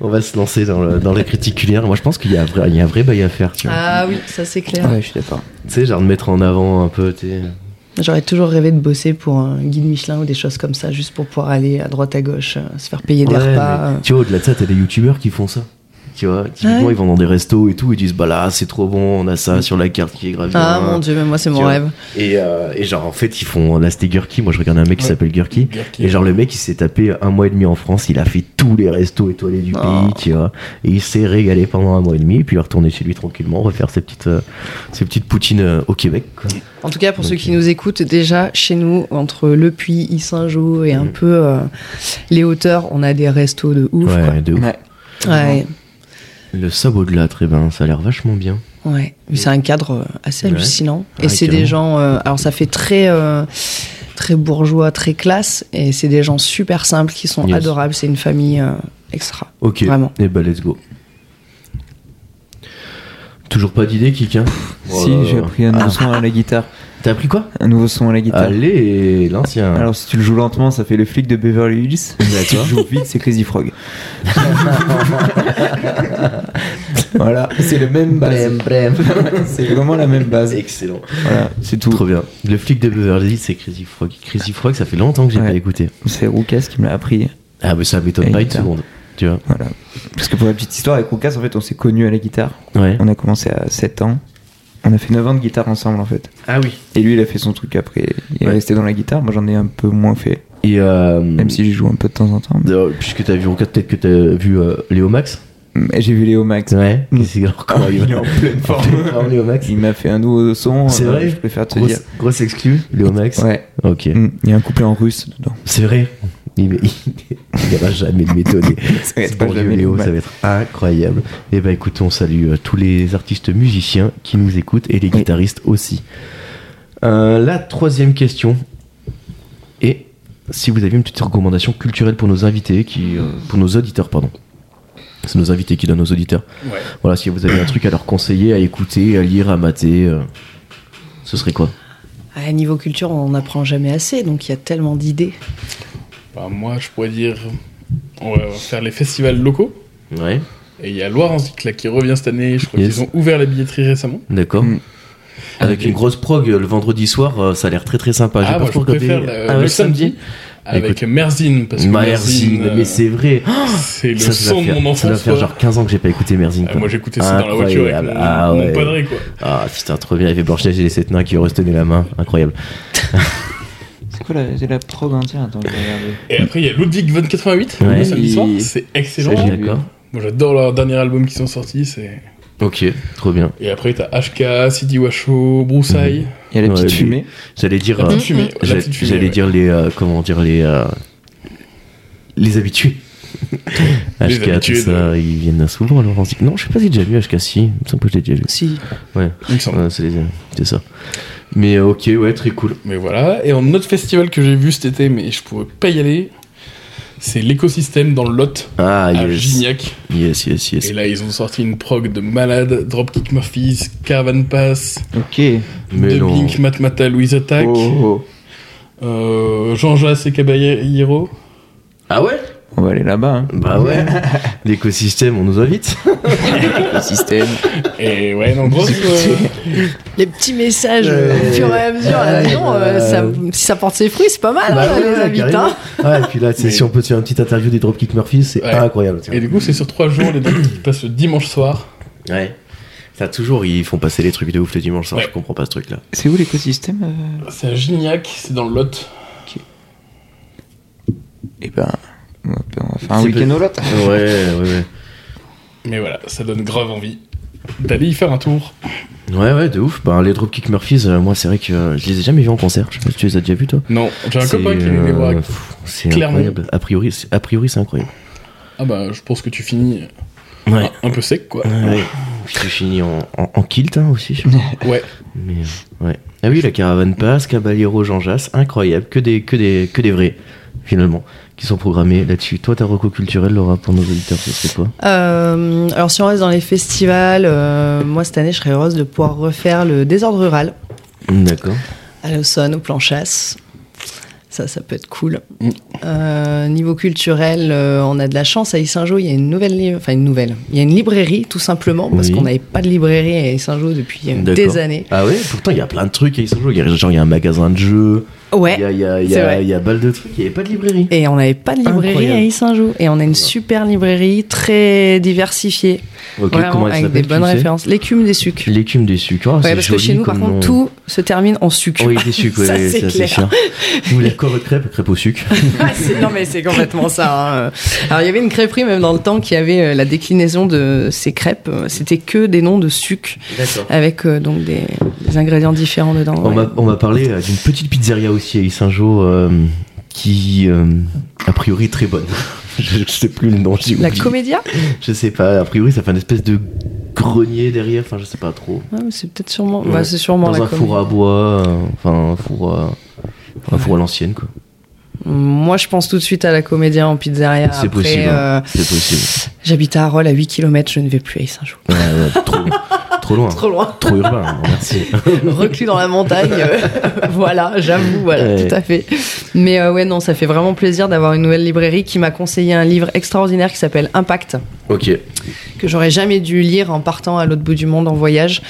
S1: on va se lancer dans, le-
S3: [LAUGHS]
S1: dans la critique culinaire. Moi, je pense qu'il y a un vrai, il y a un vrai bail à faire, tu vois.
S3: Ah oui, ça c'est clair.
S4: Ouais, je suis d'accord.
S1: Tu sais, genre de mettre en avant un peu, tu sais.
S3: J'aurais toujours rêvé de bosser pour un guide Michelin ou des choses comme ça, juste pour pouvoir aller à droite à gauche, euh, se faire payer des
S1: Ouais,
S3: repas.
S1: mais
S3: euh.
S1: Tu vois, au-delà de ça, t'as des youtubeurs qui font ça. Tu vois, typiquement,
S3: Ah ouais
S1: ils vont dans des restos et tout, ils disent Bah là, c'est trop bon, on a ça sur la carte qui est gravée.
S3: Ah mon dieu, mais moi c'est
S1: Tu
S3: mon
S1: vois.
S3: rêve.
S1: Et, euh, et genre, en fait, ils font. Là, c'était Gurki. Moi, je regarde un mec qui
S2: Ouais.
S1: s'appelle Gurki. Et genre, le mec, il s'est tapé un mois et demi en France. Il a fait tous les restos étoilés du
S3: Oh.
S1: pays, tu vois. Et il s'est régalé pendant un mois et demi. Puis il est retourné chez lui tranquillement, refaire ses petites, euh, ses petites poutines euh, au Québec. quoi.
S3: En tout cas, pour
S1: Ok.
S3: ceux qui nous écoutent, déjà chez nous, entre Le Puy, Issingeau et un
S1: Mhm.
S3: peu euh, les hauteurs, on a des restos de ouf. quoi.
S1: Ouais, de ouf.
S4: Ouais.
S3: Ouais,
S1: Le sabot de l'âtre, eh ben, ça a l'air vachement bien.
S3: ouais. Mais c'est un cadre euh, assez
S1: Ouais.
S3: hallucinant.
S1: Ah,
S3: et c'est
S1: carrément.
S3: des gens. euh, alors ça fait très. euh, très bourgeois, très classe, et c'est des gens super simples qui sont
S1: Yes.
S3: adorables. C'est une famille euh, extra.
S1: Ok.
S3: Vraiment.
S1: Et bah, let's go. Toujours pas d'idée, Kik hein Oh là
S4: [LAUGHS] Si, j'ai
S1: là.
S4: appris un nouveau son à la guitare.
S1: T'as appris quoi
S4: Un nouveau son à la guitare.
S1: Allez, l'ancien.
S4: Alors, si tu le joues lentement, ça fait le flic de Beverly Hills. Si tu le joues vite, c'est Crazy [LAUGHS] Frog. voilà, c'est le même base. [LAUGHS] c'est vraiment la même base.
S1: Excellent.
S4: Voilà, c'est
S1: Trop
S4: tout.
S1: bien. Le flic de Beverly Hills, c'est Crazy Frog. Crazy Frog, ça fait longtemps que j'ai
S4: Ouais.
S1: pas écouté.
S4: C'est Roucas qui me l'a appris.
S1: Ah, mais ça m'étonne
S4: Et
S1: pas une
S4: guitare.
S1: seconde. Tu vois
S4: Voilà. Parce que pour la petite histoire, avec Roucas, en fait, on s'est connus à la guitare.
S1: Ouais.
S4: On a commencé à 7 ans. On a fait 9 ans de guitare ensemble, en fait.
S1: Ah oui.
S4: Et lui, il a fait son truc après. Il est
S1: Ouais.
S4: resté dans la guitare. Moi, j'en ai un peu moins fait.
S1: Et euh,
S4: Même si j'y joue un peu de temps en temps. mais-
S1: euh, puisque t'as vu Roca, peut-être que t'as vu euh, Léo Max.
S4: Mais J'ai vu Léo Max.
S1: Ouais.
S4: Mm.
S1: C'est alors comment
S4: [LAUGHS]
S1: il va [LAUGHS]
S4: Il est en pleine
S1: En
S4: forme.
S1: pleine forme, Léo Max.
S4: [LAUGHS] Il m'a fait un nouveau son.
S1: C'est
S4: euh,
S1: vrai
S4: Je préfère te dire.
S1: Grosse, grosse exclue, Léo Max.
S4: Ouais.
S1: Ok.
S4: Mm, Il y a un couplet en russe
S1: [LAUGHS]
S4: dedans.
S1: C'est vrai. Il il n'ira jamais de m'étonner.
S4: va être
S1: Ce
S4: pas
S1: bon vieux
S4: jamais
S1: Léo,
S4: le
S1: ça va être incroyable. Et bah écoute, on salue euh, tous les artistes musiciens qui nous écoutent et les
S4: Oui.
S1: guitaristes aussi. Euh, la troisième question est si vous avez une petite recommandation culturelle pour nos invités, qui, euh, pour nos auditeurs, pardon. C'est nos invités qui donnent aux auditeurs.
S2: Ouais.
S1: Voilà, si vous avez un truc à leur conseiller, à écouter, à lire, à mater, euh, ce serait quoi
S3: À niveau culture, on n'apprend jamais assez, donc il y a tellement d'idées.
S2: Bah, moi, je pourrais dire, on va faire les festivals locaux.
S1: Ouais,
S2: Et il y a Loire en cycle, là, qui revient cette année. Je crois
S1: Yes.
S2: qu'ils ont ouvert la billetterie récemment.
S1: d'accord.
S4: Mm.
S1: Avec une grosse prog euh, le vendredi soir, euh, ça a l'air très très sympa. J'ai
S2: ah,
S1: pas
S2: moi, je
S1: trop regardé.
S2: préfère le,
S1: Ah
S2: le
S1: ouais,
S2: samedi, avec Merzine. Parce que
S1: Merci,
S2: Merzine, euh,
S1: mais c'est vrai.
S2: c'est le
S1: ça, ça
S2: son
S1: doit
S2: de
S1: faire,
S2: mon
S1: ça doit
S2: enfance.
S1: faire
S2: quoi.
S1: genre 15 ans que j'ai pas écouté Merzine.
S2: Ah,
S1: quoi.
S2: moi, j'écoutais ça dans la voiture avec
S1: Incroyable.
S2: mon,
S1: Ah,
S2: mon
S1: ouais.
S2: padré, quoi.
S1: Ah putain, trop bien. Il y avait Borchage et les sept nains qui auraient se tenu la main. Incroyable.
S4: C'est quoi la, c'est la prog entière Attends, je vais regarder.
S2: Et après, il y a Ludwig 2488,
S1: Ouais.
S2: le samedi soir.
S4: Il-
S2: C'est
S1: Ça,
S2: excellent.
S1: j'ai-
S4: hein.
S1: D'accord.
S2: Moi, j'adore leur dernier album qui sont sortis. c'est-
S1: Ok, trop bien.
S2: Et après, t'as HK, Sidi Washo, Broussailles.
S4: Il y a la
S1: Ouais,
S4: petite
S1: lui.
S4: fumée.
S1: J'allais dire.
S2: La
S1: euh,
S2: petite fumée. La
S1: J'a-
S2: petite fumée,
S1: J'allais
S2: ouais.
S1: dire les. euh, comment dire les. euh, les habitués.
S2: [LAUGHS] Les
S1: HK, tout
S2: habitués de-
S1: ça, ils viennent souvent alors on se dit- Non, je sais pas si j'ai déjà vu HK, si. Il me semble que je l'ai déjà vu.
S3: Si.
S2: Il me semble.
S1: Ouais, c'est les- c'est ça. Mais euh, ok, ouais, très cool.
S2: Mais voilà. Et en autre festival que j'ai vu cet été, mais je pourrais pas y aller, c'est l'écosystème dans le Lot
S1: Ah,
S2: à
S1: yes.
S2: Gignac.
S1: Yes, yes, yes.
S2: Et là, ils ont sorti une prog de malade, Dropkick Murphys, Caravan Pass,
S4: Ok.
S1: Mais
S2: The
S1: non.
S2: Blink, Matmata, Louise Attack,
S4: Oh, oh,
S2: euh, Jean Jass et Caballero.
S1: Ah ouais
S4: oh. On va aller là-bas. Hein.
S1: Bah ouais. L'écosystème, on nous invite.
S4: Le système.
S1: [LAUGHS]
S2: Et ouais, non, grosse, euh,
S3: Les petits messages euh,
S1: Ouais.
S3: au fur et à mesure. là, dis donc, euh,
S1: Ouais.
S3: ça- si ça porte ses fruits, c'est pas mal,
S1: Bah
S3: hein,
S1: ouais,
S3: les
S1: ouais, carrément.
S3: habitants.
S1: Ah, et puis là, tu sais,
S2: Mais-
S1: si on peut te faire une petite interview des Dropkick Murphys, c'est
S2: Ouais.
S1: incroyable.
S2: Et du coup, c'est sur trois jours, les Dropkick passent le dimanche soir.
S1: Ouais. Ça, toujours, ils font passer les trucs de ouf le dimanche soir.
S2: Ouais.
S1: Je comprends pas ce truc-là.
S4: C'est où l'écosystème euh
S2: C'est à Gignac, c'est dans le Lot.
S4: Eh ben, on va, on va faire un
S1: C'est
S4: week-end
S1: peut-
S4: au lot.
S1: Ouais, ouais, ouais.
S2: Mais voilà, ça donne grave envie d'aller y faire un tour.
S1: Ouais, ouais, de ouf. Bah, les Dropkick Murphys, euh, moi, c'est vrai que euh, je les ai jamais vus en concert. Je sais pas si tu les as déjà vus, toi.
S2: Non, j'ai un
S1: C'est,
S2: copain qui est allé les voir.
S1: euh, pff, C'est
S2: Clermont.
S1: incroyable. A priori, c'est- a priori, c'est incroyable.
S2: Ah bah, je pense que tu finis
S1: Ouais.
S2: un peu sec, quoi.
S1: Ouais, ouais. Puis tu finis en, en, en kilt hein, aussi. je crois.
S2: Ouais.
S1: Mais, euh, ouais. Ah oui, la caravane passe, Caballero, Jean Jass, incroyable. Que des, que des, que des vrais, finalement, qui sont programmés là-dessus. Toi, ta reco culturelle, Laura, pour nos auditeurs, ce serait quoi
S3: Euh, alors, si on reste dans les festivals, euh, moi cette année, je serais heureuse de pouvoir refaire le désordre rural
S1: D'accord.
S3: à l'Aussonne, au Planchasse. Ça, ça peut être cool.
S2: Mm.
S3: Euh, niveau culturel, euh, on a de la chance. À Issingeau, il y a une nouvelle, li- enfin une nouvelle. Il y a une librairie, tout simplement, parce
S1: Oui.
S3: qu'on n'avait pas de librairie à Issingeau depuis euh,
S1: D'accord.
S3: des années.
S1: Ah ouais, pourtant, il y a plein de trucs à Issangeau. Il y a- Genre, il y a un magasin de jeux.
S3: Ouais.
S1: Il y a, il y a, il y
S3: c'est
S1: a,
S3: vrai.
S1: il y a balle de trucs. Il n'y avait pas de librairie.
S3: Et on n'avait pas de librairie
S1: Incroyable.
S3: à Issingeau. Et on a une super librairie très diversifiée,
S1: Ok,
S3: vraiment,
S1: elle
S3: avec
S1: s'appelle,
S3: des
S1: tu
S3: bonnes
S1: sais
S3: références. L'écume des sucres.
S1: L'écume des sucres. Ah,
S3: Ouais,
S1: c'est
S3: parce que
S1: joli
S3: chez nous, par
S1: comme nom.
S3: contre, tout se termine en sucre.
S1: Oui, des
S3: [LAUGHS]
S1: sucres,
S3: Ça,
S1: ouais,
S3: c'est
S1: ça c'est
S3: clair.
S1: cher. Ou la corps crêpe, crêpe au sucre.
S3: Ah, c'est- non mais c'est complètement ça. hein. Alors il y avait une crêperie même dans le temps qui avait euh, la déclinaison de ces crêpes. Euh, C'était que des noms de sucre
S1: D'accord.
S3: avec euh, donc des, des ingrédients différents dedans.
S1: On
S3: ouais.
S1: m'a- on m'a parlé euh, d'une petite pizzeria aussi à Issingeau euh, qui, euh, a priori, est très bonne. [LAUGHS] je, je sais plus le nom. j'ai
S3: La
S1: oublié.
S3: comédia
S1: Je sais pas. A priori, ça fait une espèce de grenier derrière. Enfin, je sais pas trop.
S3: Ouais, Ah, mais C'est peut-être sûrement.
S1: Ouais.
S3: bah, c'est sûrement
S1: Dans
S3: la
S1: un four
S3: comédia.
S1: à bois. euh, Enfin, un four à. Un four à l'ancienne, quoi.
S3: Moi je pense tout de suite à la comédia en pizzeria.
S1: C'est
S3: Après,
S1: possible. hein.
S3: euh,
S1: C'est possible.
S3: J'habite à Arol à 8 km, je ne vais plus à Saint-Jean.
S1: Ouais, ouais, trop, trop loin.
S3: [LAUGHS] Trop loin,
S1: Trop urbain. hein, Merci.
S3: reclus dans la montagne. euh, [LAUGHS] voilà, j'avoue, voilà,
S1: Ouais.
S3: tout à fait. Mais euh, ouais, non, ça fait vraiment plaisir d'avoir une nouvelle librairie qui m'a conseillé un livre extraordinaire qui s'appelle Impact.
S1: ok.
S3: que j'aurais jamais dû lire en partant à l'autre bout du monde en voyage,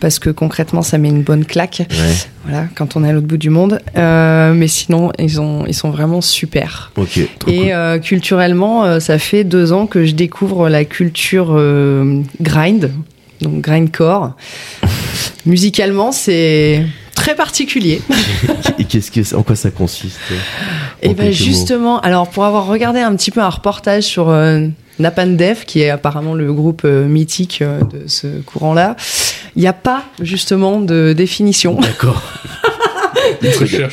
S3: parce que concrètement, ça met une bonne claque.
S1: Ouais.
S3: Voilà, quand on est à l'autre bout du monde. Euh, mais sinon, ils ont, ils sont vraiment super.
S1: Ok. Trop
S3: Et
S1: cool.
S3: euh, culturellement, euh, ça fait deux ans que je découvre la culture euh, grind, donc grindcore. Musicalement, c'est très particulier.
S1: Et qu'est-ce que, en quoi ça consiste
S3: Et
S1: En
S3: ben
S1: quelques
S3: justement, alors pour avoir regardé un petit peu un reportage sur euh, Napan Def, qui est apparemment le groupe euh, mythique euh, de ce courant-là, il n'y a pas justement de définition.
S1: mots. D'accord.
S2: Ils te cherchent.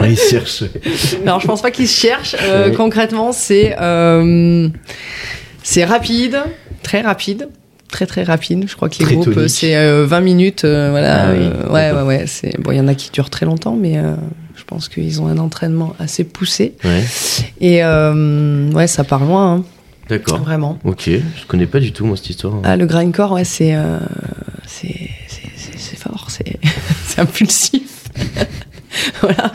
S1: Ah, ils cherchent.
S3: alors je pense pas qu'ils se cherchent. Euh,
S1: Ouais.
S3: Concrètement, c'est euh, c'est rapide, très rapide. Très très rapide, je crois que les
S1: Très
S3: groupes euh,
S1: tonique.
S3: c'est euh, 20 minutes, euh, voilà.
S1: Ah oui,
S3: euh, ouais
S1: d'accord.
S3: ouais ouais, c'est bon, il y en a qui durent très longtemps, mais euh, je pense qu'ils ont un entraînement assez poussé.
S1: Ouais.
S3: Et euh, ouais, ça part loin. hein.
S1: D'accord.
S3: Vraiment.
S1: Ok, je connais pas du tout moi cette histoire.
S3: Ah, le [LAUGHS] grindcore, ouais, c'est. euh, c'est c'est- c'est- c'est fort, c'est c'est impulsif. [LAUGHS] voilà.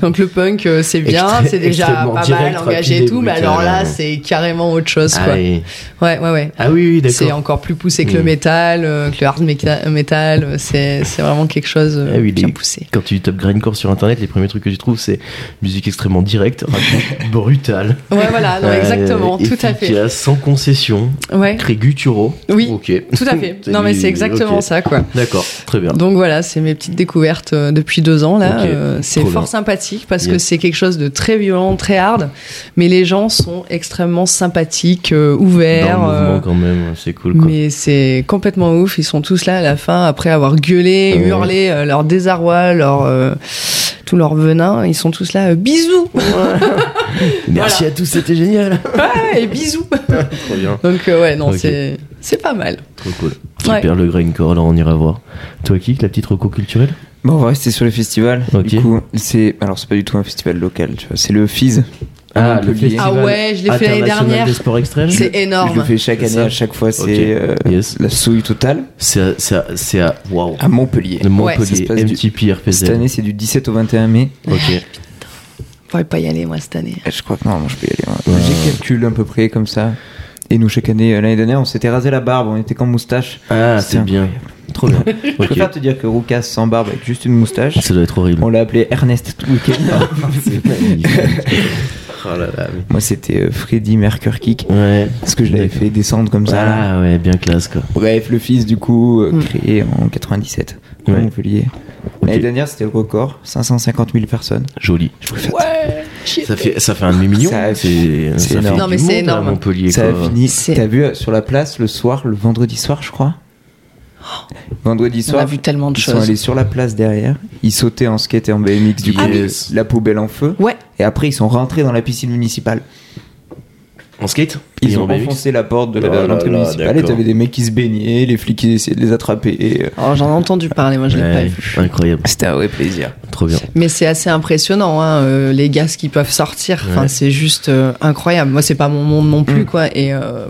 S3: Donc le punk, euh, c'est bien,
S1: Extré-
S3: c'est déjà
S1: extrêmement
S3: pas mal
S1: direct, euh,
S3: engagé
S1: rapide et
S3: et tout, mais
S1: brutal,
S3: alors là,
S1: ouais.
S3: c'est carrément autre chose,
S1: Ah,
S3: quoi.
S1: oui.
S3: Ouais, ouais, ouais.
S1: Ah oui, oui,
S3: C'est
S1: d'accord.
S3: encore plus poussé que le
S1: Mm.
S3: métal, euh, que le hard méca- metal, euh, c'est c'est vraiment quelque chose euh,
S1: Ah oui,
S3: bien
S1: les-
S3: poussé.
S1: Quand tu tapes grindcore sur internet, les premiers trucs que tu trouves, c'est musique extrêmement directe,
S3: [LAUGHS]
S1: rapide, brutale.
S3: Ouais, voilà, Ah non,
S1: euh,
S3: exactement, tout à fait.
S1: efficace, sans concession,
S3: Ouais,
S1: très gutturaux.
S3: Oui.
S1: Ok.
S3: tout
S1: [LAUGHS]
S3: à fait.
S1: C'est
S3: Non, mais
S1: du-
S3: c'est exactement
S1: ok.
S3: ça, quoi.
S1: D'accord, très bien.
S3: Donc voilà, c'est mes petites découvertes euh, depuis deux ans là.
S1: Ok,
S3: Euh, c'est
S1: trop
S3: fort
S1: bien.
S3: sympathique parce que
S1: Yes.
S3: c'est quelque chose de très violent, très hard, mais les gens sont extrêmement sympathiques, euh, ouverts.
S1: Dans le mouvement
S3: euh,
S1: quand même, c'est cool. Quoi.
S3: mais c'est complètement ouf, ils sont tous là à la fin après avoir gueulé,
S1: Ah Ouais.
S3: hurlé euh, leur désarroi, leur euh, tout leur venin, ils sont tous là euh, bisous
S1: Merci
S3: voilà.
S1: à tous, c'était
S3: [LAUGHS]
S1: génial.
S3: Ouais, et bisous. [LAUGHS]
S1: trop bien,
S3: Donc euh, ouais, non,
S1: Ok.
S3: c'est c'est pas mal.
S1: trop cool.
S3: Ouais.
S1: Super le grindcore, là on ira voir. Toi qui, la petite reco culturelle
S4: Bon, on va rester sur les festivals.
S1: Ok.
S4: Du coup, c'est. Alors, c'est pas du tout un festival local, tu vois. C'est le FIS. à
S1: Ah, le
S4: Montpellier.
S1: festival.
S3: Ah ouais, je l'ai fait l'année
S1: International
S3: dernière.
S1: des sports extrêmes
S3: C'est
S4: Je le
S3: énorme.
S4: fais chaque
S1: C'est
S4: année,
S1: ça.
S4: à chaque fois, c'est
S1: Ok.
S4: euh,
S1: Yes.
S4: la souille totale
S1: C'est à- c'est à. c'est à- Waouh.
S3: Ah,
S4: à Montpellier.
S1: Le
S4: ça se
S1: Montpellier,
S4: passe du-
S1: MTP, RPZ.
S4: Cette année, c'est du 17 au 21 mai.
S1: Ok.
S3: Faudrait pas y aller moi cette année.
S4: Eh, Je crois que normalement je peux y aller. moi.
S1: Ouais.
S4: J'ai calculé à peu près comme ça. Et nous, chaque année, euh, l'année dernière, on s'était rasé la barbe, on était qu'en moustache.
S1: Ah,
S4: C'est
S1: c'est bien. Trop bien.
S4: Je
S1: [LAUGHS] Ok.
S4: préfère te dire que Roukas sans barbe avec juste une moustache,
S1: Ça doit être horrible.
S4: on l'a appelé Ernest tout le [LAUGHS] week-end.
S1: C'est magnifique. [LAUGHS] oh là là. mais-
S4: Moi, c'était euh, Freddy Mercure Kick.
S1: Ouais.
S4: Parce que je l'avais fait descendre comme ça. là.
S1: Ah ouais, bien classe quoi.
S4: Bref, le fils, du coup, euh,
S3: Mm.
S4: créé en 97. à
S1: Ouais.
S4: Montpellier.
S1: Ok.
S4: L'année dernière, c'était le record 550 000 personnes.
S1: Joli.
S4: Je préfère
S1: Ça fait, ça fait un demi-million.
S4: Ça-
S1: C'est
S4: c'est
S1: ça fait
S4: énorme.
S1: du
S3: Non, mais c'est
S1: monde à
S3: énorme.
S1: Montpellier,
S4: Ça a
S1: quoi.
S4: fini.
S3: C'est-
S4: T'as vu euh, sur la place le soir, le vendredi soir, je crois. Vendredi
S3: On
S4: soir,
S3: a vu tellement de
S4: ils sont
S3: choses. Ah,
S4: allés sur la place derrière. Ils sautaient en skate et en BMX du coup. euh,
S1: Yes.
S4: La poubelle en feu.
S3: Ouais.
S4: Et après, ils sont rentrés dans la piscine municipale.
S1: En skate
S4: Ils
S1: Et en
S4: ont
S1: BMX?
S4: enfoncé la porte de
S1: Oh
S4: la-
S1: là
S4: de l'entrée
S1: là,
S4: municipale. Et
S1: d'accord.
S4: t'avais des mecs qui se baignaient, les flics qui essayaient de les attraper. Et, euh,
S3: Oh, j'en ai entendu parler, moi je l'ai pas
S1: Ouais,
S3: vu.
S1: incroyable.
S4: C'était un vrai plaisir.
S1: Trop bien.
S3: Mais c'est assez impressionnant, hein, euh, les gaz qui peuvent sortir. Enfin,
S1: Ouais.
S3: c'est juste euh, incroyable. Moi, c'est pas mon monde non plus,
S4: Mm.
S3: quoi. Et euh,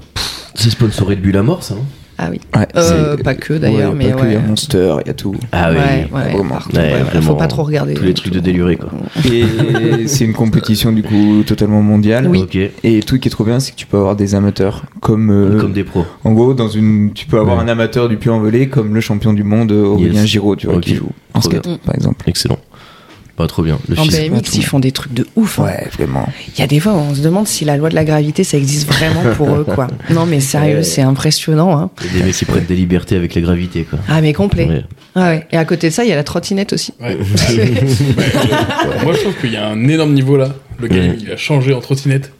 S1: C'est sponsoré de Bulle à mort, ça. hein
S3: ah oui,
S4: Ouais,
S3: Euh,
S4: c'est-
S3: pas que, d'ailleurs,
S4: ouais,
S3: mais
S4: pas que, Il y a
S3: ouais.
S4: Monster, il y a tout.
S1: Ah oui.
S3: ouais, ouais,
S4: vraiment.
S3: partout,
S1: Ouais,
S3: ouais, ouais.
S1: vraiment.
S3: faut pas trop regarder. euh,
S1: Tous les trucs de déluré, quoi.
S4: Et c'est une compétition du coup totalement mondiale.
S1: Ok.
S4: Et le truc qui est trop bien, c'est que tu peux avoir des amateurs comme, euh,
S1: Comme des pros.
S4: en gros dans une, tu peux avoir
S1: Ouais.
S4: un amateur du puy-en-velay comme le champion du monde euh, Aurélien
S1: Yes.
S4: Giraud, tu vois,
S1: Ok.
S4: qui joue en
S1: Trop
S4: skate par exemple.
S1: Excellent. Pas trop bien. Le
S3: En
S1: fils.
S3: BMX,
S4: tout.
S3: ils font des trucs de ouf. hein.
S4: Ouais, vraiment.
S3: Il y a des fois où on se demande si la loi de la gravité, ça existe vraiment pour eux,
S1: [LAUGHS]
S3: quoi. Non, mais sérieux, c'est impressionnant. Hein.
S1: Il y a Des mecs qui prennent des libertés avec la gravité, quoi.
S3: Ah, mais complet.
S1: Ouais.
S3: Ah ouais. Et à côté de ça, il y a la trottinette
S1: [LAUGHS]
S3: aussi.
S2: [LAUGHS] Ouais. Moi, je trouve qu'il y a un énorme niveau là. Le gars,
S1: Ouais.
S2: il a changé en trottinette.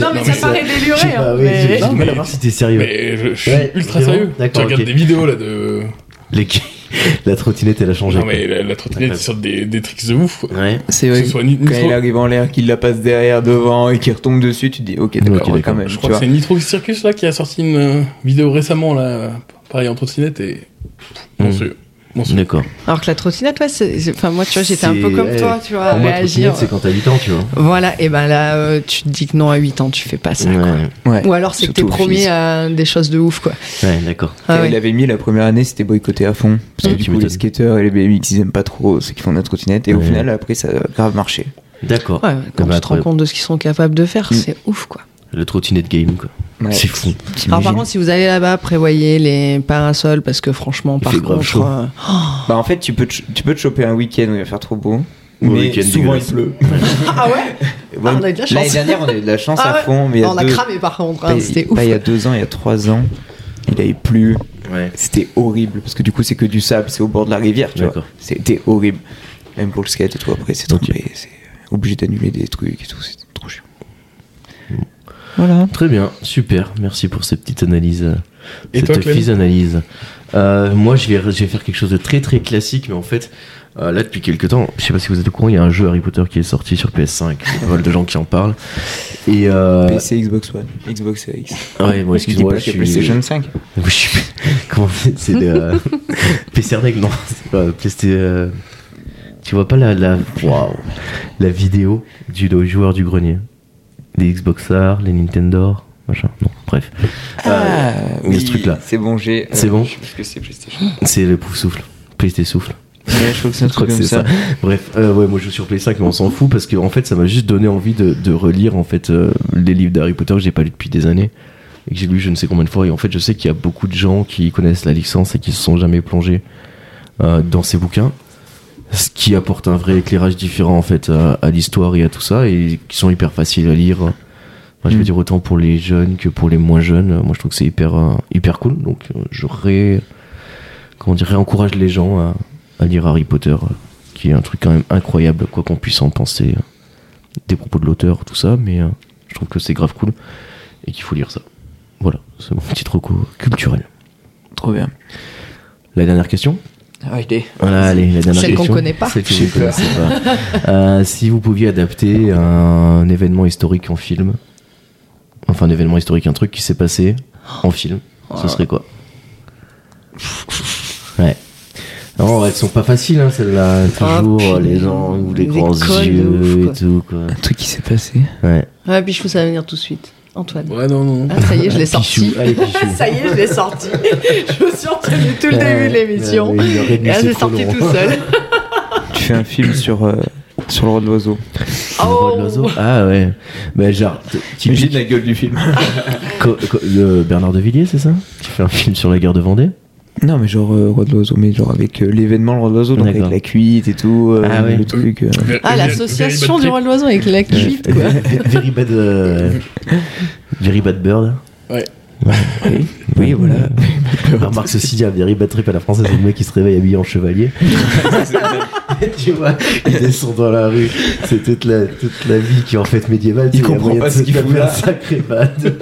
S3: non, mais
S2: Non,
S3: ça
S2: mais ça-
S3: paraît
S1: Je sais
S3: déluré.
S1: pas,
S3: hein,
S1: oui,
S3: mais-
S1: j'ai- j'ai du mal à
S2: mais-
S1: voir si t'es sérieux.
S2: Mais je, je suis
S1: Ouais,
S2: ultra
S1: vraiment
S2: sérieux. Tu
S1: D'accord,
S2: regardes
S1: ok.
S2: des vidéos là de.
S1: Les... [LAUGHS] la trottinette, elle a changé.
S2: Non, mais la, la trottinette,
S1: Ouais.
S2: ils sortent des, des tricks de ouf. quoi.
S1: quoi. Ouais.
S4: C'est
S2: Que
S4: vrai.
S2: ce soit ni-
S4: Quand il
S2: Nitro.
S4: arrive en l'air, qu'il la passe derrière, devant et qu'il retombe dessus, tu te dis ok, d'accord,
S1: Ok,
S4: ouais,
S1: d'accord.
S4: quand même.
S2: Je
S4: Tu
S2: crois que
S4: vois.
S2: c'est Nitro Circus là qui a sorti une euh, vidéo récemment là, pareil en trottinette et.
S1: Mm.
S2: Monstrueux. Monstrueux.
S1: D'accord.
S3: Alors que la trottinette, ouais, c'est- c'est- enfin, moi, tu vois, j'étais un peu
S1: C'est-
S3: comme
S1: ouais.
S3: toi, tu vois, à
S1: Pour moi,
S3: réagir.
S1: trottinette, c'est quand t'as 8 ans, tu vois.
S3: Voilà, et ben là, euh, tu te dis que non, à 8 ans, tu fais pas ça. quoi.
S1: Ouais,
S4: Ouais.
S3: Ou alors, c'est que t'es
S4: Surtout au
S3: premier
S4: fils.
S3: à des choses de ouf, quoi.
S1: ouais d'accord.
S3: Ah ouais.
S4: Il avait mis la première année, c'était boycotté à fond. Parce que
S1: Mm.
S4: du
S1: Tu
S4: coup, les
S1: m'étonnes.
S4: skateurs et les BMX, ils aiment pas trop euh, ceux qui font de la trottinette. Et au
S1: Ouais.
S4: final, après, ça a grave marché.
S1: D'accord.
S3: Ouais,
S1: Ah bah,
S3: quand tu te rends
S1: incroyable.
S3: compte de ce qu'ils sont capables de faire,
S4: Eh ben, Mm.
S3: c'est ouf, quoi.
S1: Le trottinette game, quoi.
S4: Ouais.
S1: C'est fou.
S3: Alors, par
S4: T'imagines
S3: contre, si vous allez là-bas, prévoyez les parasols, parce que franchement, par
S1: fait grave
S3: contre.
S1: chaud.
S3: euh,
S4: Bah en fait tu peux te, tu peux te choper un week-end où il va faire trop beau.
S1: Ou un
S4: mais
S1: week-end
S4: souvent il
S1: dégueulasse. [LAUGHS]
S4: pleut.
S3: Ah [LAUGHS] ouais
S4: Ouais,
S3: on a eu de la chance.
S4: L'année dernière on a eu de la chance
S3: Ah
S4: à
S3: ouais
S4: fond, mais il y a
S3: On a
S4: deux-
S3: cramé, par contre,
S4: pas-
S3: hein, c'était ouf.
S4: pas il y a deux ans, il y a trois ans, il avait plu.
S1: Ouais.
S4: C'était horrible parce que du coup c'est que du sable, c'est au bord de la rivière, tu vois.
S1: D'accord.
S4: C'était horrible. Même pour le skate et tout après c'est
S1: Ok.
S4: trompé, c'est obligé d'annuler des trucs et tout, c'est trop chiant. Voilà.
S1: Très bien, super. Merci pour cette petite analyse, euh,
S2: Et
S1: cette
S2: toi, Clem
S1: fise analyse. Euh, moi, je vais, je vais faire quelque chose de très très classique, mais en fait, euh, là depuis quelques temps, je sais pas si vous êtes au courant, il y a un jeu Harry Potter qui est sorti sur PS5. Il y a pas mal de gens qui en parlent. Et euh,
S4: PC, Xbox One, Xbox Series X.
S1: ouais, bon,
S4: Je dis
S1: excuse-moi,
S4: pas
S1: je
S4: qu'il y a
S1: suis.
S4: PlayStation 5.
S1: Oui, je suis- [LAUGHS] Comment c'est c'est le euh, PC Reg, non, c'est pas PlayStation. euh, Tu vois pas la la waouh, la vidéo du le joueur du grenier, des Xboxers, les Nintendo, machin. Non, bref,
S4: Ah,
S1: oui, ce truc-là.
S4: C'est bon, j'ai.
S1: C'est bon [LAUGHS]
S4: je- Parce que c'est PlayStation.
S1: c'est le pouf souffle, PlayStation souffle.
S4: Ouais, je crois que c'est un
S1: Je crois
S4: truc
S1: que
S4: comme
S1: c'est
S4: ça.
S1: ça. Bref, euh, ouais, moi je joue sur Play 5, mais on s'en fout parce que en fait, ça m'a juste donné envie de, de relire en fait euh, les livres d'Harry Potter que j'ai pas lu depuis des années et que j'ai lu je ne sais combien de fois. Et en fait, je sais qu'il y a beaucoup de gens qui connaissent la licence et qui se sont jamais plongés euh, dans ces bouquins, ce qui apporte un vrai éclairage différent en fait à, à l'histoire et à tout ça et qui sont hyper faciles à lire. Enfin, je veux
S4: Mm.
S1: dire autant pour les jeunes que pour les moins jeunes. Euh, Moi, je trouve que c'est hyper euh, hyper cool. Donc, euh, je ré comment dire réencourage les gens à, à lire Harry Potter euh. qui est un truc quand même incroyable, quoi qu'on puisse en penser euh, des propos de l'auteur, tout ça, mais euh, je trouve que c'est grave cool et qu'il faut lire ça. Voilà, c'est mon petit troco culturel.
S4: Trop bien.
S1: La dernière question
S4: Ah, il est.
S1: Voilà, allez, la dernière
S3: Celle qu'on
S1: question.
S3: connaît pas.
S1: Celle que
S2: J'ai
S1: vous connaissez pas. Euh, si vous pouviez adapter un événement historique en film, enfin un événement historique, un truc qui s'est passé en film, ce serait quoi Ouais. Non, ouais, elles sont pas faciles, hein, celles-là.
S3: Ah,
S1: Toujours
S3: puis-
S1: les gens ou les
S3: des
S1: grands
S3: connes de
S1: yeux
S3: ouf,
S1: et tout, quoi.
S4: Un truc qui s'est passé.
S1: Ouais.
S3: Ouais, puis je trouve ça va venir tout de suite.
S4: [LAUGHS]
S3: Antoine.
S2: Ouais, non, non.
S3: Ah, ça y est, je l'ai
S1: Pichou,
S3: sorti. Ah,
S1: allez, Pichou.
S3: [LAUGHS] ça y est, je l'ai sorti. je me suis retenue tout le
S4: Ah
S3: début de l'émission.
S1: Ouais, ouais, une heure et demie,
S3: Et là,
S1: c'est
S3: j'ai
S1: trop
S3: sorti
S1: long.
S3: tout seul.
S4: [LAUGHS] Tu fais un [COUGHS] film sur, euh, sur le roi de l'oiseau.
S1: Le roi de
S3: Oh.
S1: l'oiseau. Ah ouais. Mais genre, t-
S4: Imagine
S1: typique,
S4: la gueule du film.
S1: co- co- le Bernard de Villiers, c'est ça Tu fais un film sur la guerre de Vendée
S4: [LAUGHS] Non, mais genre euh, Roi de l'Oiseau, mais genre avec euh, l'événement Le Roi de l'Oiseau, donc avec
S1: D'accord.
S4: la cuite et tout, euh,
S1: Ah ouais.
S4: le truc. euh,
S3: Ah, l'association du roi de l'oiseau avec la cuite, quoi.
S1: Very bad, euh, very bad bird.
S2: Ouais.
S1: Oui, oui, voilà. Remarque ceci, dit, un very bad trip à la française, c'est le mec qui se réveille habillé en
S4: [LAUGHS]
S1: chevalier. tu vois, il descend dans la rue. C'est toute la, toute la vie qui est en fait médiévale.
S4: Il
S1: tu sais, y a
S4: comprend
S1: moyen
S4: pas
S1: de
S4: ce
S1: se
S4: qu'il
S1: taper
S4: fout là.
S1: un sacré bad.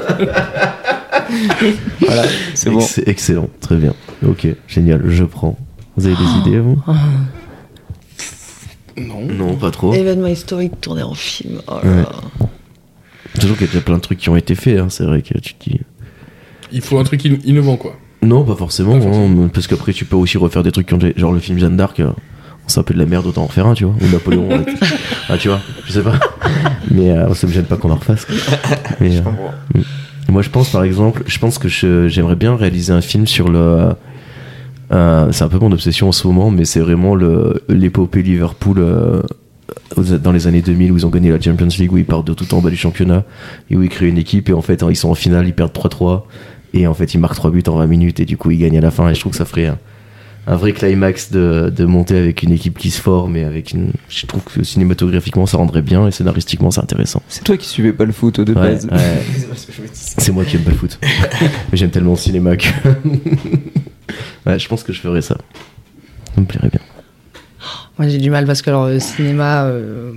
S4: Voilà, c'est bon.
S1: Ex- excellent, très bien. Ok, génial, je prends. Vous avez des idées, vous
S2: Non.
S1: Non, pas trop.
S3: Événement historique tourné en film. Oh là
S1: Ouais.
S3: là.
S1: Toujours qu'il y a déjà plein de trucs qui ont été faits, hein, c'est vrai que tu te dis.
S2: Il faut un truc in- innovant, quoi.
S1: Non, pas forcément,
S2: Pas forcément.
S1: hein, parce qu'après tu peux aussi refaire des trucs qui ont déjà- genre le film Jeanne d'Arc, euh, c'est un peu de la merde, autant en refaire un, tu vois, ou
S2: [LAUGHS]
S1: Napoléon, euh, ah, tu vois, je sais pas, mais euh, ça me gêne pas qu'on en refasse.
S2: [LAUGHS]
S1: quoi. Mais, euh, moi je pense par exemple, je pense que je- j'aimerais bien réaliser un film sur le, euh, c'est un peu mon obsession en ce moment, mais c'est vraiment le l'épopée Liverpool. euh, aux- dans les années 2000 où ils ont gagné la Champions League où ils partent de tout en bas du championnat et où ils créent une équipe et en fait hein, ils sont en finale ils perdent 3-3 et en fait ils marquent 3 buts en 20 minutes et du coup ils gagnent à la fin et je trouve que ça ferait un, un vrai climax de, de monter avec une équipe qui se forme et avec une je trouve que cinématographiquement ça rendrait bien et scénaristiquement c'est intéressant
S4: C'est toi qui suivais pas le foot de
S1: Ouais,
S4: base.
S1: ouais. [LAUGHS] c'est moi qui aime pas le [LAUGHS] foot mais j'aime tellement le cinéma que [LAUGHS] ouais je pense que je ferais ça ça me plairait bien
S3: Moi, j'ai du mal parce que alors, le cinéma, euh,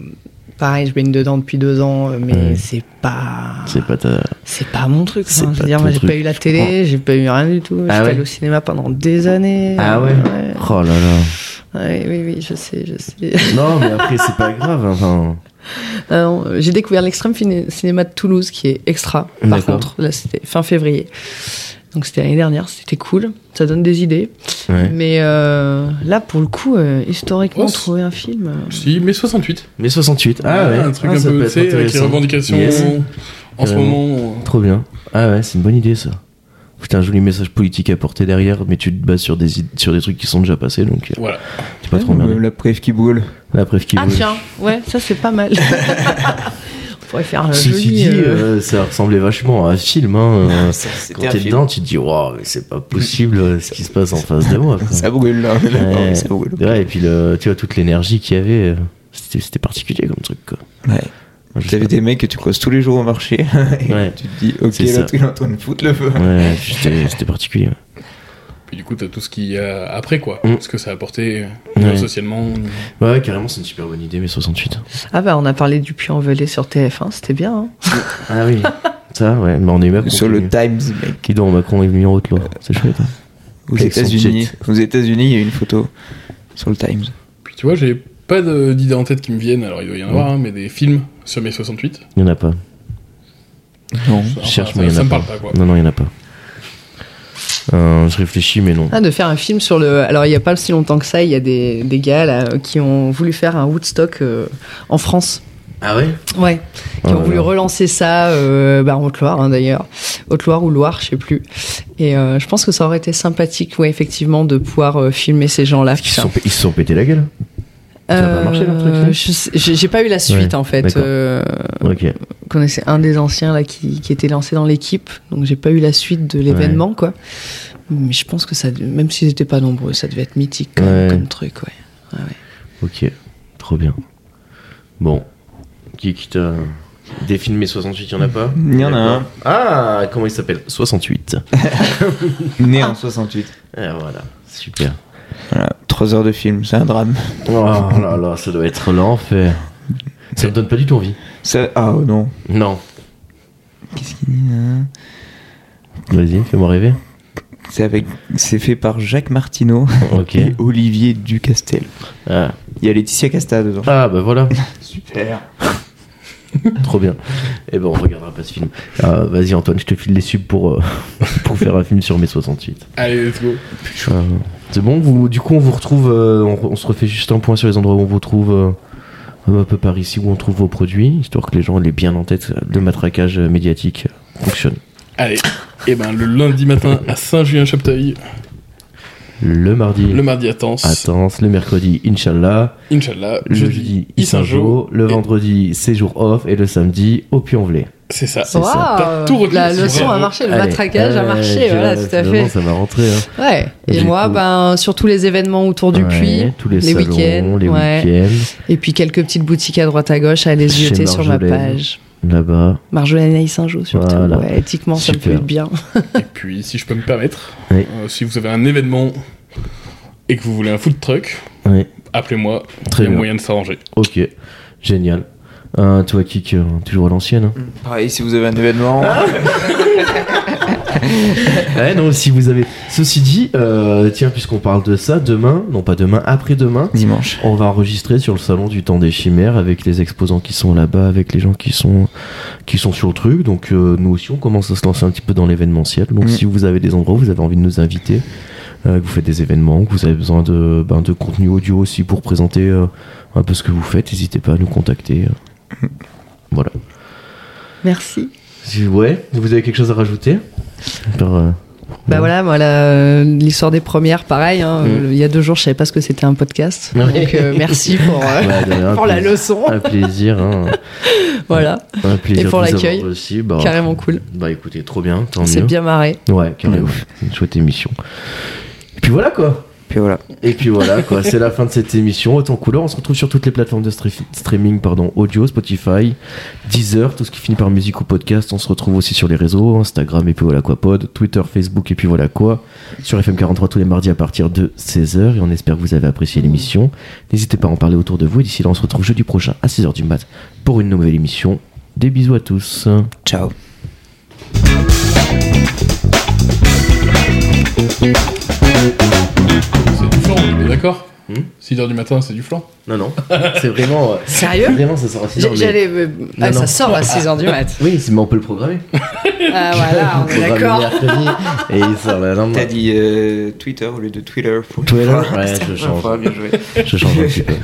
S3: pareil, je baigne dedans depuis deux ans, euh, mais
S1: Ouais.
S3: c'est pas.
S1: c'est pas ta
S3: C'est pas mon truc.
S1: C'est
S3: hein. Je
S1: pas
S3: veux dire,
S1: ton
S3: moi, j'ai
S1: truc,
S3: pas eu la
S1: je
S3: télé,
S1: comprends.
S3: j'ai pas eu rien du tout.
S1: Ah
S3: J'étais
S1: ouais
S3: allée au cinéma pendant des années.
S1: ah ouais,
S3: Ouais.
S1: oh là là
S3: Ouais, oui, oui, je sais, je sais. [LAUGHS]
S1: non mais après c'est pas grave hein, enfin
S3: Ah non, euh, j'ai découvert l'extrême finé- cinéma de Toulouse qui est extra. Par
S1: D'accord.
S3: contre, là, c'était fin février. Donc, c'était l'année dernière, c'était cool. Ça donne des idées.
S1: ouais.
S3: Mais euh, là, pour le coup, euh, historiquement,
S2: Oh, c'est-
S3: trouver un film. euh,
S2: Si, mais 68.
S1: mais 68 ah ouais
S2: Un truc
S1: Ah,
S2: un
S1: ça peut
S2: peu,
S1: être
S2: tu sais, avec les
S1: intéressant.
S2: revendications
S1: Yes.
S2: en ce
S1: Carrément.
S2: moment.
S1: Trop bien. Ah ouais, c'est une bonne idée ça. Putain, un joli message politique à porter derrière, mais tu te bases sur des, id- sur des trucs qui sont déjà passés, donc euh,
S2: Voilà.
S1: t'es pas
S4: Ouais,
S1: trop
S4: ou,
S1: emmerdé.
S4: euh, la preuve qui brûle.
S1: La preuve qui
S3: Ah,
S1: vaut.
S3: tiens, ouais, ça, c'est pas [LAUGHS] mal. On pourrait faire un
S1: Ceci
S3: joli.
S1: dit,
S3: euh,
S1: euh, ça ressemblait vachement à un film.
S4: [LAUGHS]
S1: Hein. euh, Quand
S4: C'était
S1: t'es dedans, tu te dis, waouh, mais c'est pas possible euh, ce qui se passe en face de moi. quoi.
S4: [LAUGHS] Ça brûle là.
S1: hein. [LAUGHS] Ouais.
S4: Ça brûle.
S1: Ouais, et puis le, tu vois, toute l'énergie qu'il y avait, euh, c'était c'était particulier comme truc quoi.
S4: Ouais.
S1: Moi, je sais
S4: T'avais
S1: pas.
S4: des mecs que tu croises tous les jours au marché. [LAUGHS] et
S1: Ouais.
S4: Tu te dis, ok,
S1: C'est ça.
S4: l'autre il est en train de foutre le feu.
S1: Ouais, c'était c'était particulier. ouais.
S2: Puis du coup, t'as tout ce qu'il y a après, quoi.
S1: Mm.
S2: Ce que ça a apporté euh,
S1: Ouais.
S2: socialement.
S1: Ouais, ouais, carrément, c'est une super bonne idée, mais 68.
S3: Ah, bah, on a parlé du Puy-en-Velay sur TF1, c'était bien. hein.
S1: Ah oui. Ça, ouais, mais on est même
S4: Sur le Times, mec.
S1: Qui dont Macron est venu en haute loi. C'est chouette. hein.
S4: Aux
S1: Avec son
S4: États-Unis. Aux États-Unis, il y a une photo sur le Times.
S2: Puis tu vois, j'ai pas de- d'idées en tête qui me viennent, alors il doit y en avoir,
S1: Mm.
S2: hein, mais des films sur mai 68.
S1: Il n'y en a pas.
S4: Non.
S1: Je
S2: Enfin,
S1: cherche,
S2: ça-
S1: mais il n'y en
S2: ça
S1: a
S2: me
S1: pas.
S2: parle pas, quoi.
S1: Non, non, il n'y en a pas. Euh, je réfléchis, mais non.
S3: Ah, de faire un film sur le. Alors, il n'y a pas si longtemps que ça, il y a des, des gars là, euh, qui ont voulu faire un Woodstock euh, en France.
S1: Ah ouais
S3: Ouais. Qui
S1: Oh
S3: ont
S1: là
S3: voulu
S1: là.
S3: relancer ça, euh, bah, en Haute-Loire hein, d'ailleurs. Haute-Loire ou Loire, je sais plus. Et euh, je pense que ça aurait été sympathique, ouais, effectivement, de pouvoir euh, filmer ces gens-là.
S1: Parce qu'ils se sont, ils se sont pété la gueule.
S3: Euh,
S1: ça a pas marché, leur truc, là
S3: je sais- J'ai j'ai pas eu la suite
S1: Ouais,
S3: en fait.
S1: d'accord.
S3: Euh,
S1: Ok.
S3: je connaissais un des anciens là qui, qui était lancé dans l'équipe, donc j'ai pas eu la suite de l'événement quoi. Mais je pense que ça, même s'ils étaient pas nombreux, ça devait être mythique quand même,
S1: Ouais.
S3: comme truc, ouais.
S1: Ok. Trop bien. Bon. Qui qui t'a. Des films mais 68, il y en a pas
S4: Il y en a un.
S1: Ah, comment il s'appelle 68.
S4: Né en 68.
S1: Ah, voilà. Super.
S4: Voilà, 3 heures de film, c'est un drame.
S1: Oh [LAUGHS] là là, ça doit être l'enfer. Ça me donne pas du tout envie.
S4: Ça... Ah oh non.
S1: Non.
S4: Qu'est-ce qu'il dit hein
S1: Vas-y, fais-moi rêver.
S4: C'est avec... c'est fait par Jacques Martineau
S1: Ok.
S4: et Olivier Ducastel.
S1: Ah,
S4: Il y a Laetitia Casta dedans.
S1: Ah, bah voilà. [LAUGHS]
S4: Super.
S1: Trop bien. Eh ben, on regardera pas ce film. Ah, Vas-y, Antoine, je te file les subs pour, euh, [LAUGHS] pour faire un film sur mai 68.
S2: Allez, let's go.
S1: Ah, C'est bon, vous, du coup, on vous retrouve. euh, on, re- on se refait juste un point sur les endroits où on vous retrouve. euh, un peu par ici où on trouve vos produits, histoire que les gens l'aient bien en tête, le matraquage euh, médiatique fonctionne.
S2: Allez. Et ben le lundi matin à Saint-Julien-Chapteuil,
S1: Le mardi,
S2: le mardi à Tence,
S1: Mm. Attends, le mercredi, Inch'Allah,
S2: Inch'Allah,
S1: Le jeudi, Issinjo. Le
S2: Et-
S1: vendredi, c'est jour off. Et le samedi, au Puy-en-Velay.
S2: Ah, C'est ça.
S1: C'est ça.
S2: T'as tout retenu,
S3: la
S2: c'est
S3: leçon
S2: vrai.
S3: a marché, le
S1: Allez.
S3: matraquage a
S1: Ouais,
S3: marché,
S1: j'ai-
S3: voilà, tout à
S1: finalement,
S3: fait.
S1: Ça m'a rentré. hein.
S3: Ouais. Et
S1: Du
S3: moi,
S1: coup-
S3: ben sur tous les événements autour du
S1: Ouais,
S3: puits,
S1: tous les,
S3: les
S1: salons,
S3: week-ends,
S1: les
S3: ouais.
S1: week-ends.
S3: et puis quelques petites boutiques à droite à gauche à aller se
S1: Chez
S3: jeter sur ma
S1: Marjolaine.
S3: page.
S1: Là-bas.
S3: Marjolaine et Saint-Jean surtout.
S1: Voilà.
S3: Ouais, éthiquement, ça me
S1: Super.
S3: fait du bien. [LAUGHS]
S2: Et puis, si je peux me permettre,
S1: Oui.
S2: euh, si vous avez un événement et que vous voulez un food truck,
S1: Ouais,
S2: appelez-moi. Il
S1: très
S2: y a
S1: bien.
S2: moyen de s'arranger.
S1: Ok, génial. Euh, toi, Kik, euh, toujours à l'ancienne. hein.
S4: Pareil, si vous avez un événement.
S1: Ah. Ouais, non, si vous avez. Ceci dit, euh, tiens, puisqu'on parle de ça, demain, non pas demain, après-demain,
S4: Dimanche.
S1: On va enregistrer sur le salon du temps des chimères avec les exposants qui sont là-bas, avec les gens qui sont qui sont sur le truc. Donc euh, nous aussi, on commence à se lancer un petit peu dans l'événementiel. Donc
S4: Mm.
S1: si vous avez des endroits où vous avez envie de nous inviter, euh, que vous faites des événements, que vous avez besoin de ben, de contenu audio aussi pour présenter euh, un peu ce que vous faites, n'hésitez pas à nous contacter. Euh, Voilà.
S3: Merci.
S1: Si- Ouais, vous avez quelque chose à rajouter Par, euh,
S3: Bah
S1: Ouais.
S3: voilà, voilà euh, l'histoire des premières, pareil. hein,
S1: Mm.
S3: euh, Il y a deux jours, je savais pas ce que c'était un podcast.
S1: Ouais. [LAUGHS]
S3: Donc euh, merci pour, euh,
S1: ouais, de rien,
S3: pour la
S1: un
S3: leçon.
S1: pla- Un plaisir, hein,
S3: voilà,
S1: un plaisir.
S3: Et pour
S1: de vous
S3: l'accueil.
S1: avoir reçu. Bah,
S3: carrément cool.
S1: Bah écoutez, trop bien, tant
S3: On s'est
S1: mieux.
S3: bien marré.
S1: Ouais, carrément. C'est une chouette émission. Et puis voilà quoi.
S4: Puis voilà.
S1: Et puis voilà quoi. C'est la fin de cette émission. Autant couleur. On se retrouve sur toutes les plateformes de stre- streaming, pardon, audio, Spotify, Deezer, tout ce qui finit par musique ou podcast. On se retrouve aussi sur les réseaux, Instagram et puis voilà quoi pod, Twitter, Facebook et puis voilà quoi. Sur FM43 tous les mardis à partir de 16h. Et on espère que vous avez apprécié l'émission. N'hésitez pas à en parler autour de vous. Et d'ici là, on se retrouve jeudi prochain à 6h du mat pour une nouvelle émission. Des bisous à tous.
S4: Ciao.
S2: C'est du flan, on est d'accord
S1: Hmm
S2: 6h du matin, c'est du flan.
S1: Non, non. C'est [LAUGHS] vraiment.
S3: Sérieux
S1: Vraiment, ça sort à 6h.
S3: J'ai- J'allais. euh, ah,
S1: non.
S3: ça sort à 6h du mat.
S1: Oui, mais on peut le programmer.
S3: Ah
S1: [LAUGHS]
S3: voilà, on est d'accord.
S1: Et il sort bah, le lendemain.
S4: T'as dit euh, Twitter au lieu de Twitter. pour une
S1: Twitter
S4: fois.
S1: Ouais, je
S4: Pour une
S1: change.
S4: fois, bien joué.
S1: Je change un petit peu.